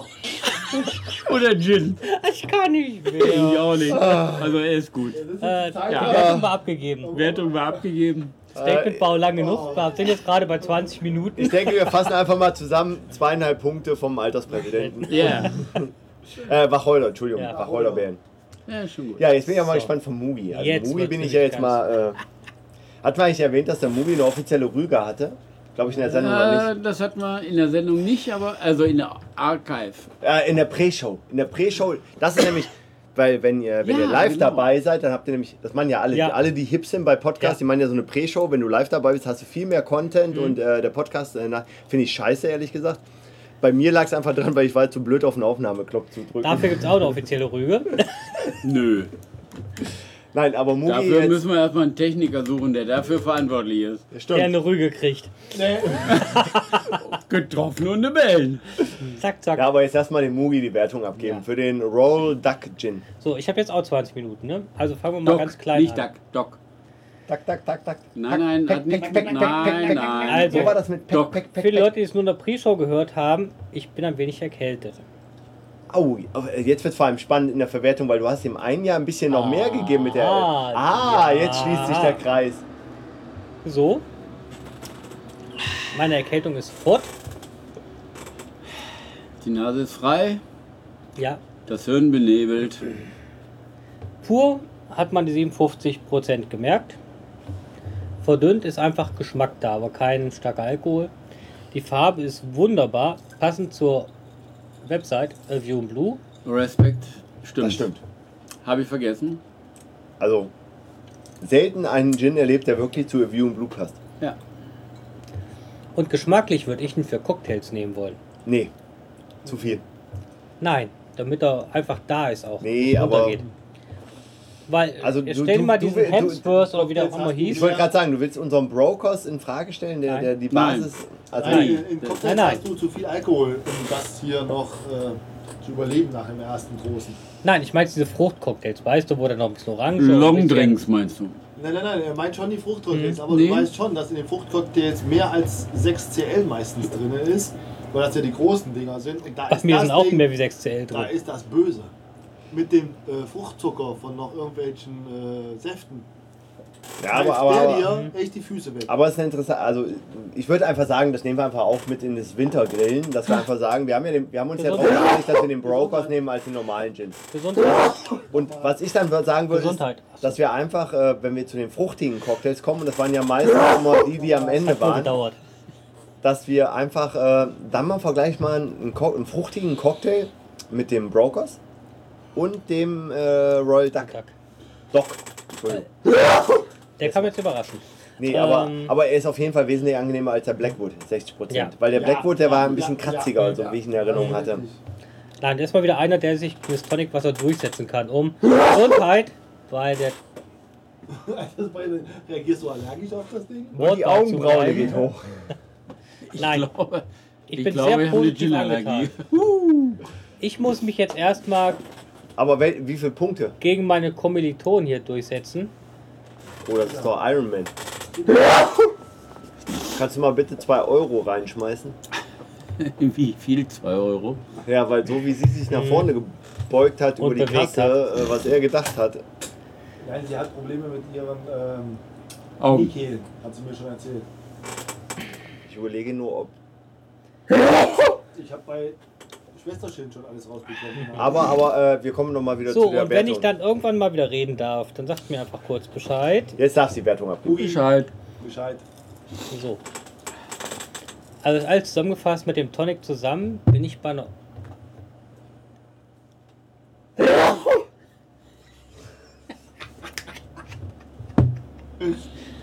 Speaker 4: Oder Gin.
Speaker 1: Ich kann nicht
Speaker 4: Ich
Speaker 1: mehr.
Speaker 4: auch nicht. Also, er ist gut.
Speaker 1: Äh,
Speaker 4: Ja. Äh,
Speaker 1: Die Wertung war abgegeben.
Speaker 4: Wertung war abgegeben.
Speaker 1: Statement war lang genug. Wir sind jetzt gerade bei 20
Speaker 2: Ich
Speaker 1: Minuten.
Speaker 2: denke, wir fassen einfach mal zusammen zweieinhalb Punkte vom Alterspräsidenten.
Speaker 4: Ja.
Speaker 2: Äh, Wacholder, Entschuldigung,
Speaker 1: Ja.
Speaker 2: Wacholder-Bären.
Speaker 4: Ja, schon gut.
Speaker 2: Ja, jetzt bin ich ja mal
Speaker 1: So.
Speaker 2: gespannt vom Mugi. Also
Speaker 1: Jetzt
Speaker 2: Mugi
Speaker 1: wird's
Speaker 2: bin ich
Speaker 1: nämlich
Speaker 2: ja jetzt
Speaker 1: ganz-
Speaker 2: mal. Äh, hat man eigentlich erwähnt, dass der Mugi eine offizielle Rüge hatte? Glaube ich in der Sendung noch
Speaker 4: Äh,
Speaker 2: nicht.
Speaker 4: das hatten wir in der Sendung nicht, aber also in der Archive.
Speaker 2: Äh, in der Pre-Show. In der Pre-Show. Das ist nämlich. Weil wenn ihr, wenn
Speaker 4: Ja,
Speaker 2: ihr live
Speaker 4: genau.
Speaker 2: dabei seid, dann habt ihr nämlich, das machen ja alle,
Speaker 1: Ja.
Speaker 2: alle die hip sind bei Podcasts,
Speaker 1: Ja.
Speaker 2: die machen ja so eine Pre-Show, wenn du live dabei bist, hast du viel mehr Content und
Speaker 1: Mhm.
Speaker 2: äh, der Podcast, äh, na- finde ich scheiße, ehrlich gesagt. Bei mir lag es einfach dran, weil ich war zu blöd auf den Aufnahmeknopf zu drücken.
Speaker 1: Dafür gibt's auch eine offizielle Rüge.
Speaker 4: Nö.
Speaker 2: Nein, aber Mugi
Speaker 4: Dafür
Speaker 2: jetzt,
Speaker 4: müssen wir erstmal einen Techniker suchen, der dafür verantwortlich ist.
Speaker 2: stimmt.
Speaker 1: Der eine Rüge kriegt.
Speaker 4: Getroffen und eine Bellen.
Speaker 1: Zack, zack.
Speaker 2: Ja, aber jetzt erstmal dem Mugi die Wertung abgeben für den Roll Duck Gin.
Speaker 1: So, ich habe jetzt auch 20 Minuten, ne? Also fangen wir mal
Speaker 4: Doc,
Speaker 1: ganz klein
Speaker 4: nicht
Speaker 1: an.
Speaker 4: Duck, Doc.
Speaker 2: Tack, tack, tack, tack.
Speaker 4: Nein, nein, hat nichts mit. Nein, nein.
Speaker 1: Also,
Speaker 2: Wo war das mit
Speaker 4: Doc.
Speaker 2: Peck, Peck,
Speaker 1: Für die
Speaker 2: Peck?
Speaker 1: Leute, die es nur in der Pre-Show gehört haben, ich bin ein wenig erkältet.
Speaker 2: Au, jetzt wird vor allem spannend in der Verwertung, weil du hast ihm ein Jahr ein bisschen noch mehr gegeben mit der...
Speaker 1: Ah,
Speaker 2: Ah,
Speaker 1: ja.
Speaker 2: jetzt schließt sich der Kreis.
Speaker 1: So. Meine Erkältung ist fort.
Speaker 4: Die Nase ist frei,
Speaker 1: Ja.
Speaker 4: das Hirn benebelt.
Speaker 1: Pur hat man die 57% gemerkt. Verdünnt ist einfach Geschmack da, aber kein starker Alkohol. Die Farbe ist wunderbar, passend zur Website äh, View in Blue.
Speaker 4: Respekt. Stimmt.
Speaker 2: Das stimmt.
Speaker 4: Habe ich vergessen?
Speaker 2: Also, selten einen Gin erlebt, der wirklich zu View and Blue passt.
Speaker 4: Ja.
Speaker 1: Und geschmacklich würde ich ihn für Cocktails nehmen wollen.
Speaker 2: Nee. Zu viel.
Speaker 1: Nein, damit er einfach da ist auch.
Speaker 2: Nee,
Speaker 1: Drüber
Speaker 2: aber-
Speaker 1: geht. Weil,
Speaker 2: Also
Speaker 1: also,
Speaker 2: du-
Speaker 1: stell dir
Speaker 2: du-
Speaker 1: mal
Speaker 2: du-
Speaker 1: diesen
Speaker 2: du-
Speaker 1: Hemsworth oder wie der
Speaker 3: jetzt
Speaker 1: auch immer
Speaker 3: hast du-
Speaker 2: Ich
Speaker 1: hieß.
Speaker 2: wollte gerade sagen, du willst unseren Brokers in Frage stellen, der,
Speaker 1: Nein.
Speaker 2: der die
Speaker 4: Nein.
Speaker 2: Basis. Also
Speaker 1: Nein.
Speaker 3: Nein, in Cocktails
Speaker 1: Nein, nein.
Speaker 3: hast du zu viel Alkohol, um das hier noch äh, zu überleben nach dem ersten großen.
Speaker 1: Nein, ich meine diese Fruchtcocktails, weißt du, wo dann noch ein bisschen Orange. und ein bisschen-
Speaker 4: Longdrinks meinst du?
Speaker 3: Nein, nein, nein, er meint schon die
Speaker 1: Mhm.
Speaker 3: Fruchtcocktails, aber
Speaker 4: nee.
Speaker 3: du weißt schon, dass in den Fruchtcocktails mehr als 6 CL meistens drin ist, weil das ja die großen Dinger sind. Und da
Speaker 1: Bei
Speaker 3: ist
Speaker 1: mir
Speaker 3: das
Speaker 1: sind auch
Speaker 3: Ding,
Speaker 1: mehr wie 6 CL
Speaker 3: Da
Speaker 1: drin.
Speaker 3: ist das Böse. Mit dem äh, Fruchtzucker von noch irgendwelchen äh, Säften.
Speaker 2: ja,
Speaker 3: Da
Speaker 2: aber,
Speaker 3: ist
Speaker 2: aber,
Speaker 3: der
Speaker 2: aber,
Speaker 3: dir echt die Füße weg.
Speaker 2: aber es ist interessant. Also ich würde einfach sagen, das nehmen wir einfach auf mit in das Wintergrillen, dass wir einfach sagen, wir haben, ja den, wir haben uns ja drauf geeinigt, dass wir den Brokers nehmen als den normalen Gin.
Speaker 1: Gesundheit.
Speaker 2: Und was ich dann sagen würde,
Speaker 1: Gesundheit.
Speaker 2: ist, dass wir einfach, äh, wenn wir zu den fruchtigen Cocktails kommen, und das waren ja meistens immer die, die am Ende
Speaker 1: Hat nur
Speaker 2: waren,
Speaker 1: gedauert.
Speaker 2: dass wir einfach äh, dann mal vergleich mal einen, Co einen fruchtigen Cocktail mit dem Brokers und dem äh, Royal Duck.
Speaker 1: Zack.
Speaker 2: Doc. Entschuldigung.
Speaker 1: Der kam jetzt überraschend.
Speaker 2: Nee, aber,
Speaker 1: Ähm.
Speaker 2: aber er ist auf jeden Fall wesentlich angenehmer als der Blackwood, 60 Prozent.
Speaker 1: Ja.
Speaker 2: Weil der
Speaker 3: Ja,
Speaker 2: Blackwood, der
Speaker 3: ja,
Speaker 2: war ein
Speaker 3: ja,
Speaker 2: bisschen
Speaker 3: ja,
Speaker 2: kratziger, so
Speaker 3: ja.
Speaker 2: wie ich in Erinnerung hatte.
Speaker 1: Nein, das ist mal wieder einer, der sich das Tonic Wasser durchsetzen kann, um Gesundheit, weil der
Speaker 3: Das war- Reagierst du allergisch auf das Ding?
Speaker 2: Und
Speaker 1: Wort
Speaker 2: die
Speaker 1: dazu
Speaker 2: Augenbraue
Speaker 1: bleiben.
Speaker 2: geht hoch.
Speaker 4: Ich
Speaker 1: Nein.
Speaker 4: glaube, ich
Speaker 1: Ich bin
Speaker 4: glaube,
Speaker 1: sehr
Speaker 4: wir haben eine
Speaker 1: positiv
Speaker 4: Gin-Allergie.
Speaker 1: angetan. Ich muss mich jetzt erstmal
Speaker 2: Aber wel, wie viele Punkte?
Speaker 1: gegen meine Kommilitonen hier durchsetzen.
Speaker 2: Oh, das ist doch
Speaker 1: Genau.
Speaker 2: Iron Man. Kannst du mal bitte 2 Euro reinschmeißen?
Speaker 4: Wie viel? 2 Euro?
Speaker 2: Ja, weil so wie sie sich
Speaker 1: Mhm.
Speaker 2: nach vorne gebeugt hat
Speaker 1: Und
Speaker 2: über die
Speaker 1: bewegt
Speaker 2: Kasse, äh, was er gedacht hat.
Speaker 3: Nein, sie hat Probleme mit ihren ähm,
Speaker 1: Oh,
Speaker 4: Augen.
Speaker 3: Kniekehlen, hat sie mir schon erzählt.
Speaker 2: Ich überlege nur, ob.
Speaker 3: Ich habe bei Schwesterchen schon alles rausbekommen.
Speaker 2: Aber, aber äh, wir kommen nochmal wieder
Speaker 1: So,
Speaker 2: zu der
Speaker 1: und wenn
Speaker 2: Wertung.
Speaker 1: ich dann irgendwann mal wieder reden darf, dann sagt mir einfach kurz Bescheid.
Speaker 2: Jetzt darfst du die Wertung abgeben.
Speaker 1: halt.
Speaker 4: Bescheid.
Speaker 3: Bescheid.
Speaker 1: So. Also ist alles zusammengefasst mit dem Tonic zusammen bin ich bei einer.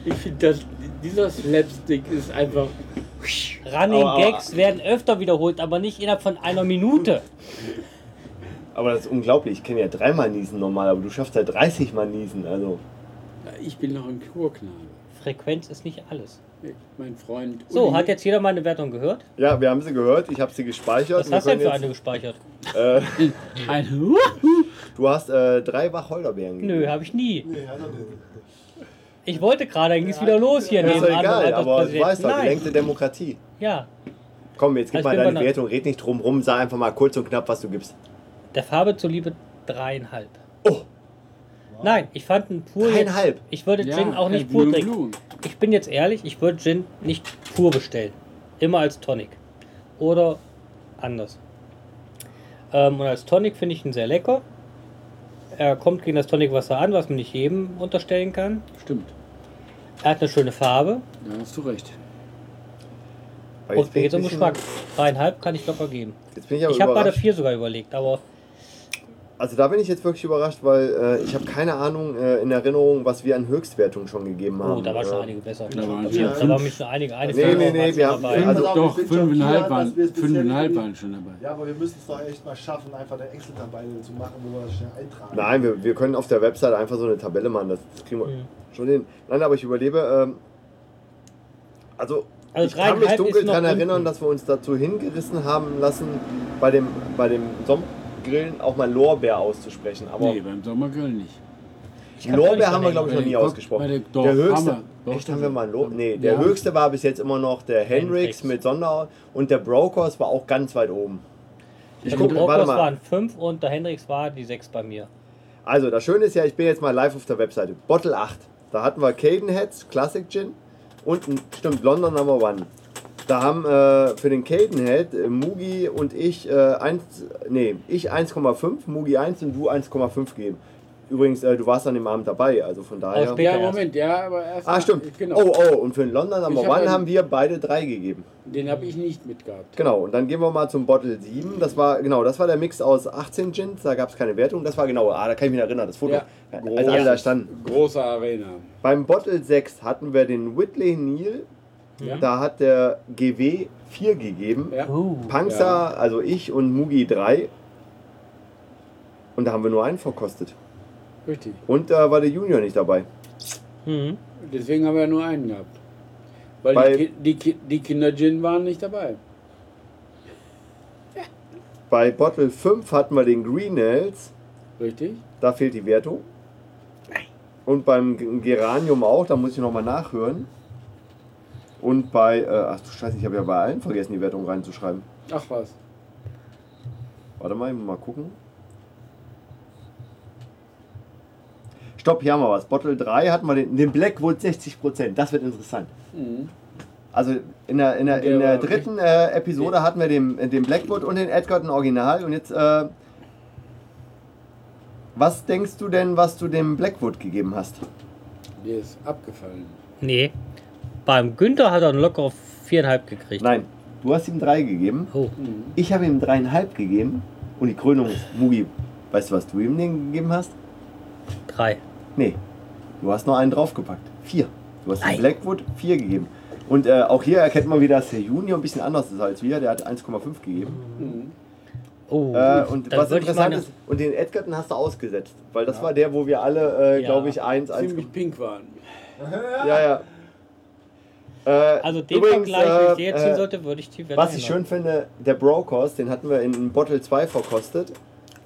Speaker 7: Ich finde, dass dieser Slapstick ist einfach.
Speaker 1: Running
Speaker 2: Aber- aber-
Speaker 1: Gags werden öfter wiederholt, aber nicht innerhalb von einer Minute.
Speaker 2: Aber das ist unglaublich. Ich kann ja dreimal niesen normal, aber du schaffst ja 30 Mal niesen. Also.
Speaker 4: Ich bin noch ein Kurknabe.
Speaker 1: Frequenz ist nicht alles.
Speaker 4: Mein Freund.
Speaker 1: So,
Speaker 4: Uli.
Speaker 1: hat jetzt jeder meine Wertung gehört?
Speaker 2: Ja, wir haben sie gehört, ich habe sie gespeichert.
Speaker 1: Was
Speaker 2: Wir
Speaker 1: hast du denn
Speaker 2: können
Speaker 1: für eine gespeichert?
Speaker 2: jetzt, äh,
Speaker 4: Ein
Speaker 2: Du hast äh, drei Wacholderbeeren
Speaker 1: Nö, habe ich nie.
Speaker 3: Nee, hat er nicht.
Speaker 1: Ich wollte gerade, dann ging es wieder los hier
Speaker 2: Ist doch
Speaker 1: nebenan.
Speaker 2: egal, aber du
Speaker 1: Alterspräsident.
Speaker 2: weißt doch,
Speaker 1: Nein.
Speaker 2: gelenkte Demokratie.
Speaker 1: Ja,
Speaker 2: Komm, jetzt gib
Speaker 1: Also
Speaker 2: mal
Speaker 1: ich bin
Speaker 2: deine
Speaker 1: bei einer-
Speaker 2: Wertung, red nicht drum rum, sag einfach mal kurz und knapp, was du gibst.
Speaker 1: der Farbe zuliebe dreieinhalb.
Speaker 2: Oh.
Speaker 1: Nein, ich fand einen pur.
Speaker 2: Dreieinhalb?
Speaker 1: Ich würde
Speaker 4: Ja,
Speaker 1: Gin auch
Speaker 4: äh,
Speaker 1: nicht pur
Speaker 4: Blue
Speaker 1: trinken.
Speaker 4: Blue.
Speaker 1: Ich bin jetzt ehrlich, ich würde Gin nicht pur bestellen. Immer als Tonic. Oder anders. Ähm, und als Tonic finde ich ihn sehr lecker. Er kommt gegen das Tonicwasser an, was man nicht jedem unterstellen kann.
Speaker 4: Stimmt.
Speaker 1: Er hat eine schöne Farbe.
Speaker 4: Da hast du recht.
Speaker 2: Weil
Speaker 1: Und
Speaker 2: jetzt bin
Speaker 1: mir
Speaker 2: ich
Speaker 1: geht um
Speaker 2: ein bisschen-
Speaker 1: Geschmack. Dreieinhalb kann ich locker geben.
Speaker 2: Jetzt bin ich aber
Speaker 1: Ich habe bei der
Speaker 2: überrascht.
Speaker 1: 4 sogar überlegt, aber
Speaker 2: Also da bin ich jetzt wirklich überrascht, weil äh, ich habe keine Ahnung äh, in Erinnerung, was wir an Höchstwertungen schon gegeben haben.
Speaker 1: oh, da waren schon
Speaker 2: Äh,
Speaker 1: einige besser.
Speaker 4: Da waren
Speaker 1: Ja,
Speaker 4: schon
Speaker 1: da waren mich schon einige, einige
Speaker 2: Nee,
Speaker 1: Fragen
Speaker 2: nee,
Speaker 1: auch
Speaker 2: nee, wir haben-
Speaker 1: dabei.
Speaker 2: Also
Speaker 3: Pass auf,
Speaker 4: Doch,
Speaker 3: wir sind schon
Speaker 4: fünfeinhalb
Speaker 3: hier,
Speaker 4: waren,
Speaker 3: dass wir es bisher
Speaker 4: fünfeinhalb
Speaker 3: nicht-
Speaker 4: waren schon dabei.
Speaker 3: Ja, aber wir müssen es doch echt mal schaffen, einfach eine Excel-Tabelle zu machen, wo wir das schnell eintragen.
Speaker 2: Nein, wir, wir können auf der Website einfach so eine Tabelle machen, das, das kriegen wir
Speaker 1: Mhm.
Speaker 2: schon hin. Nein, aber ich überlebe, ähm, also,
Speaker 1: Also
Speaker 2: ich kann mich
Speaker 1: dreieinhalb
Speaker 2: dunkel
Speaker 1: ist noch
Speaker 2: daran erinnern,
Speaker 1: unten.
Speaker 2: dass wir uns dazu hingerissen haben lassen, bei dem, bei dem Sommergrillen auch mal Lorbeer auszusprechen. Aber
Speaker 4: Nee, beim Sommergrillen nicht.
Speaker 1: Ich kann's auch nicht
Speaker 2: Lorbeer
Speaker 1: dran
Speaker 2: haben wir, glaube ich,
Speaker 1: erinnern.
Speaker 2: noch nie
Speaker 4: Bei der-
Speaker 2: ausgesprochen.
Speaker 4: bei der-
Speaker 2: Der,
Speaker 4: doch,
Speaker 2: höchste,
Speaker 4: haben wir.
Speaker 2: echt,
Speaker 4: Doch,
Speaker 2: haben wir mal Lob? Nee, der
Speaker 4: Ja.
Speaker 2: höchste war bis jetzt immer noch der Hendrix
Speaker 1: Hendrix.
Speaker 2: mit Sonderau und der Brokers war auch ganz weit oben. Ich
Speaker 1: Ich
Speaker 2: guck, warte
Speaker 1: Rockers
Speaker 2: mal.
Speaker 1: Also, waren 5 und der Hendrix war die 6 bei mir.
Speaker 2: Also, das Schöne ist ja, ich bin jetzt mal live auf der Webseite. Bottle 8. Da hatten wir Caden Heads, Classic Gin und, ein- stimmt, London Number One. Da haben äh, für den Caden Head äh, Mugi und ich, äh, eins, nee, ich 1,5, Mugi 1 und du 1,5 gegeben. Übrigens, äh, du warst an dem Abend dabei, also von daher.
Speaker 1: Aus Be-
Speaker 4: Ja,
Speaker 1: erst.
Speaker 4: Moment, ja, aber erst.
Speaker 2: Ah,
Speaker 4: mal-
Speaker 2: stimmt.
Speaker 4: Genau.
Speaker 2: Oh, oh, und für den London Number
Speaker 4: Ich hab
Speaker 2: One
Speaker 4: einen-
Speaker 2: haben wir beide drei gegeben.
Speaker 4: Den habe ich nicht mitgehabt.
Speaker 2: Genau, und dann gehen wir mal zum Bottle 7. Das war, genau, das war der Mix aus 18 Gins, da gab es keine Wertung. Das war genau, ah, da kann ich mich erinnern, das Foto,
Speaker 4: Ja.
Speaker 2: als alle da standen.
Speaker 4: Große Arena.
Speaker 2: Beim Bottle 6 hatten wir den Whitley Neal, Da hat der GW 4 gegeben.
Speaker 7: Ja.
Speaker 2: Panzer, also ich und Mugi 3. Und da haben wir nur einen verkostet.
Speaker 7: Richtig.
Speaker 2: Und da war der Junior nicht dabei.
Speaker 1: Mhm.
Speaker 7: Deswegen haben wir ja nur einen gehabt. Weil,
Speaker 2: Weil-
Speaker 7: die, Ki- die, Ki- die Kinder Gin waren nicht dabei.
Speaker 2: Bei Bottle 5 hatten wir den Green Nails.
Speaker 7: Richtig?
Speaker 2: Da fehlt die Wertung. Und beim G- Geranium auch, da muss ich nochmal nachhören. Und bei, äh, ach du Scheiße, ich habe ja bei allen vergessen, die Wertung reinzuschreiben.
Speaker 7: Ach was.
Speaker 2: Warte mal, ich muss mal gucken. Stopp, hier haben wir was. Bottle 3 hatten wir den, den Blackwood 60%. Das wird interessant.
Speaker 7: Mhm.
Speaker 2: Also in der, in der,
Speaker 7: Der
Speaker 2: in der
Speaker 7: war
Speaker 2: dritten äh, Episode hatten wir den, den Blackwood und den Edgerton Original. Und jetzt, äh, was denkst du denn, was du dem Blackwood gegeben hast?
Speaker 7: Der ist abgefallen.
Speaker 1: Nee. Beim Günther hat er einen locker auf viereinhalb gekriegt.
Speaker 2: Nein, du hast ihm 3 gegeben.
Speaker 1: Oh.
Speaker 7: Mhm.
Speaker 2: Ich habe ihm 3,5 gegeben. Und die Krönung, Mugi, weißt du, was du ihm den gegeben hast?
Speaker 1: Drei.
Speaker 2: Nee, du hast nur einen draufgepackt. Vier. Du hast dem
Speaker 1: Nein.
Speaker 2: Blackwood vier gegeben. Und äh, auch hier erkennt man wieder, dass der Junior ein bisschen anders ist als wir. Der hat 1,5 gegeben.
Speaker 1: Oh.
Speaker 2: Äh, und
Speaker 1: dann
Speaker 2: was
Speaker 1: würde ich
Speaker 2: interessant
Speaker 1: meine-
Speaker 2: ist, und den Edgerton hast du ausgesetzt. Weil das war der, wo wir alle, äh,
Speaker 1: Ja.
Speaker 2: glaube ich, 1, 1.
Speaker 7: Ziemlich pink waren.
Speaker 2: Ja, ja. Äh,
Speaker 1: Also den
Speaker 2: übrigens,
Speaker 1: Vergleich, wenn ich
Speaker 2: äh,
Speaker 1: den jetzt ziehen
Speaker 2: äh,
Speaker 1: sollte, würde ich die Wette
Speaker 2: Was ich schön finde, der Brokers, den hatten wir in Bottle 2 verkostet.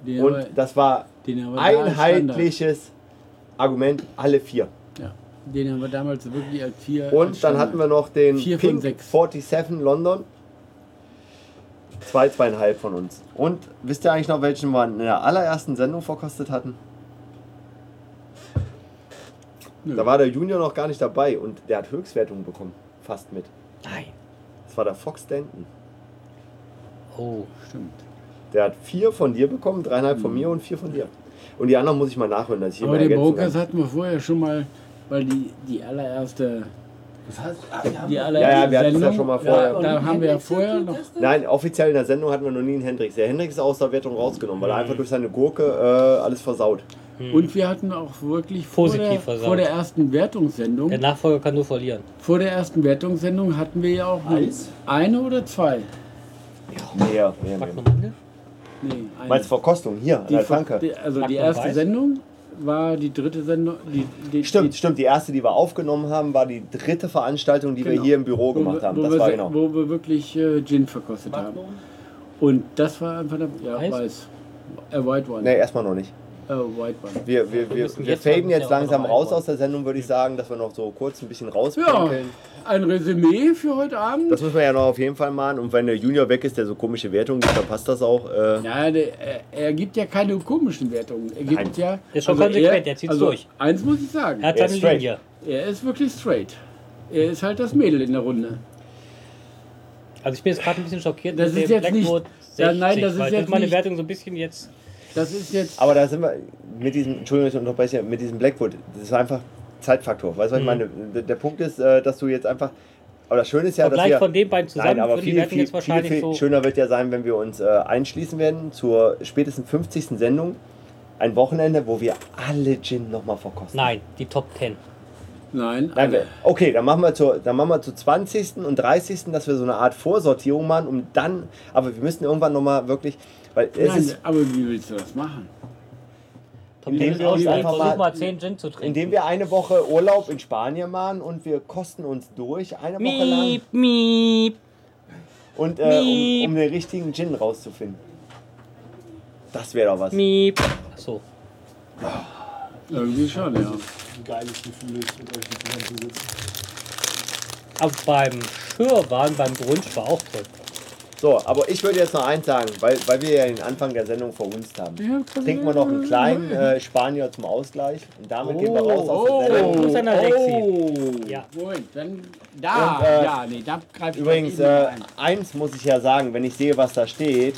Speaker 4: Den
Speaker 2: und
Speaker 4: aber-
Speaker 2: das war
Speaker 4: den aber da
Speaker 2: einheitliches Argument, alle vier.
Speaker 4: Standard. Ja, den haben wir damals wirklich als vier. als
Speaker 2: Und dann
Speaker 4: Standard.
Speaker 2: hatten wir noch den
Speaker 4: Vier von
Speaker 2: Pink
Speaker 4: sechs.
Speaker 2: 47 London. Zwei, zweieinhalb von uns. Und wisst ihr eigentlich noch, welchen wir in der allerersten Sendung verkostet hatten?
Speaker 4: Nö.
Speaker 2: Da war der Junior noch gar nicht dabei und der hat Höchstwertung bekommen. Fast mit.
Speaker 1: Nein.
Speaker 2: Das war der Fox Denton.
Speaker 1: Oh.
Speaker 4: Stimmt.
Speaker 2: Der hat vier von dir bekommen, dreieinhalb von mir und vier von dir. Und die anderen muss ich mal nachholen, dass ich
Speaker 4: Hm. Aber
Speaker 2: immer
Speaker 4: den
Speaker 2: ergänzen
Speaker 4: Brokers
Speaker 2: kann.
Speaker 4: hatten wir vorher schon mal, weil die, die allererste.
Speaker 3: Das heißt, ah, wir haben
Speaker 4: Die allererste
Speaker 2: Ja, ja, wir hatten es ja schon mal vorher.
Speaker 4: Da, da haben wir ja vorher noch.
Speaker 2: Nein, offiziell in der Sendung hatten wir noch nie einen Hendrix. Der Hendrix ist aus der Wertung rausgenommen, weil er
Speaker 4: Mhm.
Speaker 2: einfach durch seine Gurke äh, alles versaut.
Speaker 4: Und wir hatten auch wirklich vor
Speaker 1: Hm. Positiv
Speaker 4: der,
Speaker 1: versaut.
Speaker 4: vor der ersten Wertungssendung.
Speaker 1: Der Nachfolger kann nur verlieren.
Speaker 4: Vor der ersten Wertungssendung hatten wir ja auch nur
Speaker 3: Eis?
Speaker 4: eine oder zwei.
Speaker 2: Mehr, mehr, mehr.
Speaker 1: Pack nochmal hin.
Speaker 4: Nee, eine.
Speaker 2: Meinst du Verkostung? Hier, äh, an
Speaker 4: die,
Speaker 2: der
Speaker 4: ver-
Speaker 2: Tanke.
Speaker 4: die, also
Speaker 1: Macht
Speaker 4: die
Speaker 1: man
Speaker 4: erste
Speaker 1: weiß?
Speaker 4: Sendung war die dritte Sendung. Die, die,
Speaker 2: Stimmt, stimmt. Die erste, die wir aufgenommen haben, war die dritte Veranstaltung, die wir
Speaker 4: Genau.
Speaker 2: hier im Büro
Speaker 4: die, wo,
Speaker 2: gemacht
Speaker 4: wir-
Speaker 2: haben.
Speaker 4: Wo,
Speaker 2: Das
Speaker 4: wir,
Speaker 2: war
Speaker 4: se-
Speaker 2: genau.
Speaker 4: wo wir wirklich äh, Gin verkostet haben. Und das war einfach der ja,
Speaker 1: Weiß?
Speaker 4: weiß. A white one.
Speaker 2: Nee, erstmal noch nicht.
Speaker 4: A white one.
Speaker 2: Wir, wir, wir,
Speaker 1: müssen
Speaker 2: wir
Speaker 1: jetzt
Speaker 2: faden
Speaker 1: mal
Speaker 2: jetzt
Speaker 1: wieder
Speaker 2: langsam
Speaker 1: rein
Speaker 2: raus
Speaker 1: wollen.
Speaker 2: aus der Sendung, würde ich sagen, dass wir noch so kurz ein bisschen
Speaker 4: Ja,
Speaker 2: rauspinkeln.
Speaker 4: ein Resümee für heute Abend.
Speaker 2: Das müssen wir ja noch auf jeden Fall machen. Und wenn der Junior weg ist, der so komische Wertungen gibt, dann passt das auch. Äh,
Speaker 4: Ja, der, er, er gibt ja keine komischen Wertungen. Er gibt
Speaker 2: Nein.
Speaker 4: ja.
Speaker 1: Ist schon konsequent, er zieht's
Speaker 4: also
Speaker 1: durch.
Speaker 4: Eins muss ich sagen.
Speaker 1: Er hat
Speaker 2: Ja,
Speaker 1: seine
Speaker 2: straight.
Speaker 1: Linie.
Speaker 4: Er ist wirklich straight. Er ist halt das Mädel in der Runde.
Speaker 1: Also ich bin jetzt gerade ein bisschen schockiert.
Speaker 4: Das
Speaker 1: mit
Speaker 4: ist
Speaker 1: dem
Speaker 4: jetzt nicht-
Speaker 1: Blackwood
Speaker 4: Ja, nein, das
Speaker 1: 60,
Speaker 4: ist
Speaker 1: weil
Speaker 4: jetzt
Speaker 1: meine
Speaker 4: nicht-
Speaker 1: Wertung so ein bisschen jetzt.
Speaker 4: Das ist jetzt.
Speaker 2: Aber da sind wir mit diesem, Entschuldigung, ich unterbreche, mit diesem Blackwood, das ist einfach Zeitfaktor. Weißt du, was
Speaker 1: Mhm.
Speaker 2: ich meine? Der, der Punkt ist, äh, dass du jetzt einfach. Aber das Schöne ist ja, dass
Speaker 1: Vergleich
Speaker 2: wir.
Speaker 1: von den beiden zusammen
Speaker 2: Nein, aber
Speaker 1: würde die
Speaker 2: viel,
Speaker 1: Wertung
Speaker 2: viel,
Speaker 1: jetzt
Speaker 2: viel,
Speaker 1: wahrscheinlich
Speaker 2: viel
Speaker 1: so.
Speaker 2: schöner wird ja sein, wenn wir uns äh, einschließen werden zur spätestens 50. Sendung. Ein Wochenende, wo wir alle Gin nochmal verkosten.
Speaker 1: Nein, die Top 10.
Speaker 4: Nein,
Speaker 2: Nein,
Speaker 4: alle.
Speaker 2: wir- okay, dann machen, wir zur, dann machen wir zur 20. und 30. dass wir so eine Art Vorsortierung machen, um dann, aber wir müssen irgendwann nochmal wirklich, weil es
Speaker 4: Nein,
Speaker 2: ist,
Speaker 4: aber wie willst du das machen?
Speaker 1: Top
Speaker 2: Indem
Speaker 1: 10 ist
Speaker 2: wir uns
Speaker 1: ausgegeben,
Speaker 2: einfach
Speaker 1: versuch
Speaker 2: mal-
Speaker 1: mal 10 Gin zu trinken.
Speaker 2: indem wir eine Woche Urlaub in Spanien machen und wir kosten uns durch, eine Woche lang,
Speaker 1: Miep, miep.
Speaker 2: und äh, um,
Speaker 1: miep.
Speaker 2: um den richtigen Gin rauszufinden. Das wäre doch was.
Speaker 1: Miep. Achso.
Speaker 4: Irgendwie schon, ja.
Speaker 3: ein geiles Gefühl, ist, mit euch zusammenzusitzen.
Speaker 1: Aber beim Schürwan, beim Grunsch war auch toll.
Speaker 2: So, aber ich würde jetzt noch eins sagen, weil, weil wir ja den Anfang der Sendung verhunzt haben. Trinken wir noch einen kleinen äh, Spanier zum Ausgleich und damit gehen wir
Speaker 1: Oh,
Speaker 2: raus aus der Sendung.
Speaker 1: Gruß an Alexi.
Speaker 4: Oh,
Speaker 1: Ja.
Speaker 4: Moment, dann da,
Speaker 2: Und, äh,
Speaker 4: ja, nee, da greift
Speaker 2: Übrigens, äh, eins muss ich ja sagen, wenn ich sehe, was da steht.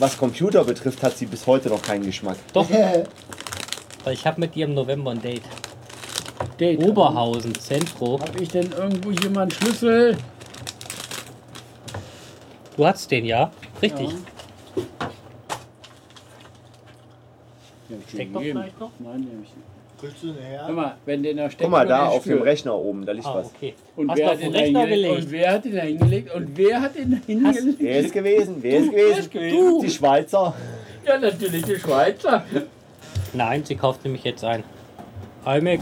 Speaker 2: Was Computer betrifft, hat sie bis heute noch keinen Geschmack.
Speaker 1: Doch, weil ich habe mit ihr im November ein Date.
Speaker 4: Date.
Speaker 1: Oberhausen, Zentro.
Speaker 4: Hab ich denn irgendwo hier mal einen Schlüssel?
Speaker 1: Du hattest den, ja? Richtig.
Speaker 4: Ja, hab ich
Speaker 1: Steckt
Speaker 4: dir
Speaker 1: doch
Speaker 4: gegeben.
Speaker 1: vielleicht noch?
Speaker 4: Nein, den hab ich nicht.
Speaker 3: Kriegst du näher?
Speaker 7: Sag mal, wenn der noch steckt.
Speaker 2: Guck mal,
Speaker 7: und
Speaker 2: da
Speaker 7: er
Speaker 2: auf dem
Speaker 7: spürt.
Speaker 2: Rechner oben, da liegt
Speaker 1: Ah,
Speaker 2: was.
Speaker 1: okay.
Speaker 7: Und
Speaker 1: Hast du
Speaker 7: wer,
Speaker 1: auf
Speaker 7: hat
Speaker 1: den
Speaker 7: den
Speaker 1: Rechner
Speaker 7: hingelegt?
Speaker 1: gelegt?
Speaker 7: und wer hat ihn da hingelegt? Und wer hat ihn da hingelegt?
Speaker 2: Wer ist gewesen? Wer ist gewesen?
Speaker 7: wer ist gewesen?
Speaker 2: Die Schweizer.
Speaker 7: Ja, natürlich die Schweizer.
Speaker 1: Nein, sie kauft nämlich jetzt ein iMac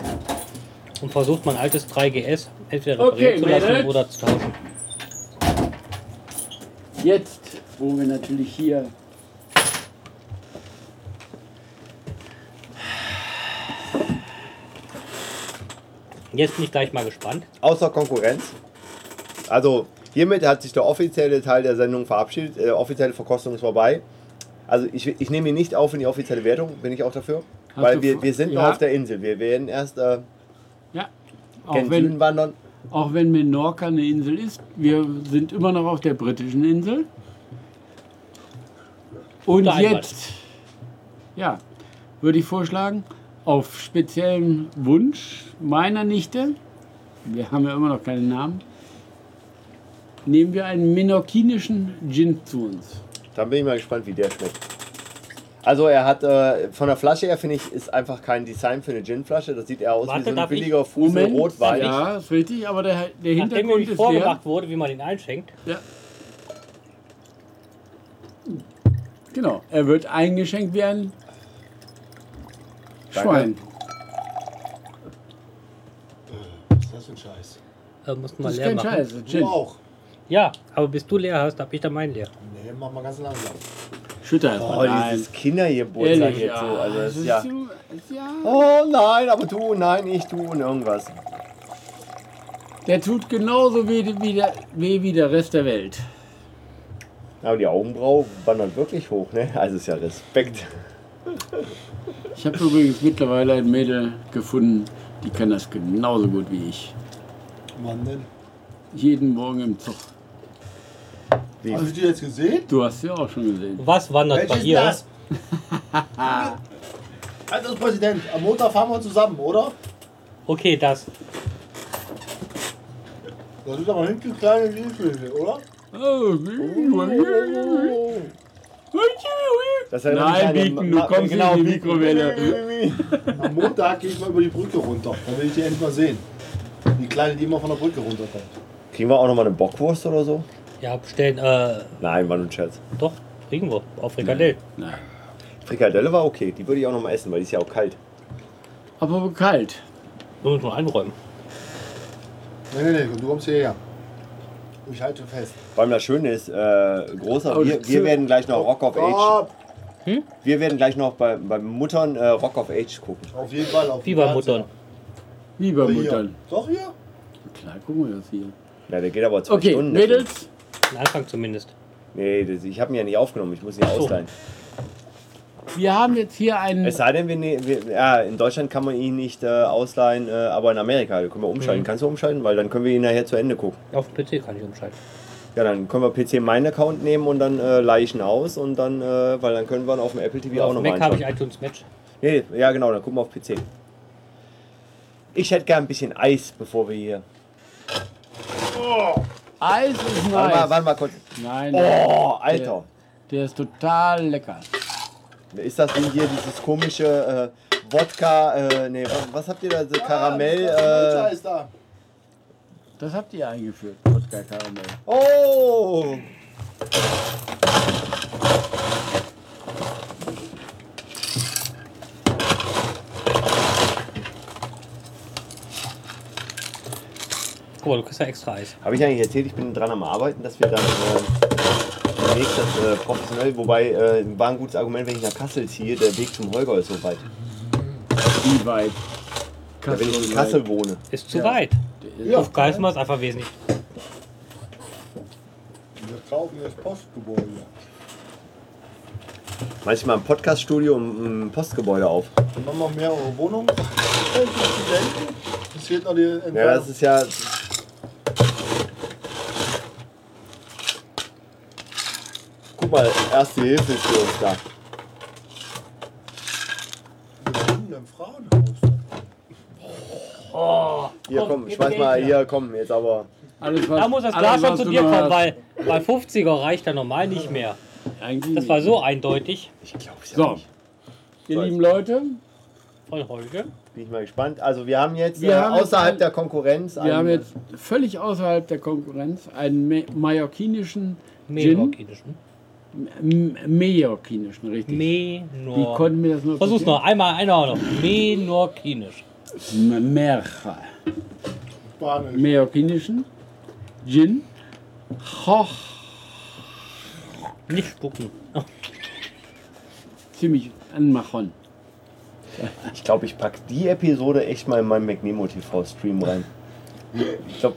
Speaker 1: und versucht mein altes 3GS entweder reparieren
Speaker 7: Okay,
Speaker 1: zu lassen
Speaker 7: Mädels.
Speaker 1: oder zu tauschen.
Speaker 7: Jetzt, wo wir natürlich hier.
Speaker 1: Jetzt bin ich gleich mal gespannt.
Speaker 2: Außer Konkurrenz. Also hiermit hat sich der offizielle Teil der Sendung verabschiedet. Äh, offizielle Verkostung ist vorbei. Also ich, ich nehme ihn nicht auf in die offizielle Wertung, bin ich auch dafür.
Speaker 4: Hast
Speaker 2: weil
Speaker 4: du
Speaker 2: wir,
Speaker 4: vor-
Speaker 2: wir sind noch
Speaker 4: Ja.
Speaker 2: auf der Insel. Wir werden erst äh,
Speaker 4: Ja. Auch
Speaker 2: gen Süden
Speaker 4: wenn,
Speaker 2: wandern.
Speaker 4: auch wenn Menorca eine Insel ist, wir sind immer noch auf der britischen Insel. Und
Speaker 1: Guter Einwand.
Speaker 4: jetzt, ja, würde ich vorschlagen, auf speziellen Wunsch meiner Nichte, wir haben ja immer noch keinen Namen, nehmen wir einen menorkinischen Gin zu uns.
Speaker 2: Dann bin ich mal gespannt, wie der schmeckt. Also er hat äh, von der Flasche her finde ich ist einfach kein Design für eine Gin-Flasche. Das sieht eher aus
Speaker 1: Warte,
Speaker 2: wie so ein
Speaker 1: darf ich?
Speaker 2: billiger Fusel
Speaker 4: Moment.
Speaker 2: Rotwein.
Speaker 4: Ja, ist richtig, aber der, der
Speaker 1: Nachdem mir
Speaker 4: Hintergrund
Speaker 1: nicht
Speaker 4: ist der.
Speaker 1: vorgemacht wurde, wie man den einschenkt,
Speaker 4: Ja. Genau, er wird eingeschenkt wie ein
Speaker 2: Danke.
Speaker 4: Schwein.
Speaker 3: Was ist das für ein Scheiß?
Speaker 1: äh, mussten wir
Speaker 4: Das ist
Speaker 1: leer
Speaker 4: kein
Speaker 1: machen.
Speaker 4: Scheiß, Gin.
Speaker 3: Du auch.
Speaker 1: Ja, aber bis du leer hast, hab ich dann meinen leer.
Speaker 3: Nee, mach mal ganz langsam.
Speaker 4: Schütter erst
Speaker 2: Oh,
Speaker 4: mal ein.
Speaker 2: dieses Kindergeburtstag
Speaker 4: Ehrlich,
Speaker 2: jetzt so. Also das ist
Speaker 4: ja.
Speaker 2: ja.
Speaker 4: ja.
Speaker 2: Oh nein, aber du, nein, ich, du und irgendwas.
Speaker 4: Der tut genauso weh wie der, weh wie der Rest der Welt.
Speaker 2: Aber die Augenbraue wandert wirklich hoch, ne? Also ist ja Respekt.
Speaker 4: Ich habe übrigens mittlerweile ein Mädel gefunden, die kann das genauso gut wie ich.
Speaker 3: Wann denn?
Speaker 4: Jeden Morgen im Zug.
Speaker 3: Hast du die jetzt gesehen?
Speaker 4: Du hast sie auch schon gesehen.
Speaker 1: Was wandert bei
Speaker 3: Welches
Speaker 1: ihr?
Speaker 3: das? Also Präsident, am Montag fahren wir zusammen, oder?
Speaker 1: Okay, das.
Speaker 3: Das ist aber hinten kleine Lieblinge, oder?
Speaker 4: Oh,
Speaker 2: Das
Speaker 4: Nein, Bieken, du kommst
Speaker 2: genau,
Speaker 4: in die
Speaker 2: Bieken.
Speaker 4: Mikrowelle.
Speaker 3: Am Montag gehe ich mal über die Brücke runter. Dann will ich die endlich mal sehen. Die kleine, die immer von der Brücke runterkommt.
Speaker 2: Kriegen wir auch nochmal eine Bockwurst oder so?
Speaker 1: Ja, bestellen, äh,
Speaker 2: Nein, war nur ein Scherz.
Speaker 1: doch, kriegen wir. Auf Frikadell.
Speaker 4: Nein.
Speaker 2: Frikadelle war okay, die würde ich auch nochmal essen, weil die ist ja auch kalt.
Speaker 4: Aber kalt.
Speaker 1: Wir müssen wir einräumen.
Speaker 3: Nee, nee, nee, du kommst hierher. Ich halte fest.
Speaker 2: Vor allem das Schöne ist, äh, großer,
Speaker 4: Oh,
Speaker 2: wir, wir
Speaker 4: zu-
Speaker 2: werden gleich noch Rock of Age.
Speaker 3: Ab!
Speaker 2: Wir werden gleich noch bei, bei Muttern äh, Rock of Age gucken.
Speaker 3: Auf jeden Fall. Auf
Speaker 1: Wie
Speaker 3: den
Speaker 1: bei
Speaker 3: Fernseher.
Speaker 1: Muttern.
Speaker 4: Wie
Speaker 2: Oh,
Speaker 4: bei
Speaker 3: Hier.
Speaker 4: Muttern.
Speaker 3: Doch hier?
Speaker 4: Klar, gucken wir das hier. ne?
Speaker 2: Ja, der geht aber zwei
Speaker 4: Okay,
Speaker 2: Stunden. der Film.
Speaker 4: Mädels,
Speaker 1: Den Anfang zumindest.
Speaker 2: Nee, das, ich habe ihn ja nicht aufgenommen, ich muss ihn ja
Speaker 1: so.
Speaker 2: ausleihen.
Speaker 4: wir haben jetzt hier einen.
Speaker 2: Es sei denn, wir, ne- wir, ja, in Deutschland kann man ihn nicht äh, ausleihen, äh, aber in Amerika da können wir
Speaker 1: Mhm.
Speaker 2: umschalten. Kannst du umschalten? Weil dann können wir ihn nachher zu Ende gucken.
Speaker 1: Auf dem PC kann ich umschalten.
Speaker 2: Ja, dann können wir PC meinen Account nehmen und dann äh, leihe ich ihn aus und dann, äh, weil dann können wir ihn auf dem Apple TV auch
Speaker 1: auf dem
Speaker 2: nochmal
Speaker 1: Mac habe ich
Speaker 2: anschauen.
Speaker 1: iTunes Match.
Speaker 2: Nee, ja, genau, dann gucken wir auf PC. Ich hätte gern ein bisschen Eis, bevor wir hier.
Speaker 4: Eis
Speaker 2: Warte
Speaker 4: ist
Speaker 2: mal,
Speaker 4: nice.
Speaker 2: warte mal kurz.
Speaker 4: Nein,
Speaker 2: Oh, Alter.
Speaker 4: der ist total lecker.
Speaker 2: Ist das denn hier dieses komische äh, Wodka? Äh, nee, was, was habt ihr da? So Karamell?
Speaker 3: Ah,
Speaker 2: Äh,
Speaker 3: ist da.
Speaker 4: Das habt ihr eingeführt, Wodka Karamell.
Speaker 2: oh!
Speaker 1: Guck mal, du kriegst ja extra Eis.
Speaker 2: Habe ich eigentlich erzählt, ich bin dran am Arbeiten, dass wir dann äh, den Weg das äh, professionell, wobei äh, war ein gutes Argument, wenn ich nach Kassel ziehe, der Weg zum Holger ist so weit.
Speaker 4: Wie weit?
Speaker 2: Ja, wenn ich in Kassel wohne.
Speaker 1: Ist zu weit.
Speaker 3: Ja,
Speaker 1: Auf Geismar ist einfach wesentlich.
Speaker 3: wir kaufen das Postgebäude.
Speaker 2: Manchmal im Podcaststudio im, im Postgebäude auf.
Speaker 3: Dann machen wir mehrere Wohnungen. Es fehlt noch die Entfernung.
Speaker 2: Ja, das ist ja. Guck mal, erste Hilfe ist für uns da.
Speaker 3: Wir wohnen im Frauenhaus.
Speaker 2: Hier,
Speaker 1: Komm,
Speaker 2: komm,
Speaker 1: gib
Speaker 2: schmeiß
Speaker 1: Geld
Speaker 2: mal,
Speaker 1: her.
Speaker 2: hier, komm, jetzt aber.
Speaker 4: Alles, was,
Speaker 1: Da muss das Glas
Speaker 4: alles,
Speaker 1: schon
Speaker 4: was
Speaker 1: zu
Speaker 4: du
Speaker 1: dir
Speaker 4: noch hast.
Speaker 1: kommen, weil bei 50er reicht er normal nicht mehr.
Speaker 4: Eigentlich
Speaker 1: Das war
Speaker 4: nicht.
Speaker 1: so eindeutig.
Speaker 2: Ich glaub's ja
Speaker 4: So.
Speaker 2: nicht.
Speaker 4: Ihr lieben Leute,
Speaker 1: von heute.
Speaker 2: Bin ich mal gespannt. Also wir haben jetzt
Speaker 4: Wir
Speaker 2: äh,
Speaker 4: haben jetzt
Speaker 2: außerhalb
Speaker 4: ein-
Speaker 2: der Konkurrenz
Speaker 4: Wir
Speaker 2: einen-
Speaker 4: haben jetzt völlig außerhalb der Konkurrenz einen me- mallorquinischen,
Speaker 1: Menorkinischen.
Speaker 4: m- mallorquinischen, richtig. Die
Speaker 1: Menor.
Speaker 4: konnten mir das nur
Speaker 1: Versuch's noch, einmal, einer auch noch. Menorkinisch.
Speaker 4: Mercha.
Speaker 3: Spanisch.
Speaker 4: Mallorquinischen Gin. Hoch.
Speaker 1: Nicht spucken.
Speaker 4: Ziemlich anmachon.
Speaker 2: Ich glaube, ich packe die Episode echt mal in meinen McNemo TV Stream rein. Ich glaube,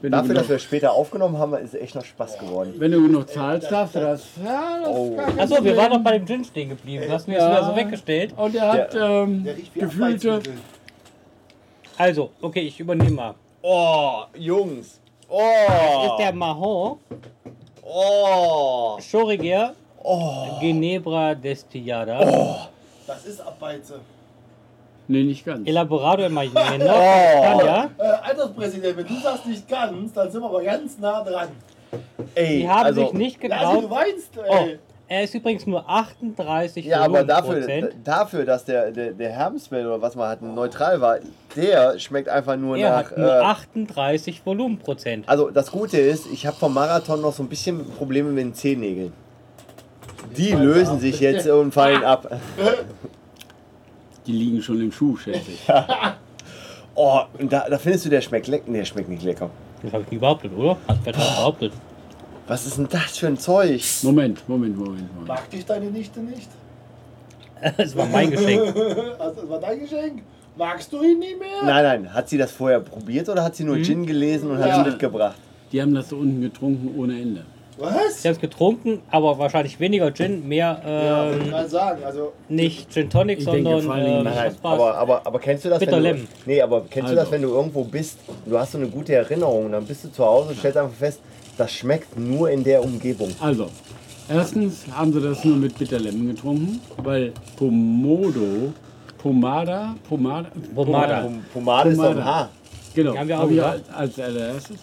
Speaker 4: Wenn,
Speaker 2: dafür,
Speaker 4: du
Speaker 2: dass
Speaker 4: genug,
Speaker 2: wir später aufgenommen haben, ist echt noch Spaß geworden.
Speaker 4: wenn du genug zahlst, darfst du das. Ja, das
Speaker 2: Oh.
Speaker 1: Achso, wir waren noch bei dem Gin stehen geblieben. Du hast ihn jetzt
Speaker 4: Ja.
Speaker 1: wieder so weggestellt.
Speaker 4: Und er hat ähm,
Speaker 3: Der riecht wie
Speaker 4: gefühlte.
Speaker 3: Arbeitsmittel.
Speaker 1: Also, okay, ich übernehme mal.
Speaker 2: Oh, Jungs. Oh.
Speaker 1: Ist der Mahon
Speaker 2: Oh.
Speaker 1: Schoriger Ginebra Destillada.
Speaker 2: Oh.
Speaker 3: Das ist Abbeize.
Speaker 4: Nee, nicht ganz.
Speaker 1: Elaborado en
Speaker 2: Oh.
Speaker 1: Mayenne.
Speaker 3: Äh, Alterspräsident, wenn du das nicht kannst, dann sind wir aber ganz nah dran.
Speaker 2: Ey,
Speaker 1: Die haben
Speaker 2: also,
Speaker 1: sich nicht
Speaker 3: Lass du
Speaker 1: geglaubt.
Speaker 3: weinst,
Speaker 1: Oh,
Speaker 3: ey.
Speaker 1: er ist übrigens nur 38
Speaker 2: Ja, aber dafür,
Speaker 1: Volumenprozent.
Speaker 2: dafür dass der, der, der Hermswell oder was man hatten neutral war, der schmeckt einfach nur
Speaker 1: Er
Speaker 2: nach.
Speaker 1: hat nur
Speaker 2: äh,
Speaker 1: 38 Volumenprozent.
Speaker 2: Also das Gute ist, ich habe vom Marathon noch so ein bisschen Probleme mit den Zehennägeln. Die lösen sich jetzt und fallen
Speaker 1: Ah.
Speaker 2: ab.
Speaker 4: Die liegen schon im Schuh, schätze ich.
Speaker 2: Oh, und da, da findest du, der schmeckt lecker. Nee, der schmeckt nicht lecker.
Speaker 1: Das habe ich nie behauptet, oder? Hat Petra behauptet.
Speaker 2: Was ist denn das für ein Zeug?
Speaker 4: Moment, Moment, Moment, Moment.
Speaker 3: Mag dich deine Nichte nicht?
Speaker 1: Das war mein Geschenk.
Speaker 3: Also, das war dein Geschenk. Magst du ihn nicht mehr?
Speaker 2: Nein, nein, hat sie das vorher probiert oder hat sie nur Gin gelesen und hat
Speaker 3: Ja.
Speaker 2: es mitgebracht?
Speaker 4: Die haben das da unten getrunken ohne Ende.
Speaker 3: Was?
Speaker 1: Ich habe es getrunken, aber wahrscheinlich weniger Gin, mehr
Speaker 3: Ja, wollte ich
Speaker 1: ähm,
Speaker 3: gerade sagen. Also,
Speaker 1: nicht Gin Tonic,
Speaker 4: Ich denke,
Speaker 1: sondern
Speaker 4: vor allen Dingen-
Speaker 1: ähm,
Speaker 2: Nein, nein,
Speaker 1: was war's?
Speaker 2: aber, aber, aber kennst du das,
Speaker 1: Bitter
Speaker 2: wenn du,
Speaker 1: Lemon.
Speaker 2: nee, aber kennst du das,
Speaker 4: Also.
Speaker 2: wenn du irgendwo bist, du hast so eine gute Erinnerung, und dann bist du zu Hause und stellst einfach fest, das schmeckt nur in der Umgebung.
Speaker 4: Also, erstens haben sie das nur mit Bitterlemon getrunken, weil Pomodo, Pomada, Pomada,
Speaker 1: Pomada.
Speaker 2: Pom- Pomade ist doch ein
Speaker 4: Pomade.
Speaker 2: Haar.
Speaker 4: Genau,
Speaker 1: Haben wir auch
Speaker 4: hab ich
Speaker 1: gesagt.
Speaker 4: als allererstes.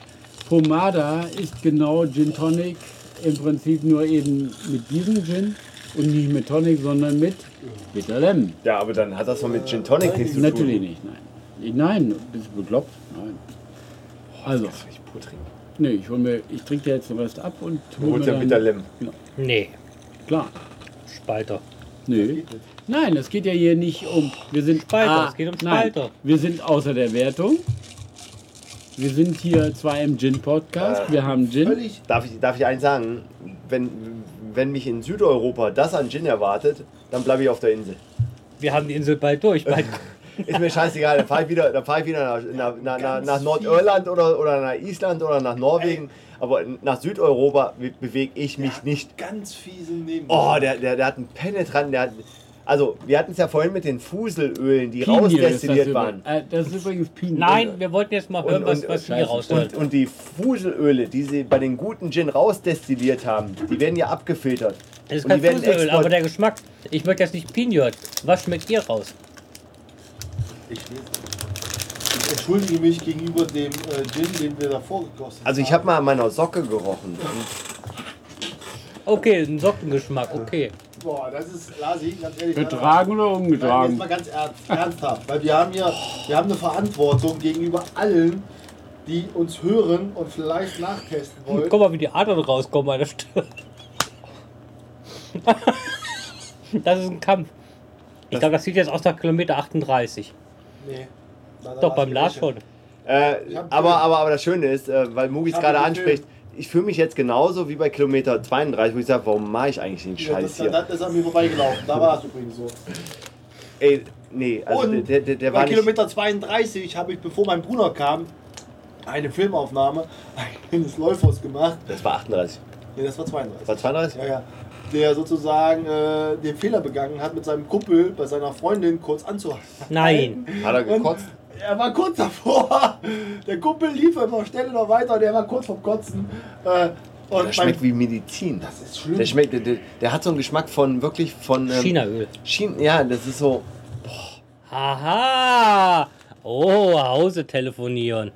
Speaker 4: Pomada ist genau Gin Tonic, im Prinzip nur eben mit diesem Gin und nicht mit Tonic, sondern mit Bitterlemon.
Speaker 2: Ja, aber dann hat das doch mit Gin Tonic nichts zu tun.
Speaker 4: Natürlich nicht, nein. Nein, bist du bekloppt? Nein. Also,
Speaker 2: Ich putrig.
Speaker 4: nee, ich, hol mir, ich trinke dir jetzt den Rest ab und hol
Speaker 2: Holst
Speaker 4: mir
Speaker 2: ja
Speaker 4: dann-
Speaker 2: Bitterlemon.
Speaker 1: Nee,
Speaker 4: Klar.
Speaker 1: Spalter.
Speaker 4: Nö. Nein, es geht ja hier nicht um. Wir sind
Speaker 1: Spalter, es geht um Spalter.
Speaker 4: Nein, wir sind außer der Wertung. Wir sind hier zwar im Gin-Podcast. Wir haben Gin.
Speaker 3: völlig.
Speaker 2: Darf ich, darf ich eins sagen? Wenn, wenn mich in Südeuropa das an Gin erwartet, dann bleibe ich auf der Insel.
Speaker 1: Wir haben die Insel bald durch. Bald
Speaker 2: Ist mir scheißegal, dann fahre ich wieder, dann fahr ich wieder nach, nach, nach, nach,
Speaker 3: ganz
Speaker 2: nach Nordirland oder, oder nach Island oder nach Norwegen. Aber nach Südeuropa be- bewege ich mich nicht.
Speaker 3: Ganz fiesen Neben.
Speaker 2: Oh, der, der, der hat einen penetranten. Der hat, also, wir hatten es ja vorhin mit den Fuselölen, die
Speaker 4: Pinie ist das
Speaker 2: rausdestilliert
Speaker 4: übrig-
Speaker 2: waren.
Speaker 4: Äh, das ist übrigens Pinien.
Speaker 1: Nein, wir wollten jetzt mal hören, was, was wir raus
Speaker 2: und,
Speaker 1: wollen.
Speaker 2: und die Fuselöle, die sie bei den guten Gin rausdestilliert haben, die werden ja abgefiltert.
Speaker 1: Es ist
Speaker 2: und die
Speaker 1: kein
Speaker 2: werden
Speaker 1: Fuselöl,
Speaker 2: export-
Speaker 1: aber der Geschmack. Ich möchte jetzt nicht Pinot. Was schmeckt ihr raus?
Speaker 3: Ich entschuldige mich gegenüber dem äh, Gin, den wir davor gekostet
Speaker 2: Also ich habe mal an meiner Socke gerochen.
Speaker 1: Okay, ein Sockengeschmack, okay.
Speaker 3: haben. Boah, das ist, Lasi, ganz ehrlich.
Speaker 4: Getragen oder
Speaker 3: Nein, jetzt
Speaker 4: umgetragen?
Speaker 3: mal ganz ernst, ernsthaft, weil wir haben hier, wir haben eine Verantwortung gegenüber allen, die uns hören und vielleicht nachtesten wollen.
Speaker 1: Guck mal, wie die Adern rauskommen an der Stirn. Das ist ein Kampf. Ich glaube, das sieht jetzt aus nach Kilometer 38.
Speaker 3: Nee. Leider
Speaker 1: Doch, beim Lars
Speaker 3: Lars
Speaker 1: schon.
Speaker 2: Äh,
Speaker 3: Ich hab
Speaker 2: aber,
Speaker 3: Film.
Speaker 2: aber, aber das Schöne ist, äh, weil Mugis
Speaker 3: Ich hab
Speaker 2: gerade
Speaker 3: den
Speaker 2: anspricht, ich fühle mich jetzt genauso wie bei Kilometer 32, wo ich sage, warum mache ich eigentlich den
Speaker 3: Ja, das,
Speaker 2: Scheiß
Speaker 3: das,
Speaker 2: hier?
Speaker 3: das ist an mir vorbeigelaufen, da war es übrigens so.
Speaker 2: Ey, nee, also
Speaker 3: Und
Speaker 2: der, der, der
Speaker 3: Bei
Speaker 2: war nicht...
Speaker 3: Kilometer 32 habe ich, bevor mein Bruder kam, eine Filmaufnahme eines Läufers gemacht.
Speaker 2: Das war 38.
Speaker 3: Nee, das war 32.
Speaker 2: War 32?
Speaker 3: Ja, ja. Der sozusagen äh, den Fehler begangen hat, mit seinem Kumpel bei seiner Freundin kurz anzuhalten.
Speaker 1: Nein.
Speaker 2: Hat er
Speaker 3: Und
Speaker 2: gekotzt?
Speaker 3: Er war kurz davor. Der Kumpel lief immer schnell noch weiter und er war kurz vom Kotzen. Äh, und
Speaker 2: Der schmeckt wie Medizin.
Speaker 3: das ist schlimm.
Speaker 2: Der schmeckt, der- der, der hat so einen Geschmack von wirklich von... Ähm,
Speaker 1: Chinaöl.
Speaker 2: China. Ja, das ist so...
Speaker 1: Haha. Oh, Hause telefonieren.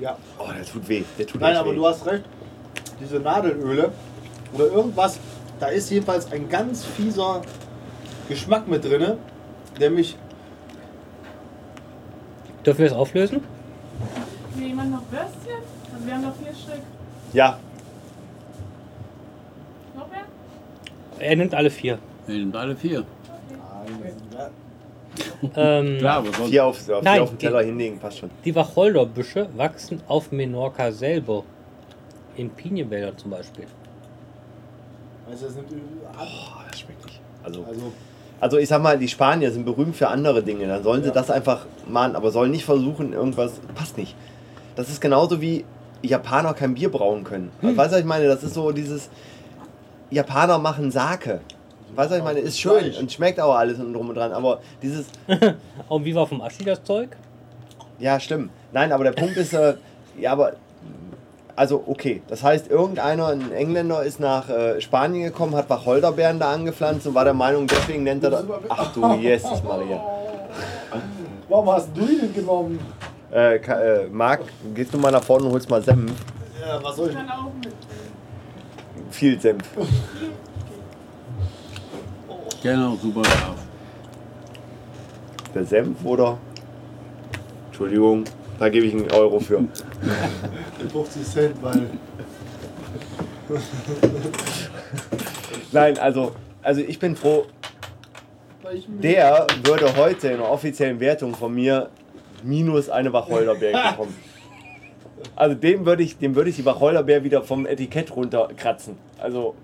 Speaker 3: ja.
Speaker 2: Oh, der tut weh. Der tut
Speaker 3: Nein,
Speaker 2: echt
Speaker 3: aber
Speaker 2: weh.
Speaker 3: du hast recht. Diese Nadelöle oder irgendwas, da ist jedenfalls ein ganz fieser Geschmack mit drin, der mich
Speaker 1: Dürfen wir es auflösen?
Speaker 8: Will jemand noch Würstchen? Also wir haben noch vier Stück.
Speaker 2: Ja,
Speaker 8: Noch mehr?
Speaker 1: Er nimmt alle vier.
Speaker 4: Wir sind alle vier.
Speaker 1: Ähm,
Speaker 4: Klar, aber sonst.
Speaker 2: vier auf, auf,
Speaker 1: Nein,
Speaker 2: vier auf den Teller hinlegen, passt schon.
Speaker 1: Die Wacholderbüsche wachsen auf Menorca selber. In Pinienwäldern zum Beispiel.
Speaker 3: Also, das nimmt übel ab.
Speaker 2: Boah, Oh, das schmeckt nicht. Also,
Speaker 3: Also,
Speaker 2: also ich sag mal, die Spanier sind berühmt für andere Dinge. Dann sollen sie
Speaker 3: Ja.
Speaker 2: das einfach machen, aber sollen nicht versuchen, irgendwas. Passt nicht. Das ist genauso wie Japaner kein Bier brauen können. Weißt du, was ich meine? Das ist so dieses. Japaner machen Sake. Weißt du, was ich meine? Ist schön und schmeckt auch alles und drum und dran. Aber dieses.
Speaker 1: Und wie war vom Aschi das Zeug?
Speaker 2: Ja, stimmt. Nein, aber der Punkt ist, äh, ja, aber. Also, okay. Das heißt, irgendeiner, ein Engländer, ist nach äh, Spanien gekommen, hat Wacholderbeeren da angepflanzt und war der Meinung, deswegen nennt er das. Ach du, Jesus Maria.
Speaker 3: warum hast du den genommen?
Speaker 2: Äh, Ka- äh, Marc, gehst du mal nach vorne und holst mal Senf.
Speaker 3: Ja, was soll
Speaker 8: Ich
Speaker 3: ich?
Speaker 8: kann auch mit.
Speaker 2: Viel Senf.
Speaker 4: Genau, super scharf.
Speaker 2: Der Senf oder? Entschuldigung, da gebe ich einen Euro für.
Speaker 3: 50 Cent, weil.
Speaker 2: Nein, also, also ich bin froh,
Speaker 3: weil ich mir-
Speaker 2: der würde heute in der offiziellen Wertung von mir minus eine Wacholderbeere bekommen. Also dem würde ich, dem würde ich die Wacholderbeere wieder vom Etikett runterkratzen. Also,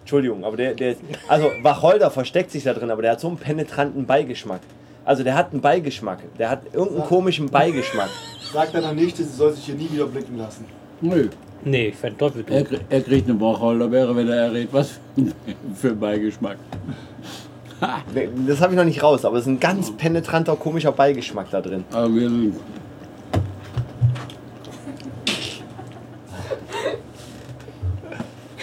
Speaker 2: Entschuldigung, aber der, der ist, also Wacholder versteckt sich da drin, aber der hat so einen penetranten Beigeschmack. Also der hat einen Beigeschmack, der hat irgendeinen komischen Beigeschmack.
Speaker 3: Sag deiner Nichte, sie soll sich hier nie wieder blicken lassen.
Speaker 4: Nö.
Speaker 1: Nee, ich fände doppelt
Speaker 4: Er,
Speaker 1: doof.
Speaker 4: krie- er kriegt eine Wacholderbeere, wenn er errät, was für einen Beigeschmack.
Speaker 2: Nee, Das habe ich noch nicht raus, aber es ist ein ganz
Speaker 1: Hm.
Speaker 2: penetranter, komischer Beigeschmack da drin.
Speaker 4: Aber wir sind.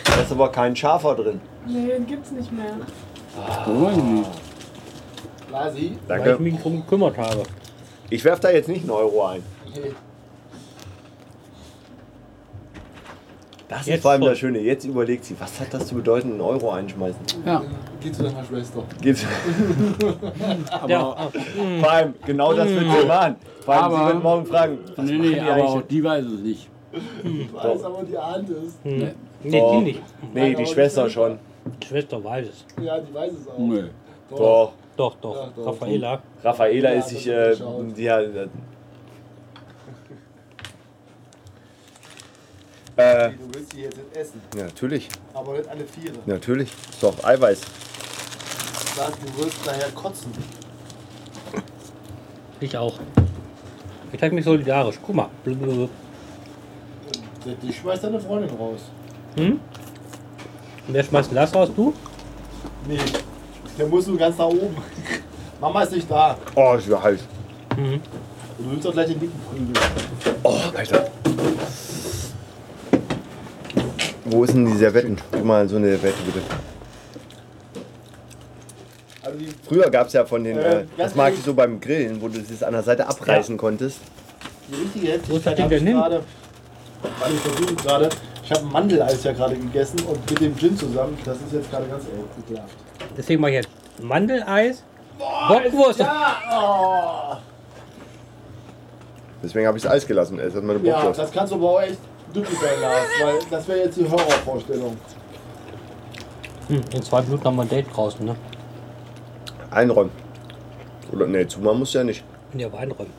Speaker 2: Da ist aber kein Schafer drin.
Speaker 8: Nee, den gibt's nicht mehr.
Speaker 3: Lasi?
Speaker 1: Weil ich mich drum gekümmert habe.
Speaker 2: Ich werf da jetzt nicht einen Euro ein.
Speaker 3: Nee.
Speaker 2: Das
Speaker 1: Jetzt
Speaker 2: ist vor allem
Speaker 1: voll.
Speaker 2: das Schöne. Jetzt überlegt sie, was hat das zu bedeuten, einen Euro einschmeißen?
Speaker 4: Ja,
Speaker 3: Geh zu deiner Schwester.
Speaker 2: Geht's?
Speaker 4: aber.
Speaker 1: Ja, ah,
Speaker 2: Vor allem, genau das wird sie machen. Vor allem, sie
Speaker 4: Mm. Aber-
Speaker 2: wird morgen fragen. Was
Speaker 4: nee,
Speaker 2: machen
Speaker 4: nee,
Speaker 2: die
Speaker 4: aber auch
Speaker 2: eigentlich?
Speaker 4: die weiß es nicht.
Speaker 3: Ich weiß, aber die ahnt es.
Speaker 4: Hm.
Speaker 1: nee,
Speaker 2: Doch.
Speaker 1: die nicht.
Speaker 2: Nee, die Schwester schon.
Speaker 1: Die Schwester weiß es.
Speaker 3: Ja, die weiß es auch.
Speaker 4: Nö.
Speaker 2: Doch.
Speaker 1: Doch, doch.
Speaker 3: Ja, doch.
Speaker 1: Raffaela.
Speaker 2: Raffaela
Speaker 3: Ja,
Speaker 2: ist sich.
Speaker 3: das
Speaker 2: Äh,
Speaker 3: ist geschaut.
Speaker 2: die, hat- äh,
Speaker 3: Du willst die jetzt nicht essen.
Speaker 2: ja, natürlich,
Speaker 3: Aber nicht alle Viere.
Speaker 2: natürlich. Ist doch Eiweiß.
Speaker 3: Sag, du wirst daher kotzen.
Speaker 1: Ich auch. Ich zeige mich solidarisch. Guck mal. Blablabla.
Speaker 3: Dich schmeißt deine Freundin raus.
Speaker 1: Hm? Und wer schmeißt denn das raus? Du?
Speaker 3: Nee, der muss nur ganz nach oben. Mama ist nicht da.
Speaker 2: Oh, ist ja heiß.
Speaker 1: Mhm.
Speaker 3: Du willst doch gleich den dicken Prügel.
Speaker 2: Oh, Alter. Wo ist denn die Servetten? Gib mal so eine Servette bitte.
Speaker 3: Also die,
Speaker 2: Früher gab es ja von den,
Speaker 3: Äh,
Speaker 2: äh, das
Speaker 3: ganz
Speaker 2: mag
Speaker 3: ehrlich.
Speaker 2: ich so beim Grillen, wo du das an der Seite abreißen konntest.
Speaker 3: die richtige
Speaker 1: Wo ist das
Speaker 3: Heftigkeit
Speaker 1: Ding
Speaker 3: habe ich
Speaker 1: denn hin?
Speaker 3: gerade. Weil ich versuche gerade. Ich habe Mandeleis ja gerade gegessen und mit dem Gin zusammen. Das ist jetzt gerade ganz ekelhaft.
Speaker 1: Deswegen mache ich jetzt Mandeleis, Bockwurst.
Speaker 3: Ah,
Speaker 2: Deswegen habe ich es Eis gelassen. Es hat meine
Speaker 3: oh. Ja,
Speaker 2: Bockwurst.
Speaker 3: das kannst du aber auch echt glücklich sein, Lars. Weil das wäre jetzt die Horrorvorstellung.
Speaker 1: Hm, in zwei Minuten haben wir ein Date draußen, ne?
Speaker 2: Einräumen. Oder nee, zumachen musst du ja nicht.
Speaker 1: Ja, aber einräumen.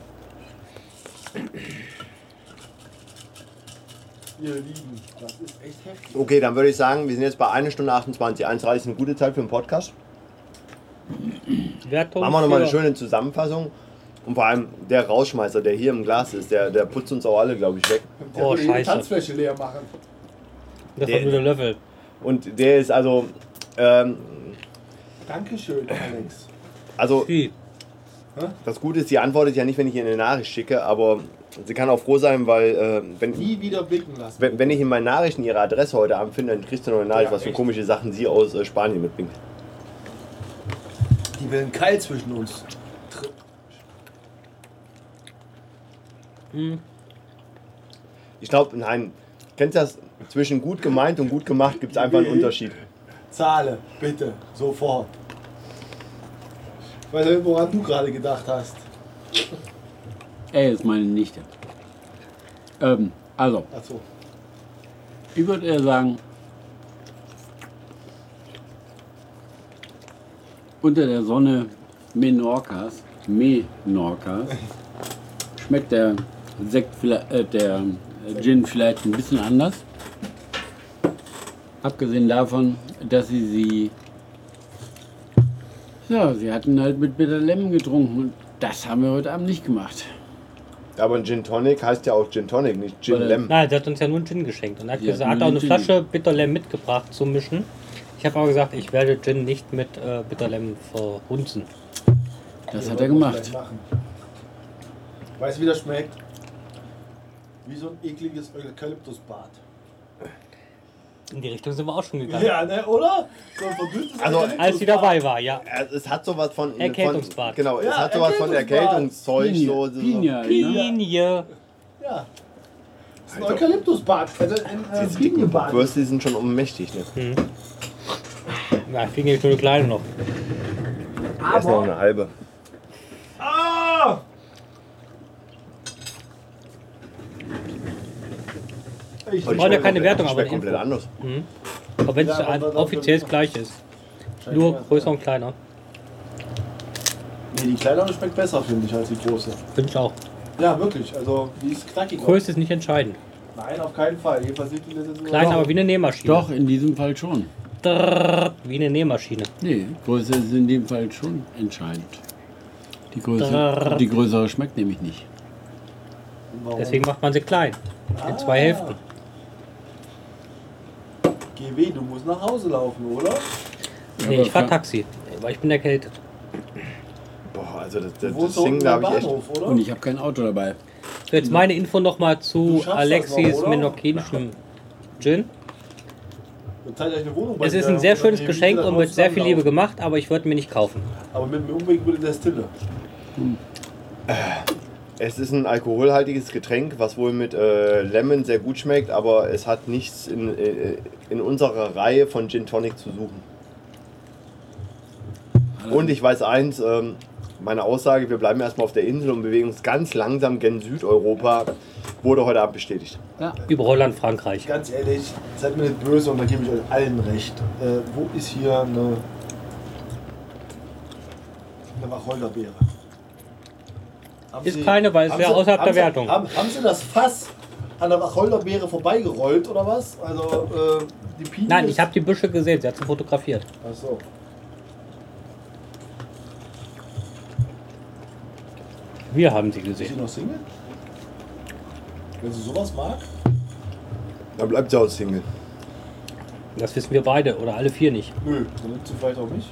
Speaker 3: Ihr Lieben, das ist echt heftig.
Speaker 2: Okay, dann würde ich sagen, wir sind jetzt bei 1 Stunde 28. 1,30 ist eine gute Zeit für einen Podcast.
Speaker 1: Wertung.
Speaker 2: Machen wir nochmal eine
Speaker 1: für-
Speaker 2: schöne Zusammenfassung. Und vor allem der Rausschmeißer, der hier im Glas ist, der, der putzt uns auch alle, glaube ich, weg.
Speaker 3: Der
Speaker 1: Oh,
Speaker 3: würde jede
Speaker 1: scheiße.
Speaker 3: Tanzfläche leer machen.
Speaker 1: Das war nur der Löffel.
Speaker 2: Und der ist also, ähm,
Speaker 3: Dankeschön, Alex.
Speaker 2: also
Speaker 1: Wie?
Speaker 2: das Gute ist, sie antwortet ja nicht, wenn ich ihr eine Nachricht schicke, aber sie kann auch froh sein, weil äh, wenn,
Speaker 3: Nie wieder blicken lassen.
Speaker 2: Wenn, wenn ich in meinen Nachrichten ihre Adresse heute Abend finde, dann kriegst du noch eine Nachricht,
Speaker 3: Ja,
Speaker 2: was für
Speaker 3: echt.
Speaker 2: komische Sachen sie aus äh, Spanien mitbringt.
Speaker 3: Die will einen Keil zwischen uns.
Speaker 2: Ich glaube, nein. Kennst du das? Zwischen gut gemeint und gut gemacht gibt es einfach einen
Speaker 3: Nee.
Speaker 2: Unterschied.
Speaker 3: Zahle, bitte, sofort. Ich weiß nicht, woran du gerade gedacht hast.
Speaker 4: Äh, ist meine Nichte. Ähm, also,
Speaker 3: Ach so.
Speaker 4: ich würde eher sagen, unter der Sonne Menorcas, Menorcas, schmeckt der Sekt, vielle- äh, der Gin vielleicht ein bisschen anders. Abgesehen davon, dass sie sie ja, sie hatten halt mit Bitter Lemon getrunken und das haben wir heute Abend nicht gemacht.
Speaker 2: Aber ein Gin Tonic heißt ja auch Gin Tonic, nicht Gin
Speaker 4: Oder-
Speaker 2: Lem.
Speaker 1: Nein, der hat uns ja nur einen Gin geschenkt und hat,
Speaker 4: Ja,
Speaker 1: gesagt, hat
Speaker 4: nur
Speaker 1: auch
Speaker 4: einen
Speaker 1: eine
Speaker 4: Gin.
Speaker 1: Flasche Bitterlem mitgebracht zum Mischen. Ich habe aber gesagt, ich werde Gin nicht mit äh, Bitterlem verhunzen.
Speaker 4: Das
Speaker 3: Wir
Speaker 4: hat er
Speaker 3: sollten das
Speaker 4: gemacht.
Speaker 3: gleich machen. Weißt du, wie das schmeckt? Wie so ein ekliges Eukalyptusbad.
Speaker 1: In die Richtung sind wir auch schon gegangen.
Speaker 3: Ja, ne, oder? So ein verdünntes
Speaker 2: Also,
Speaker 3: Eukalyptusbad.
Speaker 1: Als sie dabei war, ja.
Speaker 2: Ja, Es hat sowas von.
Speaker 1: Erkältungsbad.
Speaker 2: Von, genau, es
Speaker 3: Ja,
Speaker 2: hat sowas von
Speaker 3: Erkältungsbad.
Speaker 2: Erkältungszeug. So, so, so.
Speaker 4: Pinia, ne?
Speaker 1: Linie.
Speaker 3: Ja. Das ist ein Eukalyptusbad. Also ein äh, Bienenbad.
Speaker 2: Würste die sind schon ohnmächtig. Ne?
Speaker 1: Na, ich kriege nur eine kleine noch.
Speaker 2: Erst noch eine halbe.
Speaker 3: Ah! Ich
Speaker 1: wollen
Speaker 2: Und
Speaker 1: ja keine
Speaker 2: schmeckt komplett-
Speaker 1: Wertung, aber
Speaker 2: schmeckt
Speaker 1: eine
Speaker 2: komplett
Speaker 1: Info.
Speaker 2: anders.
Speaker 1: Auch wenn es
Speaker 3: Ja, aber-
Speaker 1: offiziell das gleiche ist. Nur größer und kleiner.
Speaker 3: Nee, die kleinere schmeckt besser, finde ich, als die große.
Speaker 1: Finde ich auch.
Speaker 3: Ja, wirklich. Also, die ist knackiger.
Speaker 1: Größe ist nicht entscheidend.
Speaker 3: Nein, auf keinen Fall. Jedenfalls nicht die letzte
Speaker 1: Klein, aber wie eine Nähmaschine.
Speaker 4: Doch, in diesem Fall schon.
Speaker 1: Drrrr, wie eine Nähmaschine.
Speaker 4: Nee, Größe ist in dem Fall schon entscheidend. Die, Größe,
Speaker 1: Drrrr.
Speaker 4: die größere schmeckt nämlich nicht.
Speaker 3: Warum? Ah.
Speaker 1: Deswegen macht man sie klein. In zwei Hälften.
Speaker 3: GW, du musst nach Hause laufen, oder?
Speaker 1: Nee,
Speaker 4: Aber
Speaker 1: ich fahr
Speaker 4: fa-
Speaker 1: Taxi. Weil ich bin erkältet.
Speaker 2: Boah, also das, das,
Speaker 3: Du wohnst
Speaker 2: das
Speaker 3: da
Speaker 2: Ding,
Speaker 3: unten
Speaker 2: da
Speaker 3: am
Speaker 2: habe ich echt.
Speaker 3: Bahnhof, oder?
Speaker 4: Und ich habe kein Auto dabei.
Speaker 1: So, jetzt meine Info nochmal
Speaker 3: Du
Speaker 1: zu
Speaker 3: schaffst das
Speaker 1: Alexis
Speaker 3: noch, oder?
Speaker 1: menorkinischem Gin.
Speaker 3: Dann zeig ich euch eine Wohnung bei
Speaker 1: Es ist
Speaker 3: dir.
Speaker 1: ein sehr
Speaker 3: Und
Speaker 1: schönes
Speaker 3: die
Speaker 1: Geschenk
Speaker 3: Miete
Speaker 1: und
Speaker 3: daraus
Speaker 1: wird sehr viel Liebe
Speaker 3: zusammenlaufen.
Speaker 1: gemacht, aber ich würde mir nicht kaufen.
Speaker 3: Aber mit dem Umweg würde der Stille.
Speaker 2: Es ist ein alkoholhaltiges Getränk, was wohl mit äh, Lemon sehr gut schmeckt, aber es hat nichts in, äh, in unserer Reihe von Gin Tonic zu suchen. Und ich weiß eins, ähm, meine Aussage, wir bleiben erstmal auf der Insel und bewegen uns ganz langsam gen Südeuropa, wurde heute Abend bestätigt.
Speaker 1: Über Holland, Frankreich.
Speaker 3: Ganz ehrlich, seid mir nicht böse und da gebe ich euch allen recht. Äh, wo ist hier eine, eine Wacholderbeere? Haben
Speaker 1: Ist keine, weil es
Speaker 3: haben
Speaker 1: wäre
Speaker 3: Sie-
Speaker 1: außerhalb
Speaker 3: haben
Speaker 1: der
Speaker 3: Sie-
Speaker 1: Wertung.
Speaker 3: Haben, haben Sie das Fass an der Wacholderbeere vorbeigerollt oder was? Also äh, die Pinie
Speaker 1: Nein,
Speaker 3: ist-
Speaker 1: ich habe die Büsche gesehen, sie hat sie fotografiert.
Speaker 3: Ach so.
Speaker 1: Wir haben sie
Speaker 3: Ist sie
Speaker 1: gesehen.
Speaker 3: noch Single? Wenn sie sowas mag?
Speaker 2: Da bleibt sie auch Single.
Speaker 1: Das wissen wir beide oder alle vier nicht.
Speaker 3: Nö, dann nimmt sie vielleicht auch mich.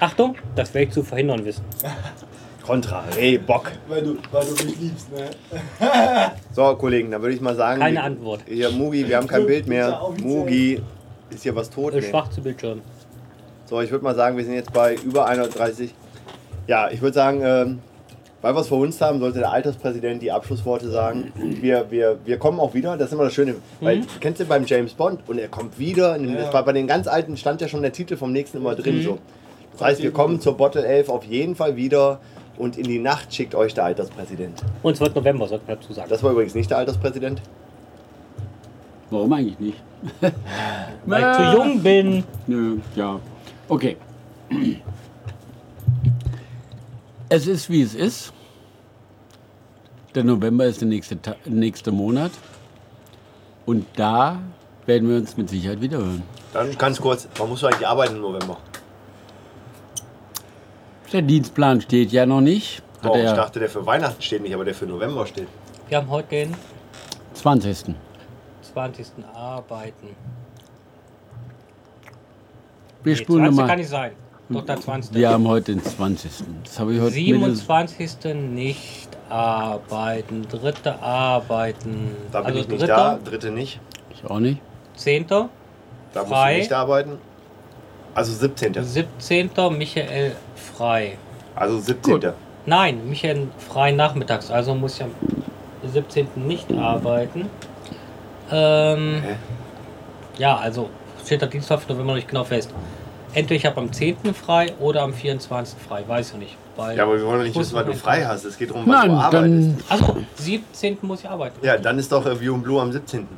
Speaker 1: Achtung, das werde ich zu verhindern wissen.
Speaker 2: Contra, Re, Bock.
Speaker 3: Weil du, weil du mich liebst, ne?
Speaker 2: So, Kollegen, dann würde ich mal sagen.
Speaker 1: Keine
Speaker 2: wir-
Speaker 1: Antwort.
Speaker 2: Hier, Mugi, wir haben kein Bild mehr. Mugi, ist hier was tot?
Speaker 1: Äh,
Speaker 2: Nee.
Speaker 1: schwarze Bildschirm.
Speaker 2: So, ich würde mal sagen, wir sind jetzt bei über 31. Ja, ich würde sagen, ähm, weil wir es vor uns haben, sollte der Alterspräsident die Abschlussworte sagen. Wir, wir, wir kommen auch wieder, das ist immer das Schöne. Weil, kennst du beim James Bond und er kommt wieder. Und Das war bei den ganz alten, stand ja schon der Titel vom nächsten immer drin. So. Das heißt, wir kommen zur Bottle 11 auf jeden Fall wieder. Und in die Nacht schickt euch der Alterspräsident.
Speaker 1: Und es wird November, sollte man dazu sagen.
Speaker 2: Das war übrigens nicht der Alterspräsident.
Speaker 4: Warum eigentlich nicht?
Speaker 1: Weil ich zu jung bin.
Speaker 4: Nö, ja. Okay. Es ist, wie es ist. Der November ist der nächste, Ta nächste Monat. Und da werden wir uns mit Sicherheit wiederhören.
Speaker 2: Dann ganz kurz, man muss eigentlich arbeiten im November.
Speaker 4: Der Dienstplan steht ja noch nicht. Hat
Speaker 2: Doch, Oh, ich
Speaker 4: er
Speaker 2: dachte, der für Weihnachten steht nicht, aber der für November steht.
Speaker 1: Wir haben heute den
Speaker 4: 20.
Speaker 1: 20. Arbeiten.
Speaker 4: Wir
Speaker 1: Nee,
Speaker 4: spulen
Speaker 1: 20. kann
Speaker 4: nochmal.
Speaker 1: nicht sein. Doch der 20.
Speaker 4: Wir haben heute den 20. Das habe ich heute mittels-
Speaker 1: 27. nicht arbeiten. Dritte arbeiten.
Speaker 2: Da bin
Speaker 1: also
Speaker 2: ich nicht da,
Speaker 1: dritter,
Speaker 2: dritte nicht.
Speaker 4: Ich auch nicht.
Speaker 1: zehnter,
Speaker 2: Da musst
Speaker 1: Frei.
Speaker 2: du nicht arbeiten. Also 17.
Speaker 1: 17. Michael frei.
Speaker 2: Also 17.
Speaker 1: Nein, Michael frei nachmittags, also muss ich am 17. nicht arbeiten. Ähm,
Speaker 2: Hä?
Speaker 1: ja, also steht der Dienstag für November noch nicht genau fest. Entweder ich habe am 10. frei oder am 24. frei, weiß ich noch nicht. Weil
Speaker 2: Ja, aber wir wollen doch nicht
Speaker 1: Muss
Speaker 2: wissen, wann du
Speaker 1: man-
Speaker 2: frei hast. Es geht darum, wann
Speaker 4: Nein,
Speaker 2: du arbeitest.
Speaker 4: dann
Speaker 1: Also, 17. muss ich arbeiten.
Speaker 2: Ja, dann ist doch äh, View and Blue am 17.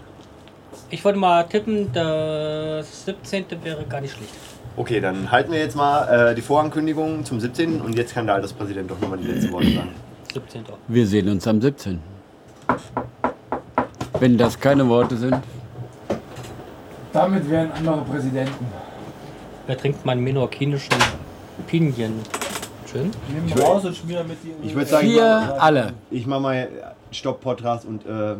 Speaker 1: Ich wollte mal tippen, das 17. wäre gar nicht schlecht.
Speaker 2: Okay, dann halten wir jetzt mal äh, die Vorankündigung zum 17. Und jetzt kann der Alterspräsident doch nochmal die letzten Worte sagen.
Speaker 1: 17.
Speaker 4: wir sehen uns am 17. Wenn das keine Worte sind.
Speaker 9: Damit wären andere Präsidenten.
Speaker 1: Wer trinkt meinen menorkinischen Pinien-Gin?
Speaker 9: Nimm raus und schmier mit die.
Speaker 2: Ich würde sagen,
Speaker 4: Wir alle.
Speaker 2: ich mache mal Stopp-Podcast und äh,